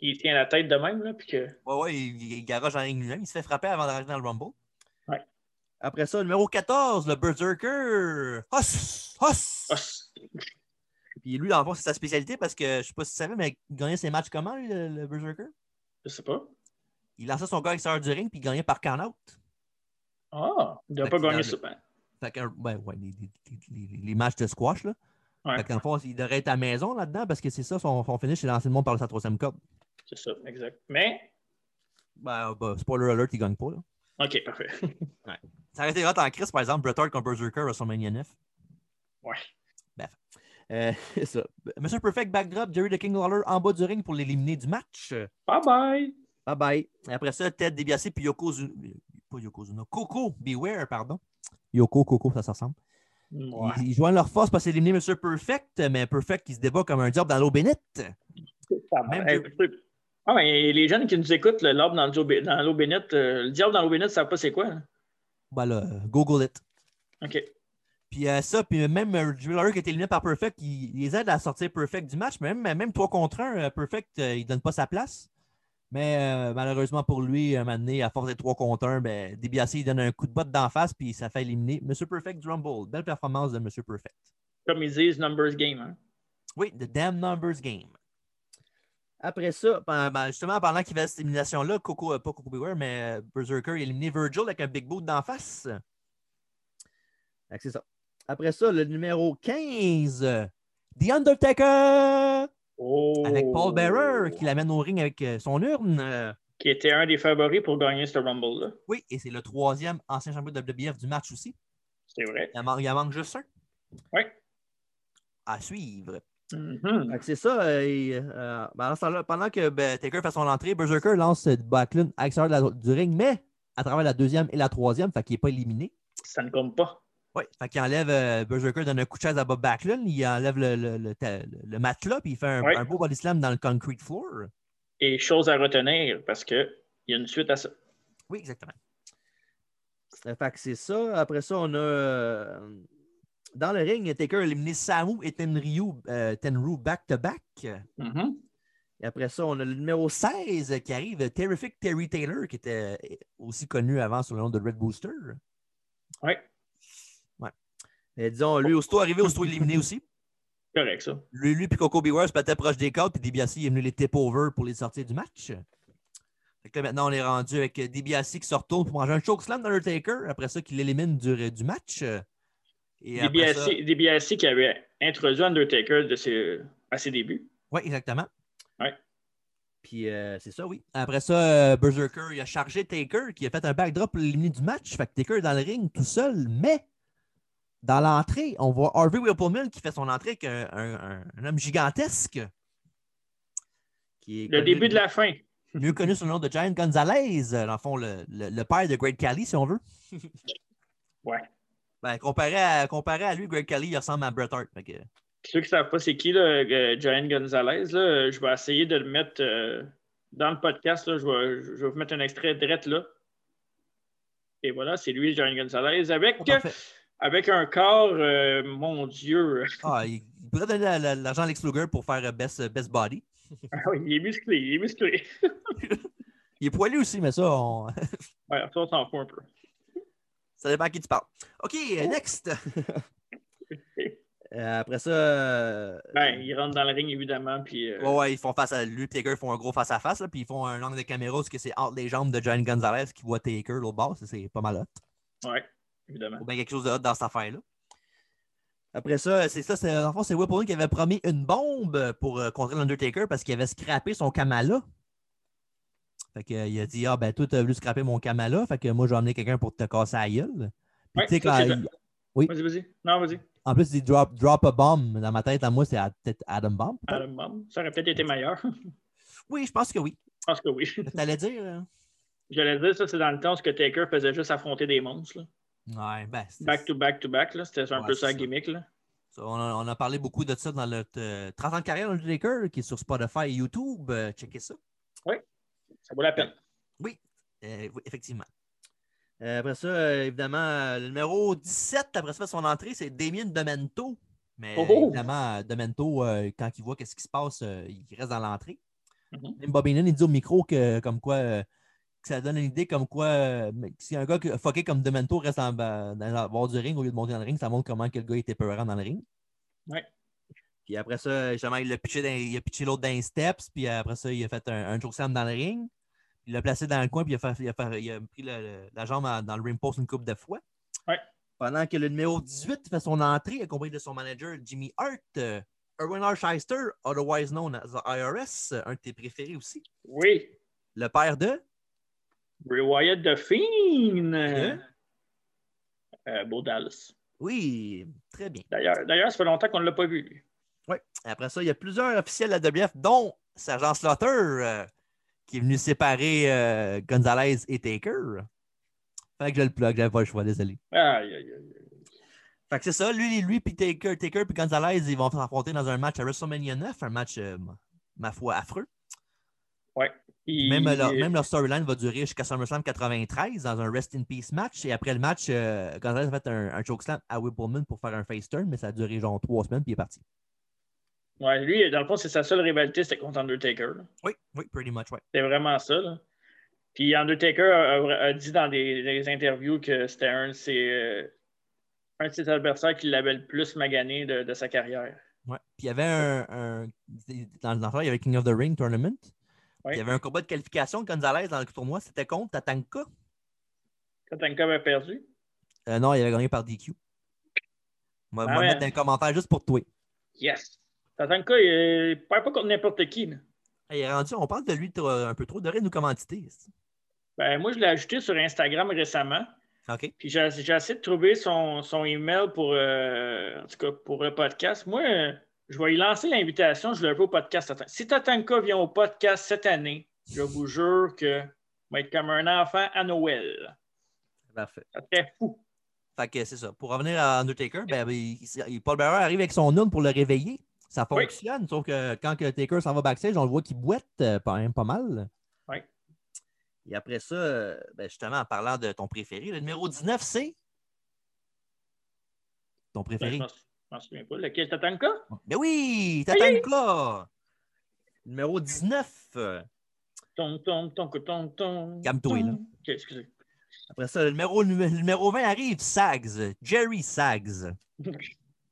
S4: Il tient la tête de même, là, puis que...
S3: Ouais, ouais, il, il garage en ligne lui-même. Il se fait frapper avant d'arriver dans le Rumble.
S4: Ouais.
S3: Après ça, numéro 14, le Berserker. Hoss! Hoss!
S4: Ah, c'est-
S3: Puis lui, dans le fond, c'est sa spécialité parce que je sais pas si tu savais, mais il gagnait ses matchs comment, lui, le, le Berserker?
S4: je sais pas.
S3: Il lançait son gars à l'extérieur du ring puis il gagnait par count-out.
S4: Ah, il n'a
S3: Fait
S4: pas
S3: qu'il en a-
S4: gagné souvent.
S3: Fait que, ben, ouais, les, les- les- les- les matchs de squash, là.
S4: Ouais,
S3: Fait que dans le fond, il devrait être à la maison là-dedans parce que c'est ça, son, son finish, c'est lancer le monde par sa troisième corde.
S4: c'est ça, exact. Mais,
S3: Ben, ben, spoiler alert, il gagne pas, là.
S4: OK, parfait.
S3: Ça aurait été hot en crise, par exemple, Bret Hart contre Berserker à WrestleMania 9.
S4: Ouais.
S3: Bref. Euh, c'est ça. Monsieur Perfect backdrop, Jerry the King Lawler en bas du ring pour l'éliminer du match.
S4: Bye-bye!
S3: Bye bye. Après ça, Ted DiBiase puis Yokozuna. Pas Yokozuna. Coco, beware, pardon. Yoko, Coco, ça, ça ressemble.
S4: Ouais.
S3: Ils, ils joignent leur force pour éliminer Monsieur Perfect, mais Perfect qui se débat comme un diable dans l'eau bénite.
S4: Ça
S3: Même
S4: va. Hey, Ah, mais les jeunes qui nous écoutent, le l'arbre dans le Joe Bé- dans l'eau bénite, euh, le diable dans l'eau bénite, ça savent pas c'est quoi. hein.
S3: Ben là, Google it.
S4: OK.
S3: Puis euh, ça, puis même euh, Drew Lawler qui est éliminé par Perfect, il, il les aide à sortir Perfect du match. Mais même, même 3 contre 1, Perfect, euh, il donne pas sa place. Mais euh, malheureusement pour lui, un moment donné, à force des 3 contre 1, ben, DiBiase, il donne un coup de botte d'en face, puis ça fait éliminer Monsieur Perfect du Rumble. Belle performance de Monsieur Perfect.
S4: Comme ils disent, numbers game. Hein.
S3: Oui, The Damn Numbers Game. Après ça, ben- ben, justement, pendant qu'il fait cette élimination-là, Coco, euh, pas Coco Beware, mais euh, Berserker, il a éliminé Virgil avec un big boot d'en face. Fait que c'est ça. Après ça, le numéro 15, euh, The Undertaker,
S4: Oh.
S3: avec Paul Bearer, qui l'amène au ring avec euh, son urne. Euh,
S4: qui était un des favoris pour gagner ce Rumble-là.
S3: Oui, et c'est le troisième ancien champion de WWF du match aussi.
S4: C'est vrai.
S3: Il en, man- il en manque juste un.
S4: Oui.
S3: À suivre.
S4: Mhm.
S3: Fait que c'est ça. euh, et, euh, pendant ce temps-là- pendant que ben, Taker fait son entrée, Berserker lance euh, Backlund à l'extérieur de la- du ring, mais à travers la deuxième et la troisième, fait qu'il n'est pas éliminé.
S4: Ça ne compte pas.
S3: Oui, fait qu'il enlève euh, Berserker, donne un coup de chaise à Bob Backlund, il enlève le, le- le ta- le matelas, puis il fait un,
S4: Ouais.
S3: un beau body slam dans le concrete floor.
S4: Et chose à retenir, parce qu'il y a une suite à ça.
S3: Oui, exactement. Euh, Fait que c'est ça. Après ça, on a. euh, dans le ring, Taker a éliminé Samu et Tenryu euh, Tenru back-to-back.
S4: Mhm.
S3: Et après ça, on a le numéro 16 euh, qui arrive, euh, Terrific Terry Taylor, qui était euh, aussi connu avant sous le nom de Red Booster.
S4: Ouais.
S3: Ouais. Et disons, lui, aussitôt arrivé, aussitôt éliminé aussi.
S4: Correct, ça.
S3: Lui, lui puis Coco Beware se battaient proche des cordes, puis DiBiase est venu les tip over pour les sortir du match. Fait que là, maintenant, on est rendu avec euh, DiBiase qui se retourne pour manger un chokeslam dans Taker. Après ça, qui l'élimine du, du match. Euh, Et après ça-
S4: DiBiase DiBiase qui avait introduit Undertaker de ses- à ses débuts.
S3: Oui, exactement.
S4: Ouais.
S3: Puis euh, c'est ça, oui. Après ça, euh, Berserker, il a chargé Taker, qui a fait un backdrop pour l'éliminer du match. Fait que Taker est dans le ring tout seul, mais dans l'entrée, on voit Harvey Whippleman qui fait son entrée avec un, un- un- un homme gigantesque. Qui est
S4: Le
S3: connu-
S4: début de la fin.
S3: Mieux connu sous le nom de Giant Gonzalez, euh, dans le fond, le, le- le père de Greg Kelly, si on veut.
S4: Ouais.
S3: Ben, comparé, à, comparé à lui, Greg Kelly, il ressemble à Bret Hart. Fait que-
S4: Ceux qui ne savent pas c'est qui, là, euh, Giant Gonzalez, là, euh, je vais essayer de le mettre euh, dans le podcast. Là, je, vais, je vais vous mettre un extrait direct là. Et voilà, c'est lui, Giant Gonzalez, avec,
S3: Oh, parfait.
S4: avec un corps, euh, mon Dieu,
S3: Ah, il, il pourrait donner la- la- l'argent à Lex Luger pour faire euh, best, euh, best body.
S4: Ah oui, il est musclé, il est musclé.
S3: Il est poilu aussi, mais ça, on...
S4: Ouais, ça, on s'en fout un peu.
S3: ça dépend à qui tu parles. OK,
S4: Oh.
S3: euh, next. Euh, après ça, euh,
S4: Ben, il rentre dans le ring, évidemment, puis euh,
S3: ouais, ouais, ils font face à lui, Taker, ils font un gros face-à-face, là, puis ils font un angle de caméra, parce que c'est entre les jambes de John Gonzalez qui voit Taker l'autre bord, ça, c'est pas mal hot.
S4: ouais. évidemment.
S3: Ou bien quelque chose de hot dans cette affaire-là. Après ça, c'est ça, c'est, en fond, c'est Whipple qui avait promis une bombe pour euh, contrer l'Undertaker parce qu'il avait scrappé son Kamala. Fait que, euh, il a dit Ah, ben, toi, t'as voulu scraper mon Kamala, fait que moi, je vais emmener quelqu'un pour te casser la gueule. Puis,
S4: Ouais,
S3: tu sais,
S4: ça,
S3: quand
S4: c'est
S3: il-
S4: vrai.
S3: Oui.
S4: Vas-y, vas-y. Non, vas-y.
S3: en plus, il dit drop, drop a bomb. Dans ma tête, à moi, c'est à- peut-être Adam Bomb.
S4: Adam Bomb. Ça aurait peut-être été meilleur. Je
S3: Oui, je pense que oui.
S4: pense que oui.
S3: T'allais dire. euh?
S4: J'allais dire, ça, c'est dans le temps où ce que Taker faisait juste affronter des monstres. là.
S3: Ouais, ben, c'est-
S4: Back to back to back. là. C'était un
S3: Ouais,
S4: peu
S3: c'est
S4: ça la
S3: ça.
S4: gimmick. Là.
S3: Ça, On a, on a parlé beaucoup de ça dans notre euh, 30 ans de carrière d'Undertaker qui est sur Spotify et YouTube. Euh, checkez ça.
S4: Ça vaut la peine.
S3: Euh, oui, effectivement. Euh, après ça, euh, évidemment, euh, le numéro 17, après ça, son entrée, c'est Damien Demento. Mais
S4: Oh, oh!
S3: évidemment, euh, Demento, euh, quand il voit qu'est-ce qui se passe, euh, il reste dans l'entrée.
S4: Mhm.
S3: Même Bobby Lynn, il dit au micro que, comme quoi, euh, que ça donne une idée comme quoi, euh, mais si un gars qui- fucké comme Demento reste en bas- dans la bord du ring au lieu de monter dans le ring, ça montre comment que le gars était peurant dans le ring.
S4: Ouais.
S3: Puis après ça, justement, il a pitché, dans- il a pitché l'autre dans les steps, puis après ça, il a fait un, un choke slam dans le ring. Il l'a placé dans le coin, puis il a, fait- il a fait- il a pris le- le- la jambe à- dans le ring post une coupe de fois.
S4: Ouais.
S3: Pendant que le numéro 18 fait son entrée, accompagné de son manager Jimmy Hart, euh, Erwin R. Shyster, otherwise known as the IRS, euh, un de tes préférés aussi,
S4: Oui.
S3: le père de.
S4: Bray Wyatt de Fiend.
S3: Hein?
S4: Euh, Beau Dallas.
S3: Oui, très bien.
S4: D'ailleurs, d'ailleurs, ça fait longtemps qu'on ne l'a pas vu, lui.
S3: Après ça, il y a plusieurs officiels de la WF, dont Sergent Slaughter, euh, qui est venu séparer euh, Gonzalez et Taker. Fait que je le plug, j'avais pas le choix, désolé.
S4: Aïe, aïe, aïe.
S3: Fait que c'est ça, lui, lui puis Taker, Taker puis Gonzalez, ils vont s'affronter dans un match à WrestleMania 9, un match, euh, ma foi, affreux.
S4: Il-
S3: Même, leur, même leur storyline va durer jusqu'à SummerSlam 93 dans un Rest in Peace match. Et après le match, euh, Gonzalez a fait un, un chokeslam à Whippleman pour faire un face turn, mais ça a duré genre trois semaines, puis il est parti.
S4: Ouais, lui, dans le fond, c'est sa seule rivalité, c'était contre Undertaker. là.
S3: Oui, oui, pretty much, ouais.
S4: C'était vraiment ça. là. Puis Undertaker a, a- a dit dans des, des interviews que c'était un de ses, euh, un de ses adversaires qui l'avait le plus magané de, de sa carrière.
S3: Ouais. Puis il y avait un. un- dans le temps, il y avait King of the Ring Tournament.
S4: Ouais.
S3: Il y avait un combat de qualification de Gonzalez dans le tournoi. C'était contre Tatanka.
S4: Tatanka avait perdu.
S3: Euh, non, il avait gagné par DQ. Moi,
S4: Ah
S3: moi,
S4: ouais.
S3: mettre un commentaire juste pour toi.
S4: Yes! Tatanka, il, il perd pas contre n'importe qui. là.
S3: Hey, Il est rendu, on parle de lui trop- un peu trop. de nous commanditer.
S4: Ben, moi, je l'ai ajouté sur Instagram récemment.
S3: OK.
S4: Puis j'ai j'ai essayé de trouver son, son email pour, euh, en tout cas, pour le podcast. Moi, euh, je vais y lancer l'invitation, je le veux au podcast. Tatan- Si Tatanka vient au podcast cette année, je vous jure que je vais être comme un enfant à Noël.
S3: Parfait.
S4: Ça serait fou.
S3: Fait que c'est ça. Pour revenir à Undertaker, ben, il- il- Paul Bearer arrive avec son urne pour le réveiller. Ça
S4: Oui.
S3: fonctionne, sauf que quand que Taker s'en va backstage, on le voit qu'il boite euh, pas, hein, pas mal.
S4: Oui.
S3: Et après ça, euh, ben, justement, en parlant de ton préféré, le numéro 19, c'est. Ton
S4: Ben, je
S3: préféré.
S4: m'en sou- je m'en souviens pas. Lequel Tatanka?
S3: Mais oui,
S4: Oui.
S3: Tatanka! Numéro 19. euh,
S4: Ton, ton, ton, ton, ton.
S3: Calme-toi, là.
S4: Ok, excusez.
S3: Après ça, le numéro, le numéro 20 arrive, Sags. Jerry Sags.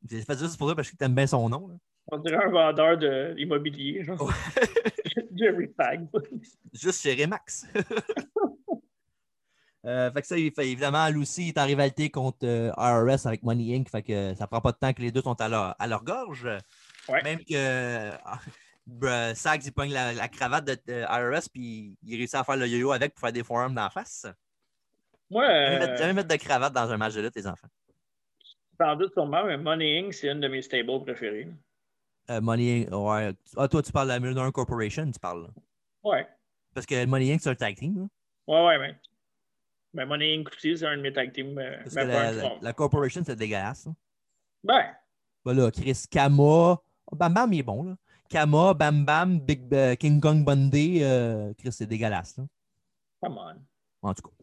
S3: J'ai fait juste pour ça parce que t'aimes bien son nom. là.
S4: On dirait un vendeur de- d'immobilier. genre.
S3: Ouais.
S4: Jerry Tag.
S3: Juste chez Remax. Euh, fait que ça, il fait- évidemment, lui aussi, il est en rivalité contre euh, IRS avec Money Inc. Fait que ça prend pas de temps que les deux sont à leur, à leur gorge.
S4: Ouais.
S3: Même que euh, Sags, il pogne la, la cravate de de IRS puis il réussit à faire le yo-yo avec pour faire des forearms dans la face.
S4: Moi,
S3: Jamais
S4: euh,
S3: mettre- jamais mettre de cravate dans un match de lutte, les enfants.
S4: sans doute sûrement, mais Money Inc., c'est une de mes stables préférées.
S3: Euh, Money Inc. Ouais. Ah, toi, tu parles de la Millionaire Corporation, tu parles. là.
S4: Ouais.
S3: Parce que Money Inc, c'est un tag team. là.
S4: Ouais, ouais, mais. Mais Money Inc. aussi, c'est un de mes tag teams. euh,
S3: Parce que
S4: ben, pas
S3: la,
S4: un
S3: la-
S4: sport.
S3: la Corporation, c'est dégueulasse. là.
S4: Ben,
S3: Ben là, Chris Kama. Oh, Bam Bam, il est bon. Là. Kama, Bam Bam, Big, euh, King Kong Bundy. euh, Chris, c'est dégueulasse. là.
S4: come on.
S3: En tout cas.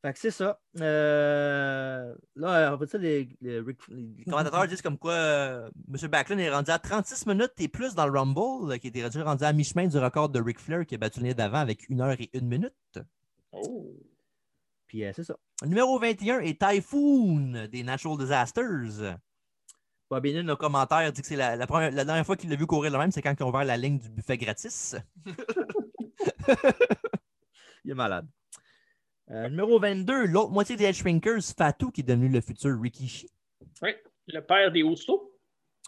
S3: Fait que c'est ça. Euh, là, après ça, les, les, Ric- les commentateurs disent comme quoi euh, M. Backlund est rendu à 36 minutes et plus dans le Rumble, là, qui était déjà rendu à mi-chemin du record de Ric Flair qui a battu l'année d'avant avec 1 heure et 1 minute.
S4: Oh.
S3: Puis euh, c'est ça. Numéro 21 est Typhoon des Natural Disasters. Bobby Lynn, le commentaire, dit que c'est la, la première- la dernière fois qu'il l'a vu courir le même, c'est quand ils ont ouvert la ligne du buffet gratis. Il est malade. Euh, numéro 22, l'autre moitié des Edge Shrinkers, Fatou, qui est devenu le futur Rikishi.
S4: Oui, le père des Ousto.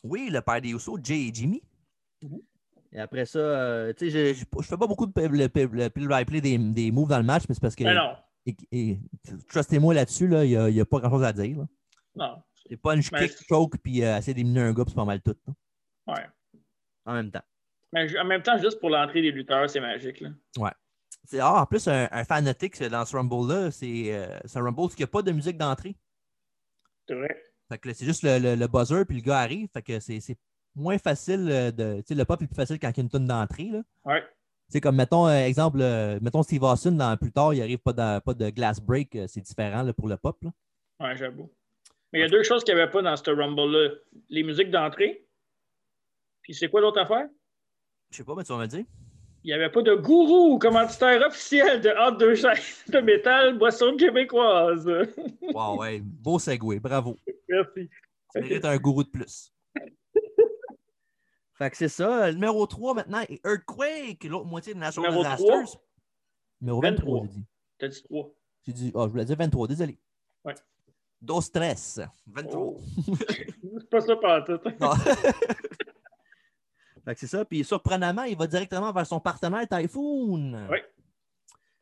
S3: Oui, le père des Usos, Jay et Jimmy.
S4: Mhm.
S3: Et après ça, euh, tu sais, je ne fais pas beaucoup de play- le play- le play-by-play des, des moves dans le match, mais c'est parce que.
S4: Ben non,
S3: et- et- Trustez-moi là-dessus, là, il n'y a, pas grand-chose à dire. là.
S4: non.
S3: C'est punch,
S4: Ben,
S3: kick, choke, puis euh, essayer d'éliminer un gars, puis c'est pas mal tout. là,
S4: Ouais.
S3: en même temps.
S4: Mais Ben, ju- en même temps, juste pour l'entrée des lutteurs, c'est magique. Là.
S3: C'est- ah, en plus, un, un fanatique c'est dans ce Rumble-là, c'est euh, c'est un Rumble qui n'a pas de musique d'entrée.
S4: C'est vrai.
S3: Fait que là, c'est juste le, le- le buzzer, puis le gars arrive. Fait que c'est c'est moins facile euh, de. Tu sais, le pop est plus facile quand il y a une tonne d'entrée. là.
S4: Ouais.
S3: Tu sais, comme mettons, euh, exemple, euh, mettons Steve Austin, dans, plus tard, il arrive pas de, pas de glass break, euh, c'est différent là, pour le pop. là.
S4: Ouais, j'avoue. Mais il y a deux choses qu'il n'y avait pas dans ce Rumble-là. Les musiques d'entrée. Puis c'est quoi l'autre affaire?
S3: Je sais pas, mais tu vas me le dire.
S4: Il n'y avait pas de gourou commanditaire officiel de Hâte de Chaise de métal, boisson québécoise.
S3: Wow, ouais, beau segway, bravo.
S4: Merci.
S3: Tu mérites un gourou de plus. fait que c'est ça. Le Numéro 3 maintenant, et Earthquake, l'autre moitié de National
S4: Numéro
S3: Disasters.
S4: trois?
S3: Numéro 23,
S4: 23.
S3: j'ai dit.
S4: T'as dit trois.
S3: J'ai dit, oh, je voulais dire 23, désolé.
S4: Ouais.
S3: Dos stress. 23.
S4: Oh. C'est pas ça par tout.
S3: Non. fait que c'est ça. Puis surprenamment, il va directement vers son partenaire Typhoon.
S4: Oui.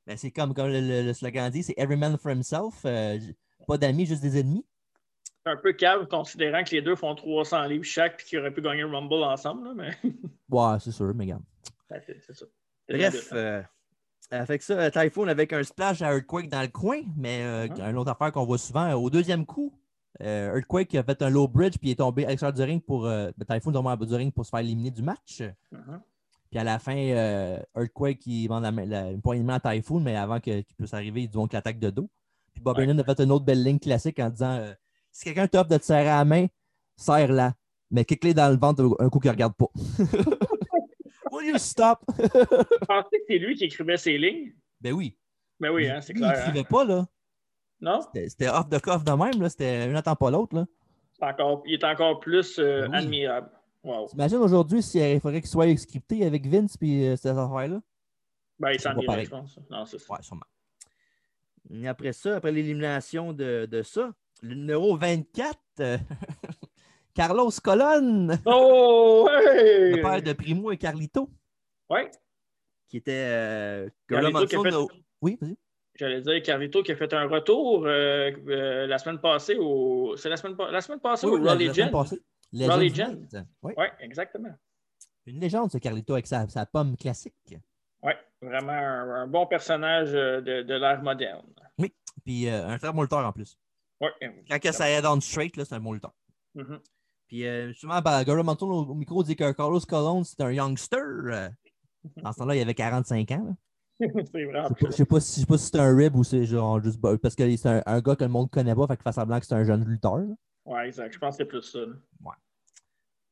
S3: Ben, c'est comme, comme le, le- le slogan dit, c'est Every Man for Himself. Euh, j- pas d'amis, juste des ennemis.
S4: C'est un peu cave considérant que les deux font 300 livres chaque puis qu'ils auraient pu gagner le Rumble ensemble. là, mais
S3: Ouais, c'est sûr, mais regarde.
S4: Ben, c'est c'est ça. C'est
S3: Bref,
S4: la
S3: euh, euh, fait que ça, euh, Typhoon avec un splash à Earthquake dans le coin, mais euh,
S4: Ouais.
S3: une autre affaire qu'on voit souvent, euh, au deuxième coup, euh, Earthquake a fait un low bridge puis il est tombé à l'extérieur du ring pour. euh, ben, Typhoon est tombé en bas du ring pour se faire éliminer du match.
S4: Mhm.
S3: Puis à la fin, euh, Earthquake il demande la, main- la- une poignée de main à Typhoon, mais avant que- qu'il puisse arriver, ils donc l'attaque de dos. Puis Bob
S4: Ouais.
S3: Heenan a fait une autre belle ligne classique en disant euh, Si quelqu'un t'offre de te serrer à la main, serre-la. Mais kick-les dans le ventre un coup qu'il regarde pas. Will you stop?
S4: Je pensais que c'est lui qui écrivait ses lignes.
S3: ben oui.
S4: Mais oui, hein, c'est
S3: Lui, Il
S4: clair.
S3: écrivait
S4: hein.
S3: pas, là.
S4: Non?
S3: C'était- C'était off the cuff de même, là. C'était une attend pas l'autre, là.
S4: C'est encore- il est encore plus euh,
S3: Ben oui.
S4: admirable. Wow.
S3: T'imagines aujourd'hui s'il faudrait qu'il soit scripté avec Vince puis euh, ces affaires-là?
S4: Ben, il
S3: C'est
S4: s'en
S3: pas
S4: irait,
S3: pareil.
S4: je pense. Non, c'est ça.
S3: Ouais, sûrement. Et après ça, après l'élimination de, de ça, le numéro 24, euh, Carlos Colon,
S4: Oh, hey!
S3: le père de Primo et Carlito,
S4: Ouais.
S3: qui était. euh, que là,
S4: Carlito qui a
S3: Monsoon
S4: fait-
S3: a- Oui, vas-y.
S4: J'allais dire Carlito qui a fait un retour euh, euh, la semaine passée au. C'est la semaine, pa- la semaine passée
S3: Oui,
S4: au
S3: la-
S4: Raw
S3: la semaine
S4: Legend.
S3: passée. Legend.
S4: Raw Legend.
S3: Night. Oui,
S4: Oui, exactement.
S3: Une légende, ce Carlito, avec sa, sa pomme classique.
S4: Oui, vraiment un, un bon personnage euh, de, de l'ère moderne.
S3: Puis euh, un très bon lutteur en plus.
S4: Oui.
S3: Quand que ça aide on straight, là, c'est un bon lutteur.
S4: Mhm.
S3: Puis euh, justement, ben, Gary Montour au, au micro dit que Carlos Colon, c'est un youngster. euh. dans ce temps-là, il avait 45 ans. là.
S4: c'est vraiment.
S3: Je ne sais pas si, je sais pas si c'est un rib ou c'est genre juste. bah, Parce que c'est un, un gars que le monde ne connaît pas, fait qu'il fait semblant que c'est un jeune lutteur. là.
S4: Oui, exact. Je pense que c'est plus ça. là.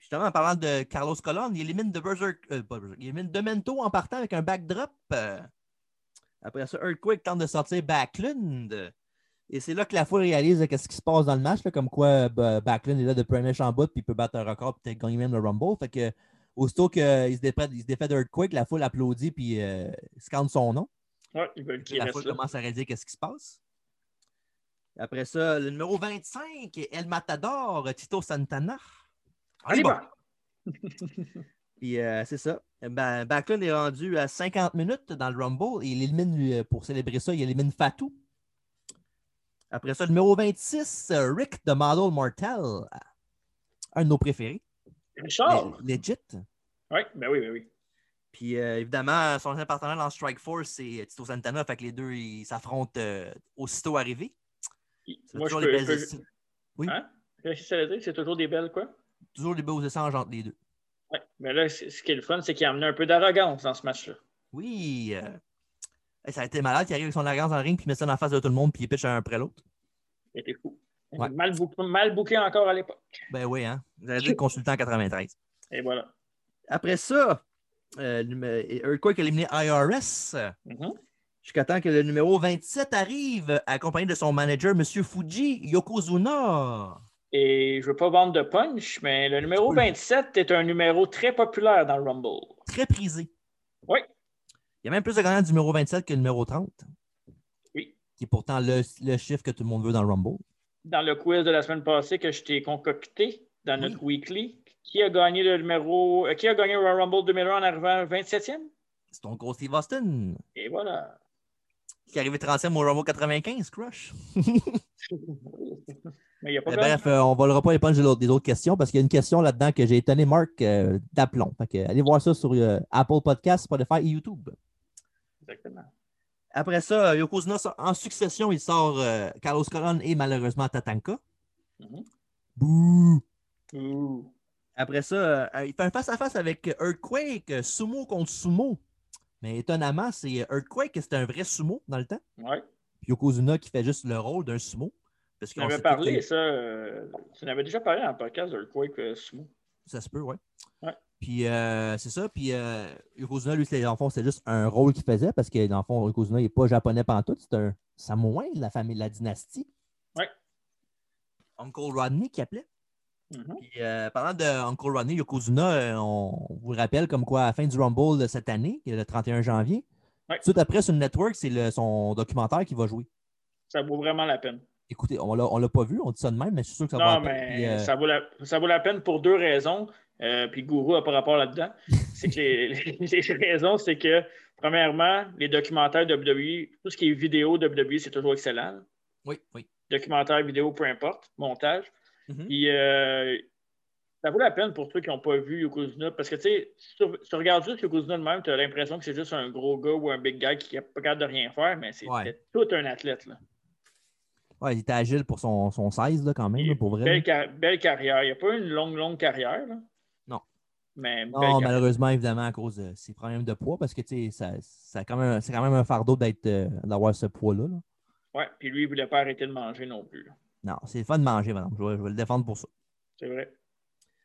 S3: Justement, en parlant de Carlos Colon, il élimine de Berserk. euh, pas Berserk, il élimine Demento en partant avec un backdrop. euh. Après ça, Earthquake tente de sortir Backlund. Et c'est là que la foule réalise euh, qu'est-ce qui se passe dans le match, là, comme quoi euh, bah, Backlund est là de premier en bout, puis il peut battre un record, puis peut-être gagner même le Rumble. Fait que, aussitôt qu'il se, déprête- il se défait d'Earthquake, la foule applaudit, puis euh, scande son nom.
S4: Ouais, ils veulent qu'il
S3: la
S4: reste
S3: foule
S4: là.
S3: commence à réaliser qu'est-ce qui se passe. Après ça, le numéro 25, El Matador, Tito Santana. On est
S4: Allez,
S3: bon.
S4: bah.
S3: Puis euh, c'est ça. Ben, Backlund est rendu à 50 minutes dans le Rumble. Et il élimine, lui, euh, pour célébrer ça, il élimine Fatou. Après ça, le numéro 26, euh, Rick de Model Mortel. Un de nos préférés.
S4: Richard?
S3: Le- Legit.
S4: Oui, ben oui, ben oui.
S3: Puis euh, évidemment, son ancien partenaire dans Strike Force, c'est Tito Santana. Fait que les deux, ils s'affrontent euh, aussitôt arrivés. C'est
S4: Moi, je
S3: toujours,
S4: peux.
S3: des
S4: je
S3: belles
S4: peux-
S3: histoires- Oui.
S4: Hein? Qu'est-ce que ça veut dire? C'est toujours des belles, quoi?
S3: toujours des beaux échanges entre les deux.
S4: Oui. Mais là, c- ce qui est le fun, c'est qu'il a amené un peu d'arrogance dans ce match-là.
S3: Oui. euh, hey, ça a été malade. Il arrive avec son arrogance dans le ring, puis il met ça en face de tout le monde, puis il pitch un après l'autre.
S4: C'était fou.
S3: Ouais.
S4: Mal, bou- mal bouqué encore à l'époque.
S3: Ben oui, hein. Vous avez dit consultant en 93.
S4: Et voilà.
S3: Après ça, euh, numé- et Earthquake a éliminé IRS euh,
S4: Mhm.
S3: jusqu'à temps que le numéro 27 arrive, euh, accompagné de son manager, M. Fuji Yokozuna.
S4: Et je ne veux pas vendre de punch, mais le numéro
S3: Tu peux le-
S4: 27 est un numéro très populaire dans le Rumble.
S3: Très prisé.
S4: Oui.
S3: Il y a même plus de gagnants du numéro 27 que le numéro 30.
S4: Oui.
S3: qui est pourtant le, le chiffre que tout le monde veut dans le Rumble.
S4: Dans le quiz de la semaine passée que je t'ai concocté dans notre weekly, qui a gagné le numéro. euh, qui a gagné le Royal Rumble 2001 en arrivant 27e?
S3: C'est ton gros Steve Austin,
S4: Et voilà.
S3: qui est arrivé 30e au Rumble 95, Crush.
S4: Mais il n'y a pas
S3: Mais
S4: gagné.
S3: bref, euh, on ne volera pas les punches de l'autre- des autres questions parce qu'il y a une question là-dedans que j'ai étonné Marc euh, d'aplomb. Fait que, allez voir ça sur euh, Apple Podcast, Spotify et YouTube.
S4: Exactement.
S3: Après ça, euh, Yokozuna, sort- en succession, il sort euh, Carlos Colon et malheureusement Tatanka.
S4: Mhm.
S3: Bouh!
S4: Ouh.
S3: Après ça, euh, il fait un face-à-face avec Earthquake, euh, sumo contre sumo. Mais étonnamment, c'est euh, Earthquake, qui était un vrai sumo dans le temps.
S4: Ouais.
S3: Puis Yokozuna qui fait juste le rôle d'un sumo. Parce
S4: Tu
S3: qu'on
S4: en avais
S3: sait tous
S4: parlé,
S3: que-
S4: ça. euh, tu en avais déjà parlé dans le podcast de Earthquake euh, Sumo.
S3: Ça se peut, ouais.
S4: Ouais.
S3: Puis euh, c'est ça. Puis euh, Yokozuna, lui, c'est- dans le fond, c'est juste un rôle qu'il faisait parce que dans le fond, Yokozuna, il n'est pas japonais pantoute. C'est un samoan de la famille de la dynastie.
S4: Ouais.
S3: Uncle Rodney qui appelait.
S4: Mhm.
S3: Puis, euh, parlant de Uncle Rodney, Yokozuna, euh, on vous rappelle comme quoi, à la fin du Rumble de cette année, qui est le 31 janvier,
S4: Ouais.
S3: tout après sur le network, c'est le- son documentaire qui va jouer.
S4: Ça vaut vraiment la peine.
S3: Écoutez, on ne l'a pas vu, on dit ça de même, mais je suis sûr que ça va
S4: Non,
S3: en tête. Puis,
S4: mais
S3: euh,
S4: ça, vaut la, ça vaut la peine pour deux raisons. Euh, puis Gourou a par rapport là-dedans. C'est que les, les- les raisons, c'est que, premièrement, les documentaires WWE, tout ce qui est vidéo WWE, c'est toujours excellent.
S3: Oui, oui.
S4: Documentaire, vidéo, peu importe, montage.
S3: Mhm.
S4: Puis euh, ça vaut la peine pour ceux qui n'ont pas vu Yokozuna. Parce que, tu sais, si tu si tu regardes juste Yokozuna de même, tu as l'impression que c'est juste un gros gars ou un big guy qui n'est pas capable de rien faire, mais c'est
S3: Ouais.
S4: c'était tout un athlète. Là.
S3: Ouais, il était agile pour son, son 16 là, quand même, là, pour vrai.
S4: Belle, car- belle carrière. Il n'y a pas eu une longue, longue carrière. là.
S3: Non.
S4: Mais une belle
S3: Non,
S4: carrière.
S3: malheureusement, évidemment, à cause de ses problèmes de poids, parce que tu sais, ça, ça a quand même- c'est quand même un fardeau d'être, euh, d'avoir ce poids-là. là.
S4: Ouais, puis lui, il ne voulait pas arrêter de manger non plus. là.
S3: Non, c'est le fun de manger, madame. Je vais, je vais le défendre pour ça.
S4: C'est vrai.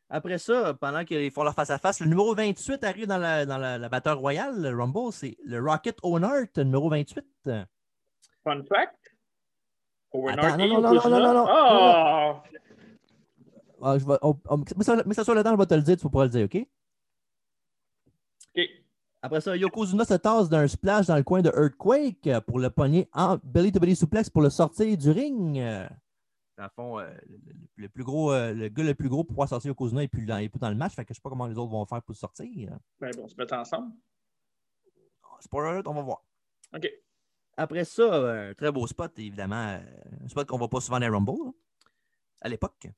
S3: Après ça, pendant qu'ils font leur face-à-face, le numéro 28 arrive dans la, dans la, la batteur royale, le Rumble, c'est le Rocket Ownert, numéro 28.
S4: Fun fact. Owen
S3: Attends,
S4: Hart
S3: non,
S4: et
S3: non, non, non,
S4: Yokozuna-
S3: non, non, non.
S4: Ah!
S3: Ah, je vais, on- on- mets, ça, mets ça sur le temps, je vais te le dire, tu pourras le dire, OK?
S4: OK.
S3: Après ça, Yokozuna se tasse d'un splash dans le coin de Earthquake euh, pour le pogner en belly-to-belly souplex pour le sortir du ring. Euh, Dans le fond, euh, le, le- le plus gros, euh, le gars le plus gros pour pouvoir sortir Yokozuna est plus dans, est plus dans le match. Fait que je sais pas comment les autres vont faire pour le sortir.
S4: Ben, bon, on se met ensemble.
S3: Oh, Spoiler alert, on va voir.
S4: OK.
S3: Après ça, euh, très beau spot, évidemment. euh, Un spot qu'on ne voit pas souvent dans les Rumble, là, à l'époque.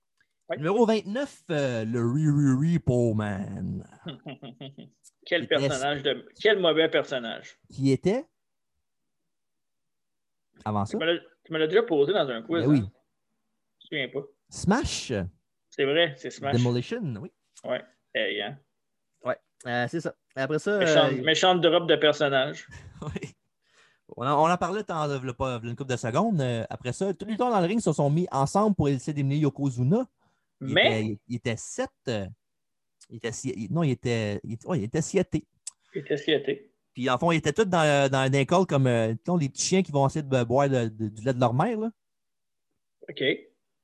S4: Ouais.
S3: Numéro 29, euh, le Riri Pullman,
S4: Quel
S3: Il
S4: personnage de. Quel mauvais personnage.
S3: qui était. Avant ça,
S4: Tu me l'as- tu me l'as déjà posé dans un quiz.
S3: Ben oui.
S4: hein? Je me souviens pas.
S3: Smash,
S4: C'est vrai, c'est Smash.
S3: Demolition, oui.
S4: Hey, hein?
S3: Euh, c'est ça. Après ça.
S4: Méchante,
S3: euh,
S4: méchante drop de personnage.
S3: oui. on, en, on en parlait dans euh, v'là pas- v'là une couple de secondes. Euh, après ça, tous les deux dans le ring se sont mis ensemble pour essayer d'éliminer Yokozuna. Il
S4: Mais.
S3: était, il était sept. euh, il était, si- il- non, il était, il, ouais, il était siété.
S4: Il était sciaté.
S3: Puis, en fond, ils étaient tous dans, euh, dans un école comme euh, disons, les petits chiens qui vont essayer de bo- boire le- de- du lait de leur mère. Là.
S4: OK.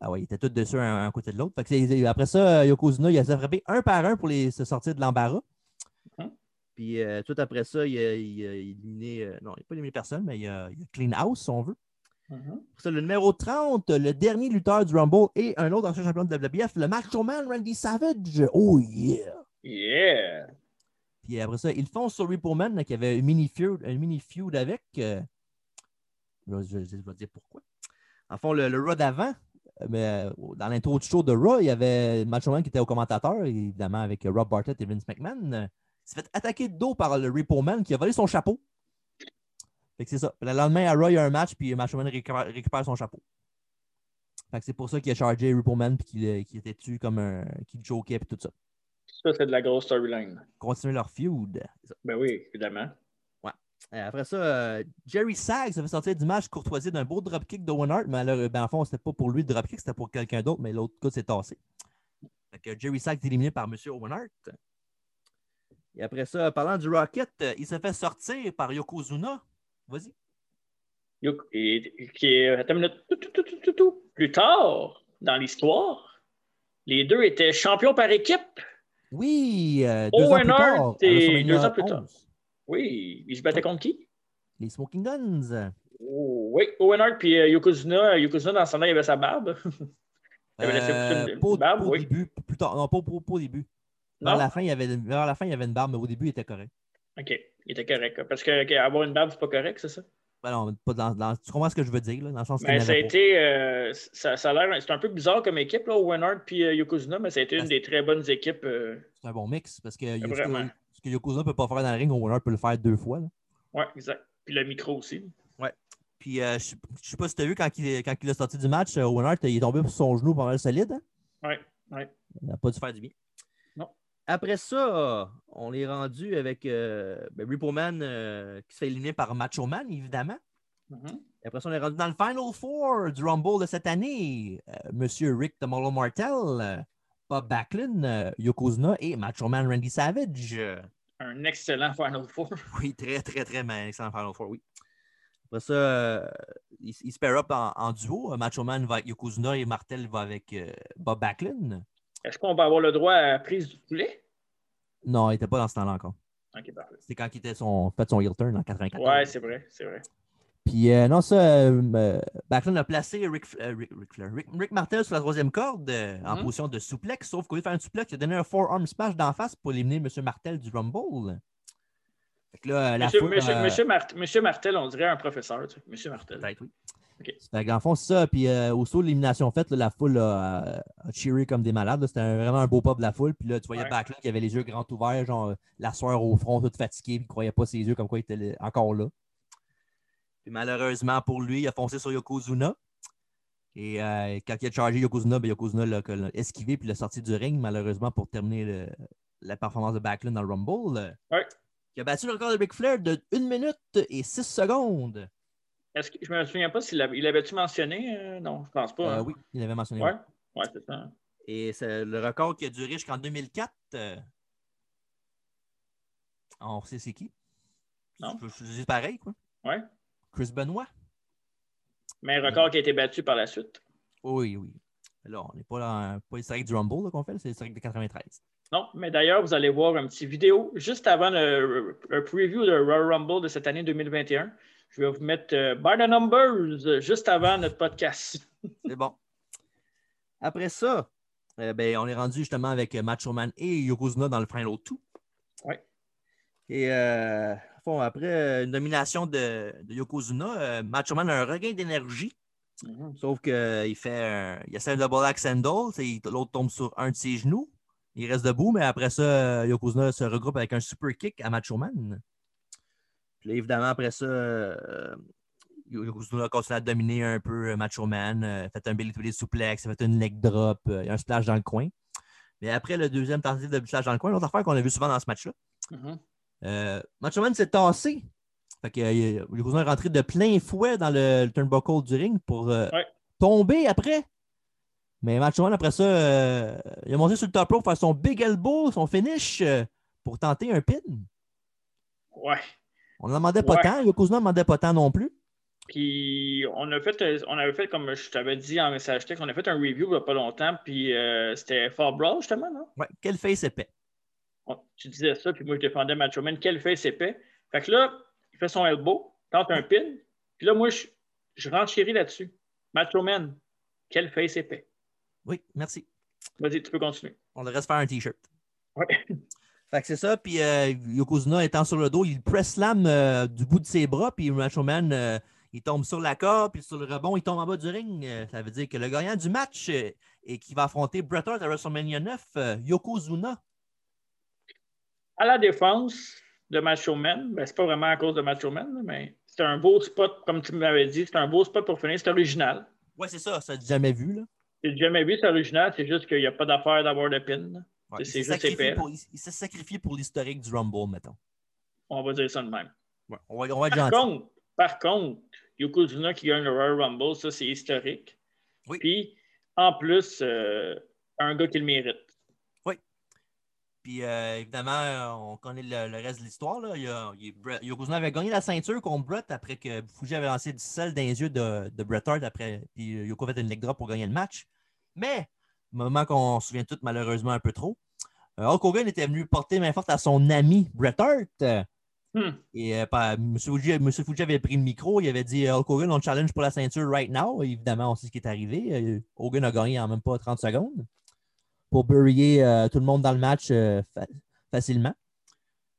S3: Ah oui, ils étaient tous dessus un, un côté de l'autre. Fait que c'est- Après ça, euh, Yokozuna, il a frappé un par un pour les, se sortir de l'embarras.
S4: Mhm.
S3: Puis euh, tout après ça, il a, il a éliminé. euh, non, il n'a pas éliminé personne, mais il a, il a clean house, si on veut.
S4: Mhm.
S3: Après ça, le numéro 30, le dernier lutteur du Rumble et un autre ancien champion de WWF, le Macho Man Randy Savage. Oh yeah!
S4: Yeah.
S3: Puis après ça, ils font sur Repo Man là, qui avait un mini feud, un mini feud avec. euh, je, je- je vais dire pourquoi. En fond, le, le Raw d'avant, euh, mais, euh, dans l'intro du show de Raw, il y avait Macho Man qui était au commentateur, évidemment avec euh, Rob Bartlett et Vince McMahon. euh, Il s'est fait attaquer de dos par le Repo Man qui a volé son chapeau. Fait que c'est ça. Puis le lendemain, à Raw, il y a un match, puis Macho Man récupère, récupère son chapeau. Fait que c'est pour ça qu'il a chargé Repo Man puis qu'il euh, qu'il était dessus comme un. qu'il jokait puis tout ça.
S4: Ça, c'est de la grosse storyline.
S3: Continuer leur feud.
S4: Ben oui, évidemment.
S3: Euh, Après ça, euh, Jerry Sags a fait sortir du match courtoisie d'un beau dropkick de Hart, mais alors, euh, ben, en fond, c'était pas pour lui le dropkick, c'était pour quelqu'un d'autre, mais l'autre coup s'est tassé. Fait que Jerry Sags est éliminé par M. Owen Hart. Et après ça, parlant du Rocket, euh, il s'est fait sortir par Yokozuna. Vas-y.
S4: Yo- et- et- qui est, attends une minute, tout, tout, tout, tout, tout, tout. plus tard dans l'histoire, les deux étaient champions par équipe.
S3: Oui, euh, deux, ans
S4: Owen
S3: plus
S4: Hart
S3: tard, à
S4: et
S3: WrestleMania
S4: deux ans plus tard.
S3: 11,
S4: Oui, ils se battaient contre qui?
S3: les Smoking Guns.
S4: Oh, oui, Owen Hart puis euh, Yokozuna. Yokozuna, dans son temps, il avait sa barbe. il avait laissé
S3: Euh,
S4: pousser une,
S3: pas
S4: une
S3: au-
S4: ben, barbe,
S3: pas au
S4: oui.
S3: début, plus tard. Non, pas au- pas au- pas au début.
S4: Non?
S3: Vers la, fin, il y avait, vers la fin, il y avait une barbe, mais au début, il était correct.
S4: OK, il était correct. hein. Parce que ok, avoir une barbe, c'est pas correct, c'est ça?
S3: Ben non, pas dans, dans- tu comprends ce que je veux dire, là, dans le sens qu'il
S4: Mais
S3: n'avait
S4: Ben, ça
S3: pas.
S4: a été. euh, ça, ça a l'air. C'est un peu bizarre comme équipe, là, Owen Hart puis euh, Yokozuna, mais ça a été une
S3: Parce-
S4: des très bonnes équipes. euh,
S3: C'est un bon mix, parce que ce
S4: Vraiment.
S3: que, ce que Yokozuna ne peut pas faire dans le ring, Warner peut le faire deux fois. là.
S4: Ouais, exact. Puis le micro aussi.
S3: Puis euh, je ne sais pas si tu as vu, quand il, quand il a sorti du match, euh, Warner il est tombé sur son genou pas mal solide. hein.
S4: Ouais, ouais.
S3: Il n'a pas dû faire du bien.
S4: Non.
S3: Après ça, on est rendu avec euh, ben, Repo Man euh, qui se fait éliminer par Macho Man, évidemment.
S4: Mhm.
S3: Et Après ça, on est rendu dans le Final Four du Rumble de cette année. Euh, Monsieur Rick Tomolo Martel, euh, Bob Backlund, euh, Yokozuna et Macho Man Randy Savage.
S4: Un excellent Final Four.
S3: Oui, très, très, très ma- excellent Final Four, oui. Après ça, euh, il, il se pair up en, en duo. Euh, Macho Man va avec Yokozuna et Martel va avec euh, Bob Backlund.
S4: Est-ce qu'on va avoir le droit à prise du poulet?
S3: Non, il n'était pas dans ce temps-là encore.
S4: OK, parfait.
S3: C'était quand il était son, fait son heel turn en 94.
S4: Ouais, c'est vrai, c'est vrai.
S3: Puis euh, non, ça, euh, euh, Backlund a placé Rick, F- euh, Rick- Rick Flair- Rick- Rick Martel sur la troisième corde euh, en
S4: Mhm.
S3: position de souplex, sauf qu'au lieu de faire un souplex, il a donné un forearm smash d'en face pour éliminer M. Martel du Rumble. Fait que là, euh, la
S4: Monsieur,
S3: foule,
S4: monsieur-
S3: euh,
S4: monsieur Mart- monsieur Martel, on dirait un professeur. tu sais. Monsieur Martel.
S3: Peut-être, oui.
S4: Ok.
S3: Fait que, dans le fond, c'est ça. Puis euh, au saut de l'élimination faite, là, la foule a, euh, a cheeré comme des malades. là. C'était un- vraiment un beau pop de la foule. Puis là, tu voyais
S4: Ouais.
S3: Backlund qui avait les yeux grands ouverts, genre euh, la soeur au front, toute fatiguée, puis il croyait pas ses yeux comme quoi il était le- encore là. Puis malheureusement pour lui, il a foncé sur Yokozuna. Et euh, quand il a chargé Yokozuna, ben, Yokozuna l'a l'a esquivé puis l'a sorti du ring, malheureusement, pour terminer le- la performance de Backlund dans le Rumble. là.
S4: Ouais.
S3: Il a battu le record de Ric Flair de 1 minute et 6 secondes.
S4: Est-ce que, je me souviens pas s'il avait- il avait-tu mentionné? euh, non, je pense pas.
S3: Euh,
S4: hein.
S3: oui, il avait mentionné.
S4: Ouais, ouais c'est ça.
S3: Et c'est le record qui a duré jusqu'en 2004. euh, On sait c'est qui.
S4: Non.
S3: Je- je- C'est pareil, quoi.
S4: Ouais.
S3: Chris Benoit.
S4: Mais un record qui a été battu par la suite.
S3: Oui, oui. Là, on n'est pas dans pas l'historique du Rumble là, qu'on fait, là, c'est l'historique de 93.
S4: Non, mais d'ailleurs, vous allez voir un petit vidéo juste avant le, le preview de Royal Rumble de cette année 2021. Je vais vous mettre euh, By the Numbers euh, juste avant notre podcast.
S3: C'est bon. Après ça, euh, ben, on est rendu justement avec euh, Macho Man et Yokozuna dans le Final Two.
S4: Ouais.
S3: Et euh, bon, après euh, une domination de, de Yokozuna, euh, Macho Man a un regain d'énergie.
S4: Mhm.
S3: Sauf qu'il fait un. Il essaie un double axe handle, c'est- il- l'autre tombe sur un de ses genoux. Il reste debout, mais après ça, Yokozuna se regroupe avec un super kick à Macho Man. Puis là, évidemment, après ça, euh, Yokozuna continue à dominer un peu euh, Macho Man. euh, fait un belly to belly souplex, fait une leg drop, euh, il y a un splash dans le coin. Mais après le deuxième tentative de splash dans le coin, l'autre affaire qu'on a vu souvent dans ce match-là,
S4: Mhm.
S3: euh, Macho Man s'est tassé. Fait que euh, Yokozuna est rentré de plein fouet dans le, le turnbuckle du ring pour euh,
S4: Ouais.
S3: tomber après. Mais Macho Man, après ça, euh, il a monté sur le top rope pour faire son big elbow, son finish, euh, pour tenter un pin.
S4: Ouais.
S3: On n'en demandait pas
S4: Ouais.
S3: tant. Yokozuna n'en demandait pas tant non plus.
S4: Puis on a fait, euh, on avait fait, comme je t'avais dit en message texte, on a fait un review il n'y a pas longtemps, puis euh, c'était Fort Brawl, justement, non?
S3: Ouais, quelle face épais.
S4: On- tu disais ça, puis moi je défendais Macho Man, quelle face épais. Fait que là, il fait son elbow, tente un pin, puis là, moi, je, je renchéris là-dessus. Macho Man, quelle face épais.
S3: Oui, merci.
S4: Vas-y, tu peux continuer.
S3: On devrait se faire un t-shirt.
S4: Ouais.
S3: Fait que c'est ça, puis euh, Yokozuna étant sur le dos, il press slam euh, du bout de ses bras, puis Macho Man, euh, il tombe sur la corde, puis sur le rebond, il tombe en bas du ring. Euh, ça veut dire que le gagnant du match euh, et qui va affronter Bret Hart à WrestleMania 9, euh, Yokozuna.
S4: À la défense de Macho Man, ben, c'est pas vraiment à cause de Macho Man, là, mais c'est un beau spot, comme tu m'avais dit, c'est un beau spot pour finir, c'est original.
S3: Ouais, c'est ça, ça j'ai jamais vu. Là.
S4: J'ai jamais vu, c'est original, c'est juste qu'il n'y a pas d'affaire d'avoir de pin. là.
S3: Ouais,
S4: C'est-
S3: il s'est
S4: c'est juste épais,
S3: sacrifié
S4: là.
S3: pour- il il s'est sacrifié pour l'historique du Rumble, mettons.
S4: On va dire ça de même.
S3: Ouais, on, va, on va être
S4: Par
S3: gentil.
S4: contre, par contre, Yokozuna qui gagne le Royal Rumble, ça c'est historique.
S3: Oui.
S4: Puis, en plus, euh, un gars qui le mérite.
S3: Puis euh, évidemment, euh, on connaît le, le reste de l'histoire. là. Il y a- il y a Bret- Yokozuna avait gagné la ceinture contre Brett après que Fuji avait lancé du sel dans les yeux de, de Bret Hart. Après, puis euh, Yoko fait une leg drop pour gagner le match. Mais, moment qu'on se souvient tous malheureusement un peu trop, euh, Hulk Hogan était venu porter main forte à son ami Bret Hart. Euh,
S4: Hmm.
S3: Et euh, par- M. Fuji, M. Fuji avait pris le micro, il avait dit euh, Hulk Hogan, on challenge pour la ceinture right now. Évidemment, on sait ce qui est arrivé. Euh, Hogan a gagné en même pas 30 secondes pour burier euh, tout le monde dans le match euh, fa- facilement.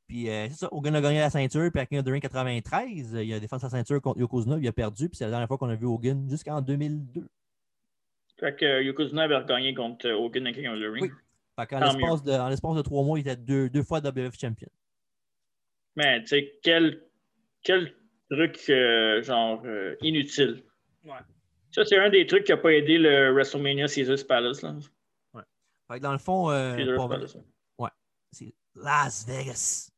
S3: Puis euh, c'est ça, Hogan a gagné la ceinture, puis à King of the Ring 93, euh, il a défendu sa ceinture contre Yokozuna, il a perdu, puis c'est la dernière fois qu'on a vu Hogan jusqu'en 2002.
S4: Fait que euh, Yokozuna avait gagné contre euh, Hogan et King of the
S3: Oui.
S4: Ring.
S3: Fait qu'en
S4: Tant
S3: l'espace de, en l'espace de trois mois, il était deux, deux fois WF Champion.
S4: Mais tu sais, quel, quel truc euh, genre euh, inutile. Ça, c'est un des trucs qui n'a pas aidé le WrestleMania Caesars Palace. Là.
S3: Fait que dans le fond, euh,
S4: Caesar's
S3: pour-
S4: Palace, ouais.
S3: c'est Las Vegas.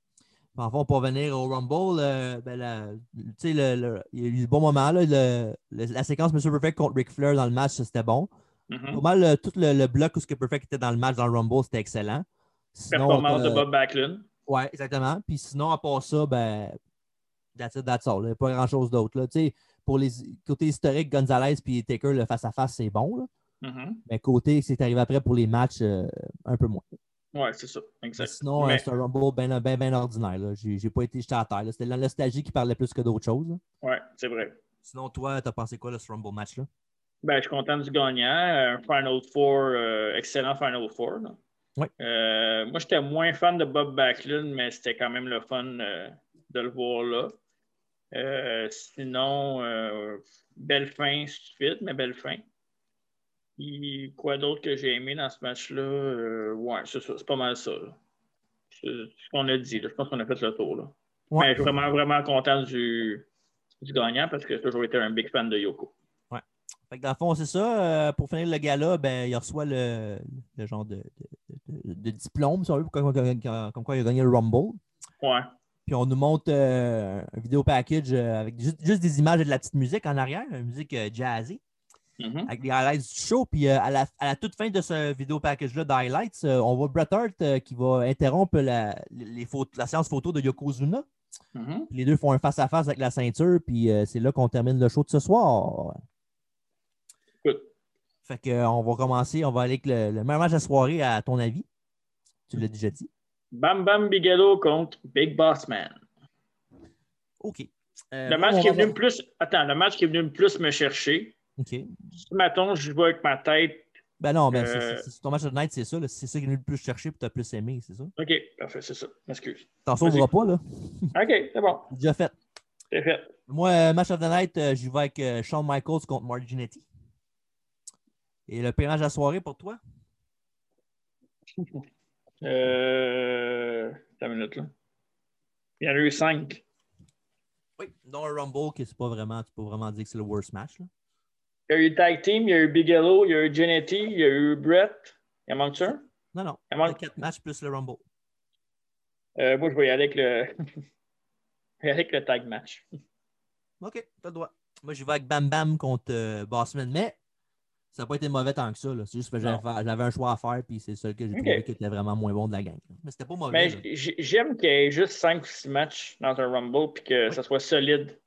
S3: En fond, pour venir au Rumble, euh, ben, la- tu sais, le, le- il y a eu le bon moment. là, le- le- la séquence Monsieur Perfect contre Ric Flair dans le match, ça, c'était bon.
S4: Mhm.
S3: Pas mal, euh, tout le, le bloc où ce que Perfect était dans le match, dans le Rumble, c'était excellent. Sinon,
S4: Performance
S3: euh,
S4: de Bob Backlund.
S3: Ouais, exactement. Puis sinon, à part ça, ben, that's it, that's all. là. Pas grand-chose d'autre. là. Tu sais, Pour les côté historique, Gonzalez puis Taker, le face-à-face, c'est bon. là.
S4: Mhm.
S3: Mais côté, c'est arrivé après pour les matchs, euh, un peu moins.
S4: Ouais, c'est ça. Exact.
S3: Mais sinon,
S4: Mais-
S3: euh, c'est un Rumble bien ben, ben ordinaire. là. J'ai j'ai pas été jeté à terre. là. C'était la nostalgie qui parlait plus que d'autres choses. là.
S4: Ouais, c'est vrai.
S3: Sinon, toi, t'as pensé quoi de ce Rumble match-là?
S4: Ben, je suis content du gagnant. Un Final Four, euh, excellent Final Four. là.
S3: Ouais.
S4: Euh, moi, j'étais moins fan de Bob Backlund, mais c'était quand même le fun euh, de le voir là. Euh, sinon, euh, belle fin, stupide, mais belle fin. Et quoi d'autre que j'ai aimé dans ce match-là? Euh, ouais, c'est ça, c'est pas mal ça. là. C'est ce qu'on a dit, là. je pense qu'on a fait le tour. Là.
S3: Ouais.
S4: Mais je suis vraiment, vraiment content du, du gagnant parce que j'ai toujours été un big fan de Yoko.
S3: Fait que dans le fond, c'est ça. euh, pour finir le gala, ben, il reçoit le, le genre de, de- de- de diplôme, si on veut, comme, comme- comme quoi il a gagné le Rumble.
S4: Ouais.
S3: Puis on nous montre euh, un vidéo package euh, avec juste, juste des images et de la petite musique en arrière, une musique euh, jazzy.
S4: Mhm.
S3: avec les highlights du show. Puis euh, à, la, à la toute fin de ce vidéo package-là d'highlights, euh, on voit Bret Hart euh, qui va interrompre la, les photos- la séance photo de Yokozuna.
S4: Mhm.
S3: Les deux font un face-à-face avec la ceinture, puis euh, c'est là qu'on termine le show de ce soir.
S4: Good.
S3: Fait que, euh, on va commencer, on va aller avec le, le meilleur match de la soirée, à ton avis. Tu l'as déjà dit.
S4: Bam Bam Bigelow contre Big Boss Man.
S3: OK. Euh,
S4: Le
S3: moi,
S4: match
S3: on
S4: qui est
S3: va-
S4: venu le plus. Attends, le match qui est venu le plus me chercher.
S3: OK.
S4: Si mettons, je vais avec ma tête.
S3: Ben non, ben, c'est-
S4: Euh,
S3: c'est- c'est ton match de night, c'est ça. là. C'est ça qui est venu le plus chercher et t'as plus aimé, c'est ça.
S4: OK, parfait, c'est ça. M'excuse.
S3: T'en
S4: Vas-y.
S3: sauveras pas, là.
S4: OK, c'est bon.
S3: C'est Déjà fait.
S4: C'est fait.
S3: Moi, euh, match of the night, euh, j'y vais avec euh, Shawn Michaels contre Mark Ginetti. Et le pérage de la soirée pour toi?
S4: Euh. Attends une minute, là. Il y en a eu cinq.
S3: Oui. Non, un Rumble, que c'est pas vraiment, tu peux vraiment dire que c'est le worst match. là.
S4: Il y a eu Tag Team, il y a eu Bigelow, il y a eu Genetti, il y a eu Brett. Il en manque un?
S3: Non, non.
S4: Il en manque-
S3: Le quatre matchs plus le Rumble.
S4: Euh, moi, je vais y aller avec le. je vais y aller avec le tag match.
S3: OK, t'as le droit. Moi, j'y vais avec Bam Bam contre euh, Bossman, mais ça n'a pas été mauvais tant que ça. là. C'est juste que j'avais j'avais un choix à faire, puis c'est le seul que j'ai
S4: OK. Ben,
S3: trouvé qui était vraiment moins bon de la gang. Mais c'était pas mauvais.
S4: Mais
S3: là.
S4: j- j'aime qu'il y ait juste cinq ou six matchs dans un Rumble puis que ça soit solide.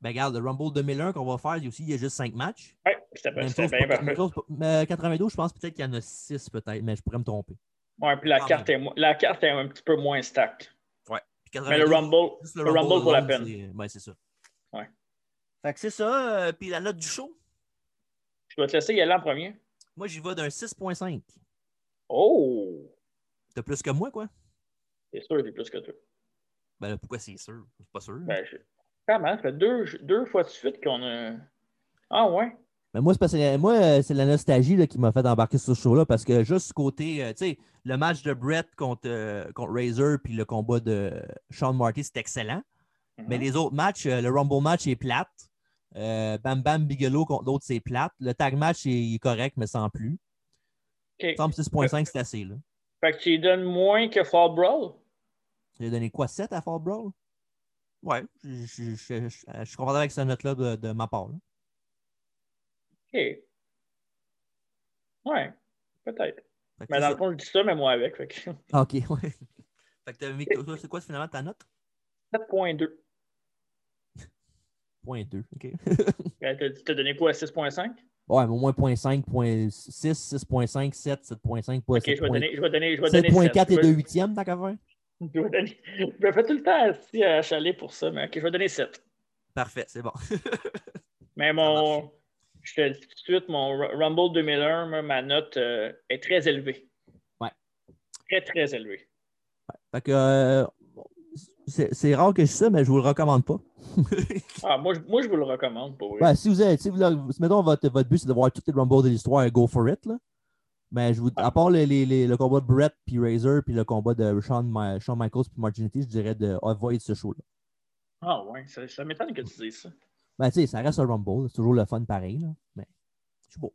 S3: Ben, regarde, le Rumble 2001 qu'on va faire, il y a aussi, il y a juste cinq matchs.
S4: Ouais, c'était pas-
S3: Même
S4: c'était
S3: chose
S4: Ben, bien
S3: pour-
S4: parfait.
S3: même chose pour- mais 92, je pense peut-être qu'il y en a six, peut-être, mais je pourrais me tromper.
S4: Ouais, puis la
S3: Ah,
S4: carte, est, mo- la carte est un petit peu moins stack.
S3: Puis
S4: Mais le
S3: 92,
S4: Rumble,
S3: juste
S4: le Rumble vaut la
S3: alone,
S4: peine.
S3: c'est- Ouais, c'est ça.
S4: Ouais.
S3: Fait que c'est ça. euh, puis la note du show,
S4: Je vais te laisser y aller en premier.
S3: moi, j'y vais d'un 6.5.
S4: Oh!
S3: T'as plus que moi, quoi.
S4: C'est sûr, j'ai plus que toi.
S3: Ben là, pourquoi c'est sûr? Je suis pas sûr.
S4: Ben, je- Comment? Ça fait deux, deux fois de suite qu'on a. Ah ouais?
S3: Mais moi, c'est parce que moi, euh, c'est la nostalgie là, qui m'a fait embarquer sur ce show-là parce que juste côté, euh, tu sais, le match de Brett contre, euh, contre Razor puis le combat de Sean Marty, c'est excellent. Mais
S4: Mhm.
S3: les autres matchs, euh, le Rumble match est plate. Euh, Bam Bam Bigelow contre l'autre, c'est plate. Le tag match est, il est correct, mais sans plus.
S4: Ok.
S3: Il me semble 6.5, c'est assez. Là.
S4: Fait que tu lui donnes moins que Fall Brawl?
S3: J'ai donné quoi, 7 à Fort Brawl? Ouais, je, je- je- je- je suis content avec cette note-là de, de ma part. là.
S4: Ok. Ouais, peut-être.
S3: Fait que c'est
S4: Mais dans
S3: ça.
S4: le fond, je dis ça, mais moi avec. Fait que
S3: OK, ouais. Fait que t'as mis- toi, toi, c'est quoi finalement ta note?
S4: 7.2.
S3: Point 2, OK. ouais,
S4: Ben, T'as t'as donné quoi, 6.5?
S3: mais au moins point 5, point 6, 6.5, 7, 7.5, pas
S4: Ok, je vais donner, je vais donner, je vais donner 7.
S3: 7.4 et
S4: Je vais-
S3: 2 huitièmes, tant qu'à faire.
S4: Je vais donner- je me fais tout le temps assis à chalet pour ça, mais ok, je vais donner 7.
S3: Parfait, c'est bon.
S4: Mais mon. Je te le dis tout de suite, mon Ru- Rumble 2001, moi, ma note euh, est très élevée.
S3: Ouais.
S4: Très, très élevée.
S3: fait que, euh, c'est c'est rare que je sais, mais je vous le recommande pas.
S4: Ah, moi, je- moi, je vous le recommande pour vrai.
S3: Ouais, si vous avez, si vous, si, mettons, votre, votre but, c'est de voir toutes les Rumble de l'histoire, go for it. Là. Mais je vous, à part les- les- les- le combat de Brett puis Razor, puis le combat de Shawn, Ma- Shawn Michaels puis Martinetti, je dirais de avoid ce show-là.
S4: Ah, ouais, ça, ça m'étonne que tu dises ça.
S3: Ben, tu sais, ça reste un Rumble, c'est toujours le fun pareil. Là. Mais c'est beau.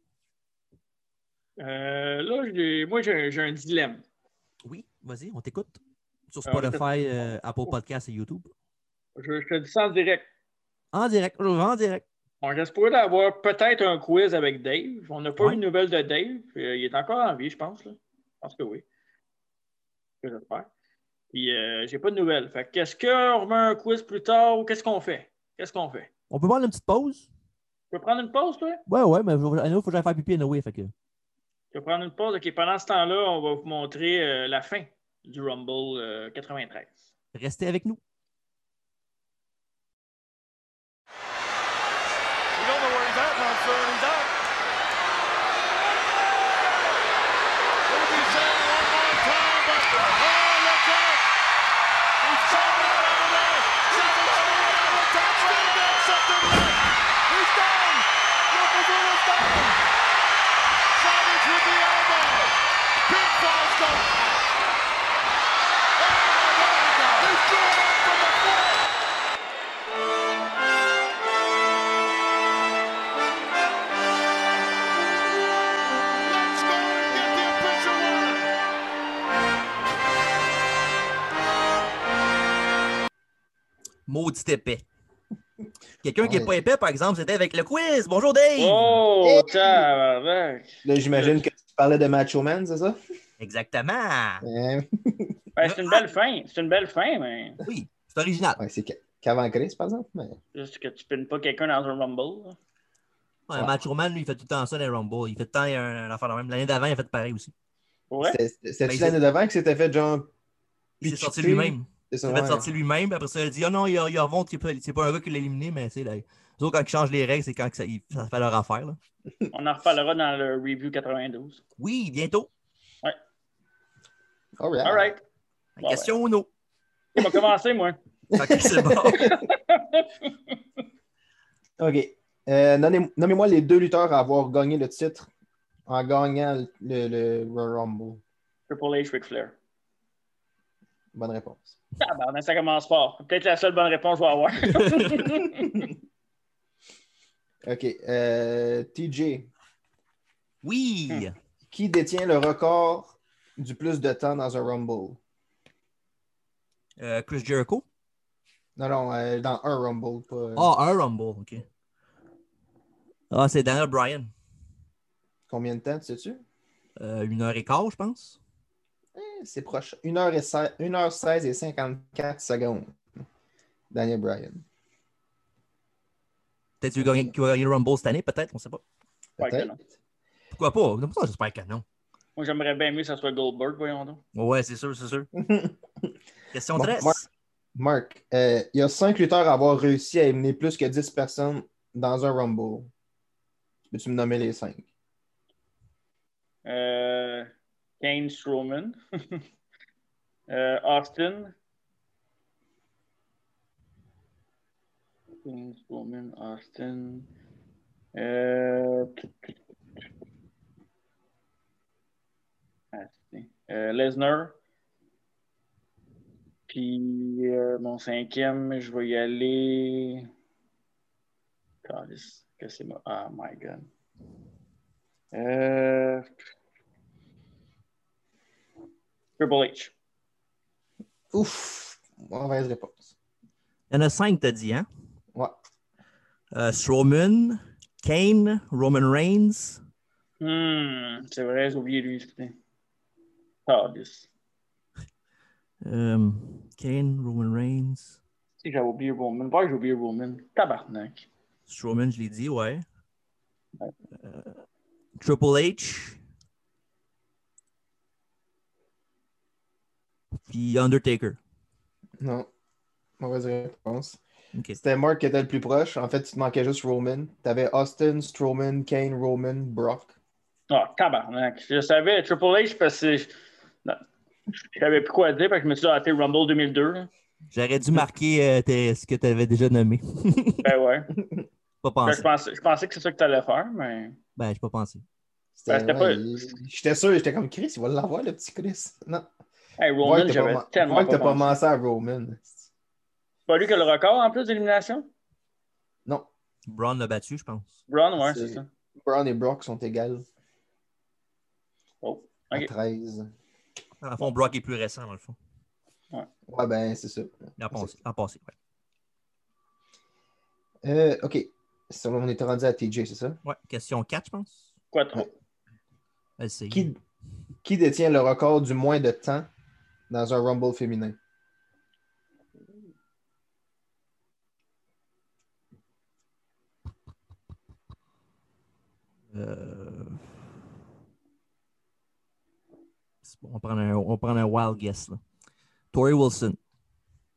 S4: Euh, là, j'ai- moi, j'ai un- j'ai un dilemme.
S3: Oui, vas-y, on t'écoute. Sur
S4: Ah, on t'écoute.
S3: Spotify, euh, Apple Podcasts et YouTube.
S4: Je, je te dis ça en direct.
S3: En direct, je vais en direct.
S4: On reste pour avoir peut-être un quiz avec Dave. On n'a pas
S3: Ouais.
S4: eu de nouvelles de Dave. Euh, il est encore en vie, je pense. là. Je pense que oui. C'est ce que J'espère. Puis, euh, j'ai pas de nouvelles. Fait que, qu'est-ce qu'on remet un quiz plus tard ou qu'est-ce qu'on fait? Qu'est-ce qu'on fait?
S3: On peut prendre une petite pause?
S4: Tu veux prendre une pause, toi?
S3: Ouais, ouais, mais il faut que j'aille faire pipi anyway, fait que...
S4: Tu veux prendre une pause? OK, pendant ce temps-là, on va vous montrer euh, la fin du Rumble euh, 93.
S3: Restez avec nous.
S5: We don't know where he's at now, sir, and he's out. It'll be saved one more time, but oh, look out! He's coming out of there. Something's coming out of the top right there. Something left. He's down. Yokozuna's down. Savage with the elbow. Pinfall stomp. Oh, there we go. He's doing it from the floor. Let's go and get the official one.
S3: Maudit épais. Quelqu'un qui n'est pas épais, par exemple, c'était avec le quiz. Bonjour, Dave!
S4: Oh, tabarnak!
S6: Là,
S3: Euh,
S6: j'imagine que tu parlais de Macho Man, c'est ça?
S3: Exactement!
S6: Euh,
S4: Ben, c'est une belle fin. C'est une belle fin, mais
S3: Oui, c'est original.
S6: ouais, c'est Ca- qu'avant Chris, par exemple. mais-
S4: juste que tu pines pas quelqu'un dans un Rumble. là.
S3: Ouais, Macho Man, lui, il fait tout le temps ça dans les Rumble. Il fait tout le temps un, un affaire de même. L'année d'avant, il a fait pareil aussi.
S4: Pour vrai?
S6: C'était- C'était-tu
S3: Mais
S6: l'année d'avant que c'était fait genre.
S3: Il s'est sorti
S6: pitcher?
S3: lui-même.
S6: C'est
S3: Il
S6: ça,
S3: s'est fait
S6: ouais.
S3: sortir lui-même. puis Après ça, il a dit Ah non, il a, il a remonte, c'est pas- c'est pas un gars qui l'a éliminé, mais tu sais, là, eux autres, quand ils changent les règles, c'est quand que ça, ils- ça fait leur affaire. là.
S4: On en reparlera dans le review 92.
S3: Oui, bientôt.
S6: Alright.
S4: All right.
S3: La
S4: Bon,
S3: question ou non?
S4: On va commencer, moi.
S3: Fait que c'est bon.
S6: OK. Euh, nommez- Nommez-moi les deux lutteurs à avoir gagné le titre en gagnant le, le Royal Rumble.
S4: Triple H, Ric Flair.
S6: Bonne réponse.
S4: Tabarnak, ça commence fort. C'est Peut-être la seule bonne réponse que je vais avoir.
S6: OK. euh, TJ,
S3: Oui!
S6: qui détient le record du plus de temps dans un Rumble?
S3: Euh, Chris Jericho.
S6: Non, non, euh, dans un Rumble. Pas...
S3: Ah, un Rumble, ok. Ah, c'est Daniel Bryan.
S6: Combien de temps, tu sais-tu?
S3: Euh, une heure et quart, je pense.
S6: Eh, C'est proche. 1h16 et 54 secondes. Daniel Bryan.
S3: Peut-être qu'il va gagner- qu'il va gagner le Rumble cette année, peut-être, on sait pas.
S4: Ouais, que
S6: Peut-être.
S4: non.
S3: Pourquoi pas? Non, pourquoi j'espère que non.
S4: Moi, j'aimerais bien mieux que ça soit Goldberg, voyons donc.
S3: Ouais, c'est sûr, c'est sûr. Question
S6: Bon,
S3: 13.
S6: moi- Marc, euh, il y a cinq lutteurs à avoir réussi à éliminer plus que 10 personnes dans un Rumble. Peux-tu me nommer les cinq?
S4: Euh, Kane Strowman. Euh, Austin. Kane Strowman, Austin. Euh... Austin. Euh, Lesnar. Puis euh, mon cinquième, je vais y aller. Calisse, que c'est ma- Ah, my God. Euh... Triple H.
S6: Ouf! Mauvaise réponse.
S3: Il y en a cinq, t'as dit, hein?
S6: Ouais.
S3: Euh, Strowman, Kane, Roman Reigns.
S4: Hmm, c'est vrai, j'ai oublié lui. Ah, putain. Calisse.
S3: euh, Kane, Roman Reigns.
S4: Tu sais, j'avais oublié Roman. Pourquoi j'ai oublié Roman? Tabarnak.
S3: Strowman, je l'ai dit, ouais.
S4: Ouais.
S3: Euh, Triple H. Puis Undertaker.
S6: Non. Mauvaise réponse.
S3: OK.
S6: C'était Mark qui était le plus proche. En fait, tu te manquais juste Roman. T'avais Austin, Strowman, Kane, Roman, Brock.
S4: Ah, tabarnak. Je savais, Triple H, parce que je non. Je savais plus quoi dire, parce que je me suis dit, ah, t'es Rumble 2002. là.
S3: J'aurais dû marquer euh, tes- ce que tu avais déjà nommé.
S4: Ben ouais.
S3: pas
S4: Fait que
S3: pensé.
S4: Je pensais, je pensais que c'est ça que t'allais faire, mais.
S3: Ben, j'ai pas pensé.
S6: C'était-
S4: Ben, c'était pas-
S6: il- J'étais sûr, j'étais comme Chris, il va l'avoir le petit Chris. Non.
S4: Hey,
S6: Ouais,
S4: Roman,
S6: t'as
S4: j'avais
S6: pas-
S4: tellement.
S6: ouais, que
S4: pas
S6: t'as pas
S4: pensé.
S6: pensé à Roman.
S4: C'est pas lui qui a le record en plus d'élimination?
S6: Non.
S3: Brown l'a battu, je pense.
S4: Brown, ouais, c'est
S6: C'est-
S4: ça.
S6: Brown et Brock sont égales
S4: Oh.
S6: à
S4: Ok.
S6: 13.
S3: Dans le fond, Brock est plus récent, dans le fond.
S6: Ouais, ben, c'est ça.
S3: En passé, en passé, ouais.
S6: Euh, OK. C'est- On était rendu à TJ, c'est ça?
S3: Ouais, question 4, je pense.
S4: Quoi trop?
S3: Elle sait.
S6: Qui, qui détient le record du moins de temps dans un Rumble féminin?
S3: Euh, c'est bon, On prend un, on prend un wild guess, là. Tori Wilson.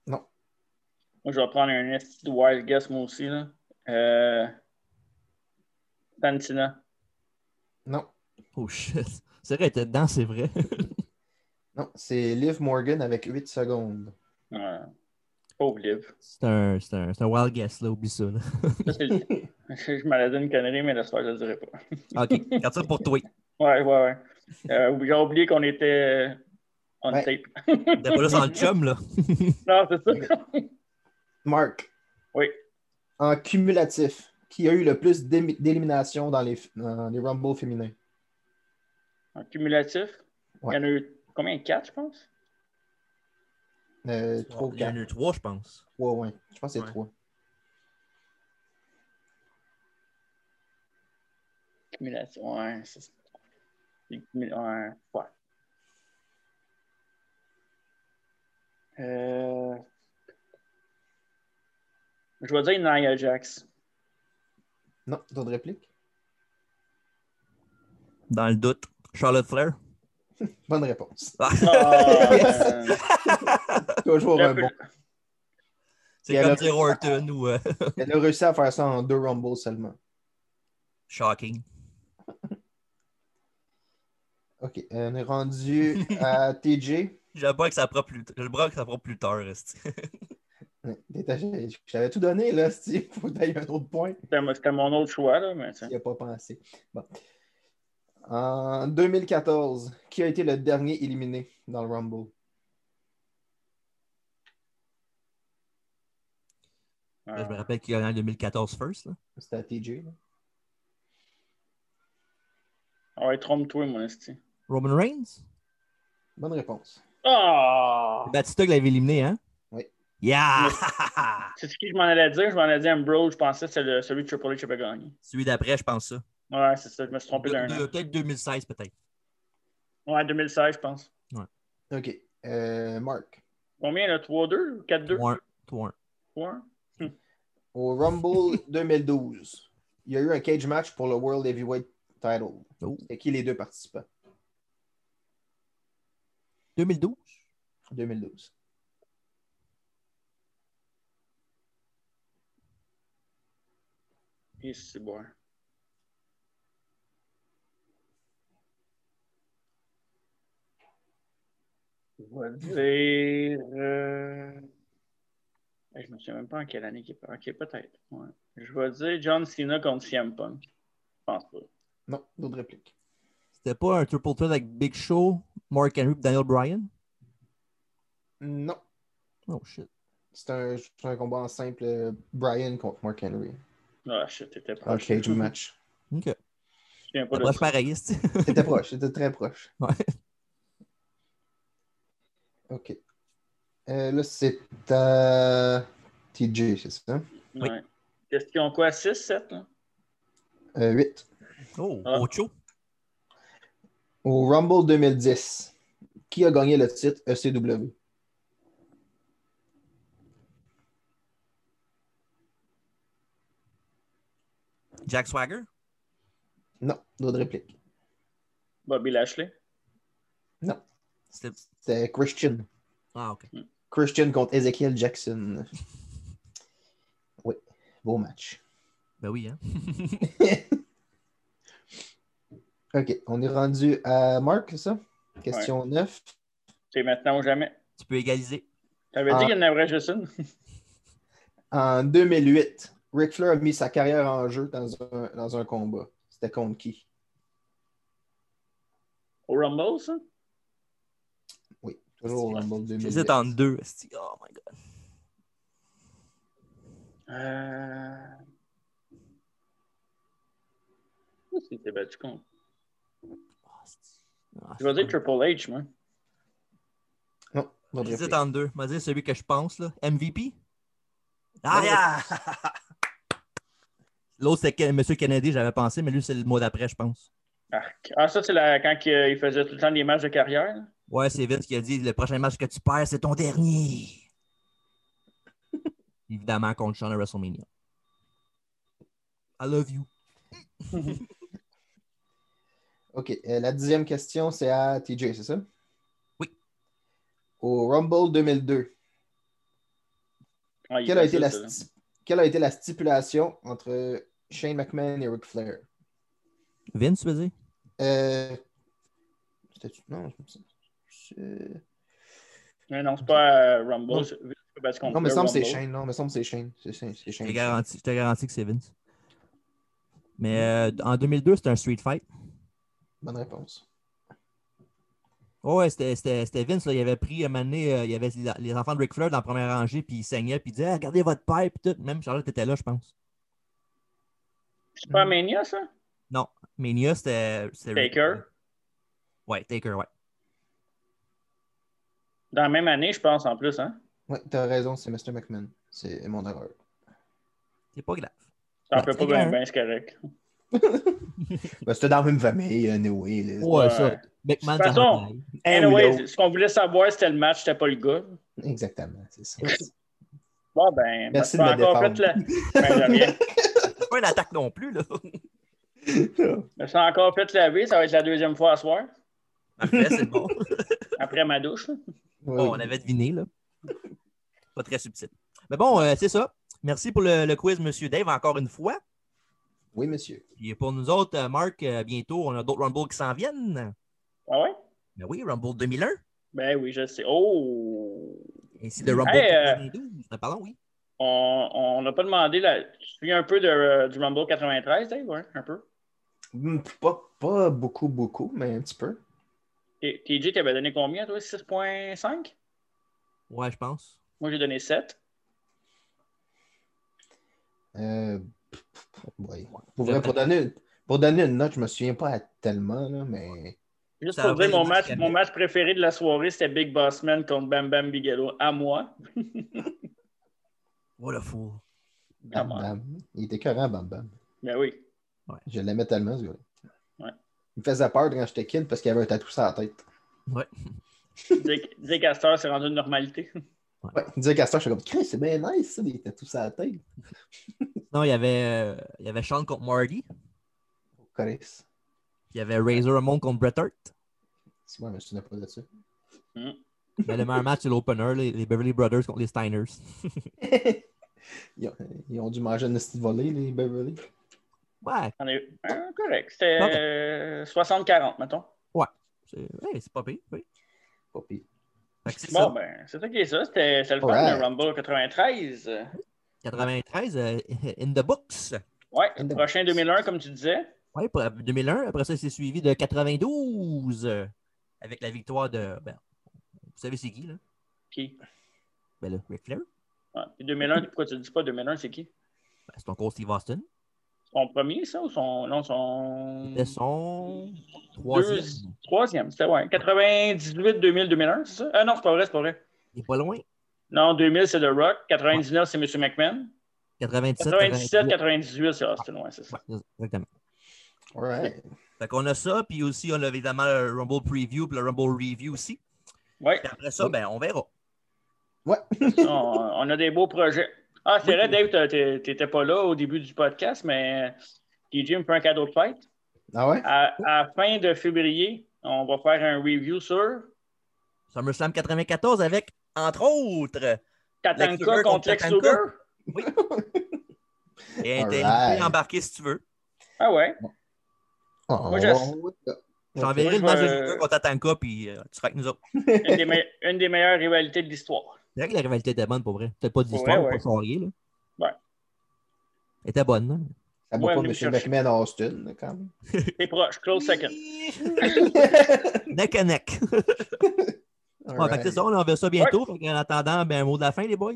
S4: Moi, je vais prendre un esti de wild guess, moi aussi, là. Euh... Tantina.
S6: Non.
S3: Oh shit. C'est vrai, elle était dedans, c'est vrai.
S6: Non, c'est Liv Morgan avec 8 secondes.
S4: Ouais. Pauvre Liv.
S3: C'est un, c'est un, c'est un wild guess, là, oublie ça. là.
S4: Ça, c'est- je m'allais dire une connerie, mais laisse faire, je le dirai pas.
S3: Ok, garde ça pour toi.
S4: Ouais, ouais, ouais. Euh, J'ai oublié qu'on était euh, on
S6: Ouais.
S4: tape.
S3: T'es pas là sans le chum, là.
S4: Non, c'est ça.
S6: Marc.
S4: Oui.
S6: En cumulatif, qui a eu le plus d'émi- d'éliminations dans les, dans les Rumble féminins?
S4: En cumulatif, il
S6: Ouais.
S4: y en a eu combien? Quatre, je pense?
S6: Euh, 3 ou
S3: Il y en
S6: 4?
S3: a eu trois, je pense.
S6: ouais. Je pense que c'est
S3: Ouais.
S6: 3.
S4: Cumulatif, ouais. c'est ça. Les cumul- Ouais. ouais. Euh... Je vais dire Nia Jax.
S6: Non, d'autres répliques?
S3: Dans le doute. Charlotte Flair.
S6: Bonne réponse.
S3: Ah,
S4: Ah,
S6: Yes.
S4: euh,
S6: Toujours un
S4: j'aurais pu-
S6: bon.
S3: c'est
S6: Et elle
S3: comme
S6: a-
S3: dire Orton ou euh,
S6: Elle a réussi à faire ça en deux Rumbles seulement.
S3: Shocking.
S6: OK. euh, on est rendu à TJ.
S3: J'aime pas que ça prend plus tard. Le bras que ça prend plus tard. esti.
S4: Euh.
S6: Ouais, détaché. Je t'avais tout donné, là, Steve. Faut que t'ailles un autre point.
S4: C'était mon- c'était mon autre choix, là, mais ça.
S6: Il n'y a pas pensé. Bon. En 2014, qui a été le dernier éliminé dans le Rumble?
S4: Ah.
S3: Là, je me rappelle qu'il y en a eu en 2014 first. Là.
S6: C'était à TJ. là.
S4: Ah ouais, trompe-toi, mon esti.
S3: Roman Reigns.
S6: Bonne réponse.
S4: Ah!
S3: Batista qui l'avait éliminé, hein?
S6: Oui.
S3: Yeah!
S4: C'est ce que je m'en allais dire. Je m'en allais dire Ambrose. Je pensais que c'était le- celui de Triple H avait gagné.
S3: Celui d'après, je pense ça.
S4: Ouais, c'est ça. Je me suis trompé
S3: Deux-
S4: d'un
S3: deux-
S4: an.
S3: Peut-être 2016, peut-être.
S4: Ouais, 2016, je pense.
S6: OK. Euh, Marc.
S4: Combien, là? 3-2 ou 4-2?
S3: 3-1. 3-1.
S4: Ouais.
S6: Au Rumble 2012, il y a eu un cage match pour le World Heavyweight Title.
S3: Oh.
S6: C'était qui les deux participants?
S3: 2012?
S6: 2012.
S4: Et c'est bon. hein. Je vais dire. euh, hey, Je me souviens même pas en quelle année qu'il est. Ok, peut-être. Ouais. Je vais dire John Cena contre CM Punk. Je pense pas.
S6: Non, d'autres répliques.
S3: C'était pas un triple threat avec Big Show, Mark Henry et Daniel Bryan?
S6: Non.
S3: Oh shit.
S6: C'est un, c'est un combat en simple euh, Brian contre Mark Henry.
S4: Ah, shit, t'étais
S6: Un
S4: proche.
S6: cage match.
S3: Ok.
S4: Je me souviens pas de
S3: Après,
S4: ça.
S3: je pareil, esti.
S6: C'était proche, c'était très proche.
S3: Ouais.
S6: OK. Euh, là, c'est à TJ, c'est ça?
S3: Oui.
S4: Ouais. Question quoi? 6, 7? Là?
S6: Euh, 8.
S3: Oh,
S4: Ah.
S3: Ocho.
S6: Au Rumble 2010, qui a gagné le titre E ECW?
S3: Jack Swagger?
S6: Non, d'autres répliques.
S4: Bobby Lashley?
S6: Non,
S3: C'était
S6: c'était Christian.
S3: Ah, OK.
S6: Christian contre Ezekiel Jackson. Oui, beau match.
S3: Ben oui, hein.
S6: OK, on est rendu à Marc, c'est ça? Question 9.
S4: C'est maintenant ou jamais.
S3: Tu peux égaliser.
S4: T'avais
S6: Ah.
S4: dit qu'il y en avait juste une.
S6: En 2008, Ric Flair a mis sa carrière en jeu dans un, dans un combat. C'était contre qui?
S4: Au Rumble, ça?
S6: Oui, toujours au Rumble 2008.
S3: J'hésite en deux. esti. Oh my god.
S4: Euh... Où est-ce qu'il s'est battu contre?
S3: Ah, esti. Ah,
S4: Je vais dire Triple H, moi.
S6: Non, votre
S3: J'hésite
S6: réplique.
S3: en deux. Je vais dire celui que je pense, là. MVP? Ah, yeah! L'autre, c'est Ken- Monsieur Kennedy, j'avais pensé, mais lui, c'est le mois d'après, je pense.
S4: Arc. Ah, ça, c'est la... quand qu'il- il faisait tout le temps des matchs de carrière. là.
S3: Ouais, c'est Vince qui a dit le prochain match que tu perds, c'est ton dernier. Évidemment, contre Sean à WrestleMania. I love you.
S6: OK, euh, la dixième question, c'est à TJ, c'est ça?
S3: Oui.
S6: Au Rumble 2002,
S4: Ah, il
S6: Quelle a,
S4: fait
S6: été
S4: ça,
S6: la
S4: ça, là.
S6: sti- quelle a été la stipulation entre Shane McMahon et Ric Flair?
S3: Vince, tu veux dire?
S6: Euh... c'était-tu- Non, c'est pas ça. C'est-
S4: Mais non, c'est pas euh, Rumble.
S6: Non.
S4: c'est- c'est parce qu'on
S6: non, mais
S4: fait
S6: semble que c'est
S4: Rumble.
S6: Shane. Non, mais semble que c'est Shane. C'est Shane. C'est
S3: Je
S6: Shane.
S3: te garantis, je te garantis que c'est Vince. Mais euh, en 2002, c'était un street fight.
S6: Bonne réponse.
S3: Oh, Ouais, ouais, c'était- c'était c'était Vince. Là, il avait pris, un moment donné, euh, il y avait les, les enfants de Ric Flair dans la première rangée, puis ils saignaient, puis ils disaient Ah, Regardez votre pipe, puis tout. Même Charlotte était là, je pense.
S4: C'est pas Mania, ça?
S3: Mania, c'était. c'était-
S4: Taker.
S3: Ouais, Taker, ouais.
S4: Dans la même année, je pense, en plus. Hein?
S6: Oui, t'as raison, c'est Mr. McMahon. C'est mon erreur.
S3: C'est pas grave.
S4: T'en
S6: Ah,
S3: Ouais,
S4: peux pas
S3: c'est
S4: bien,
S3: clair.
S4: bien, c'est correct.
S6: Ben, c'était dans la même famille, euh, Noé. là.
S3: Ouais, ça.
S4: Ouais.
S3: McMahon,
S4: De toute
S3: ça
S4: façon,
S3: rentre.
S6: Un ou
S4: Anyway,
S6: l'autre.
S4: ce qu'on voulait savoir, c'était le match, c'était pas le gars.
S6: Exactement, c'est ça.
S4: Bon, ben,
S6: Merci
S4: on a
S6: de me
S4: encore fait la... Ben, de rien.
S3: C'est pas une attaque non plus, là.
S4: Je me suis encore fait laver, ça va être la deuxième fois à soir,
S3: Parfait, c'est bon.
S4: après ma douche.
S3: Bon, on avait deviné, là. Pas très subtil. Mais bon, euh, c'est ça. Merci pour le, le quiz, Monsieur Dave, encore une fois.
S6: Oui, monsieur.
S3: Puis pour nous autres, euh, Marc, euh, bientôt, on a d'autres Rumble qui s'en viennent.
S4: Ah ouais?
S3: Ben oui, Rumble 2001.
S4: Ben oui, je sais. Oh!
S3: Ainsi de Rumble
S4: Hey, euh,
S3: 92. Euh, Pardon, oui.
S4: On n'a pas demandé la. Tu te souviens un peu de, euh, du Rumble 93, Dave? Ouais, un peu.
S6: Hmm, Pas, pas beaucoup, beaucoup, mais un petit peu.
S4: Et TJ, t'avais donné combien, toi? 6.5?
S3: Ouais, je pense.
S4: Moi, j'ai donné 7.
S6: Euh, pff, pff, ouais. Pour, vrai, pour, donner, une- pour donner une note, je me souviens pas tellement, là, mais
S4: Juste
S3: Ça
S4: pour dire,
S3: va,
S4: mon
S3: le
S4: match,
S3: match
S4: mon match préféré de la soirée, c'était Big Boss Man contre Bam Bam Bigelow à moi.
S3: What a fool.
S4: Ah,
S6: Bam
S4: moi.
S6: Bam. Il était cohérent, Bam Bam.
S4: Ben oui.
S6: Je l'aimais tellement, ce gars-là.
S4: Ouais.
S6: Il me faisait peur quand j'étais kid parce qu'il avait un tatou sur la tête.
S4: Dis- Dis Castor, c'est rendu une normalité.
S6: Ouais. Il disait qu'à ce temps, je suis comme, Chris, c'est bien nice, ça, des tatous sur la tête.
S3: Sinon, il y avait, euh, il y avait Sean contre Marty. Puis
S6: Chris.
S3: il y avait Razor Ramon contre Bret Hart.
S6: C'est moi, je me souviens pas de ça.
S3: Mais le meilleur match, c'est l'opener, les, les Beverly Brothers contre les Steiners.
S6: ils, ont, ils ont dû manger une petite volée, les Beverly.
S3: Ouais,
S4: On est... Ah, correct. C'était
S3: Ok.
S4: euh, 60-40, mettons.
S3: c'est ouais, c'est pas pire. Oui.
S6: Pas pire.
S3: Fait que c'est
S4: Bon,
S3: ça.
S4: ben, c'est ça qui est ça. C'était c'était le fun,
S6: Alright.
S4: le Rumble 93.
S3: 93, euh, in the books.
S4: Ouais,
S6: Une de-
S4: prochain 2001, comme tu disais.
S3: Oui, 2001. Après ça, c'est suivi de 92 euh, avec la victoire de. ben, vous savez c'est qui, là?
S4: Qui?
S3: Ben là, Ric Flair.
S4: Ouais, puis 2001, pourquoi tu ne dis pas 2001, c'est qui?
S3: Ben, c'est ton coach Steve Austin.
S4: Son premier, ça, ou son... Non, son...
S3: C'était son troisième.
S4: Deux- Troisième, c'était, ouais. 98, 2000, 2001, c'est ça? Ah non, c'est pas vrai, c'est pas vrai.
S3: Il est pas loin.
S4: Non, 2000, c'est The Rock. 99, c'est M. McMahon.
S3: 97.
S4: 97,
S3: 98.
S4: 98, c'est Austin, ouais, c'est ça.
S3: Ouais, c'est- exactement.
S6: Alright.
S3: Fait qu'on a ça, puis aussi, on a évidemment le Rumble Preview, puis le Rumble Review aussi.
S4: Ouais,
S3: Puis après ça, ben, on verra.
S6: Ouais.
S4: on, on a des beaux projets. Ah, c'est vrai, Dave, t'as- t'es- t'étais pas là au début du podcast, mais DJ me fait un cadeau de fête.
S6: ah ouais?
S4: À, à fin de février, on va faire un review sur
S3: SummerSlam 94 avec entre autres.
S4: Tatanka
S3: Luger
S4: contre
S3: contre
S4: Lex
S3: Tatanka.
S4: Luger?
S3: Et t'es invité
S6: Alright.
S3: à embarquer si tu veux.
S4: Ah ouais.
S6: Oh,
S4: Moi, je-
S3: J'enverrai
S4: Moi,
S3: le match
S4: je
S3: de
S4: vais-
S3: Luger contre Tatanka, puis euh, tu seras avec nous autres.
S4: Une des, me- une des meilleures rivalités de l'histoire.
S3: C'est vrai que la rivalité était bonne, pour vrai. Peut-être pas de
S4: Ouais,
S3: l'histoire,
S4: ouais.
S3: pas de soirée, là.
S4: Ouais.
S3: Elle était bonne, hein. non?
S6: Ça
S4: Ouais,
S6: va pas
S4: venez me
S6: M.
S4: chercher.
S6: McMahon à Austin, là, quand même.
S4: C'est proche, close second.
S3: Neck à neck. Bon, fait que c'est ça, on enverra ça bientôt. Fait en attendant, ben, un mot de la fin, les boys.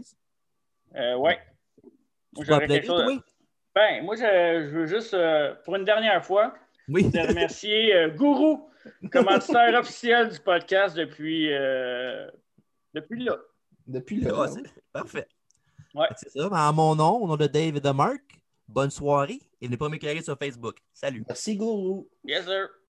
S4: Euh, ouais. Moi,
S3: Tu peux
S4: j'aurais quelque
S3: applaudir,
S4: chose à-
S3: toi?
S4: Ben, moi, je, je veux juste, euh, pour une dernière fois,
S3: Oui.
S4: de remercier euh, Gourou, commanditaire officiel du podcast depuis, euh, depuis là.
S6: Depuis
S3: Ah,
S6: là.
S3: c'est- Parfait.
S4: Ouais.
S3: Fait que C'est ça. Ben, en mon nom, au nom de Dave et de Marc, bonne soirée et venez pas m'éclairer sur Facebook. Salut.
S6: Merci, Gourou.
S4: Yes, sir.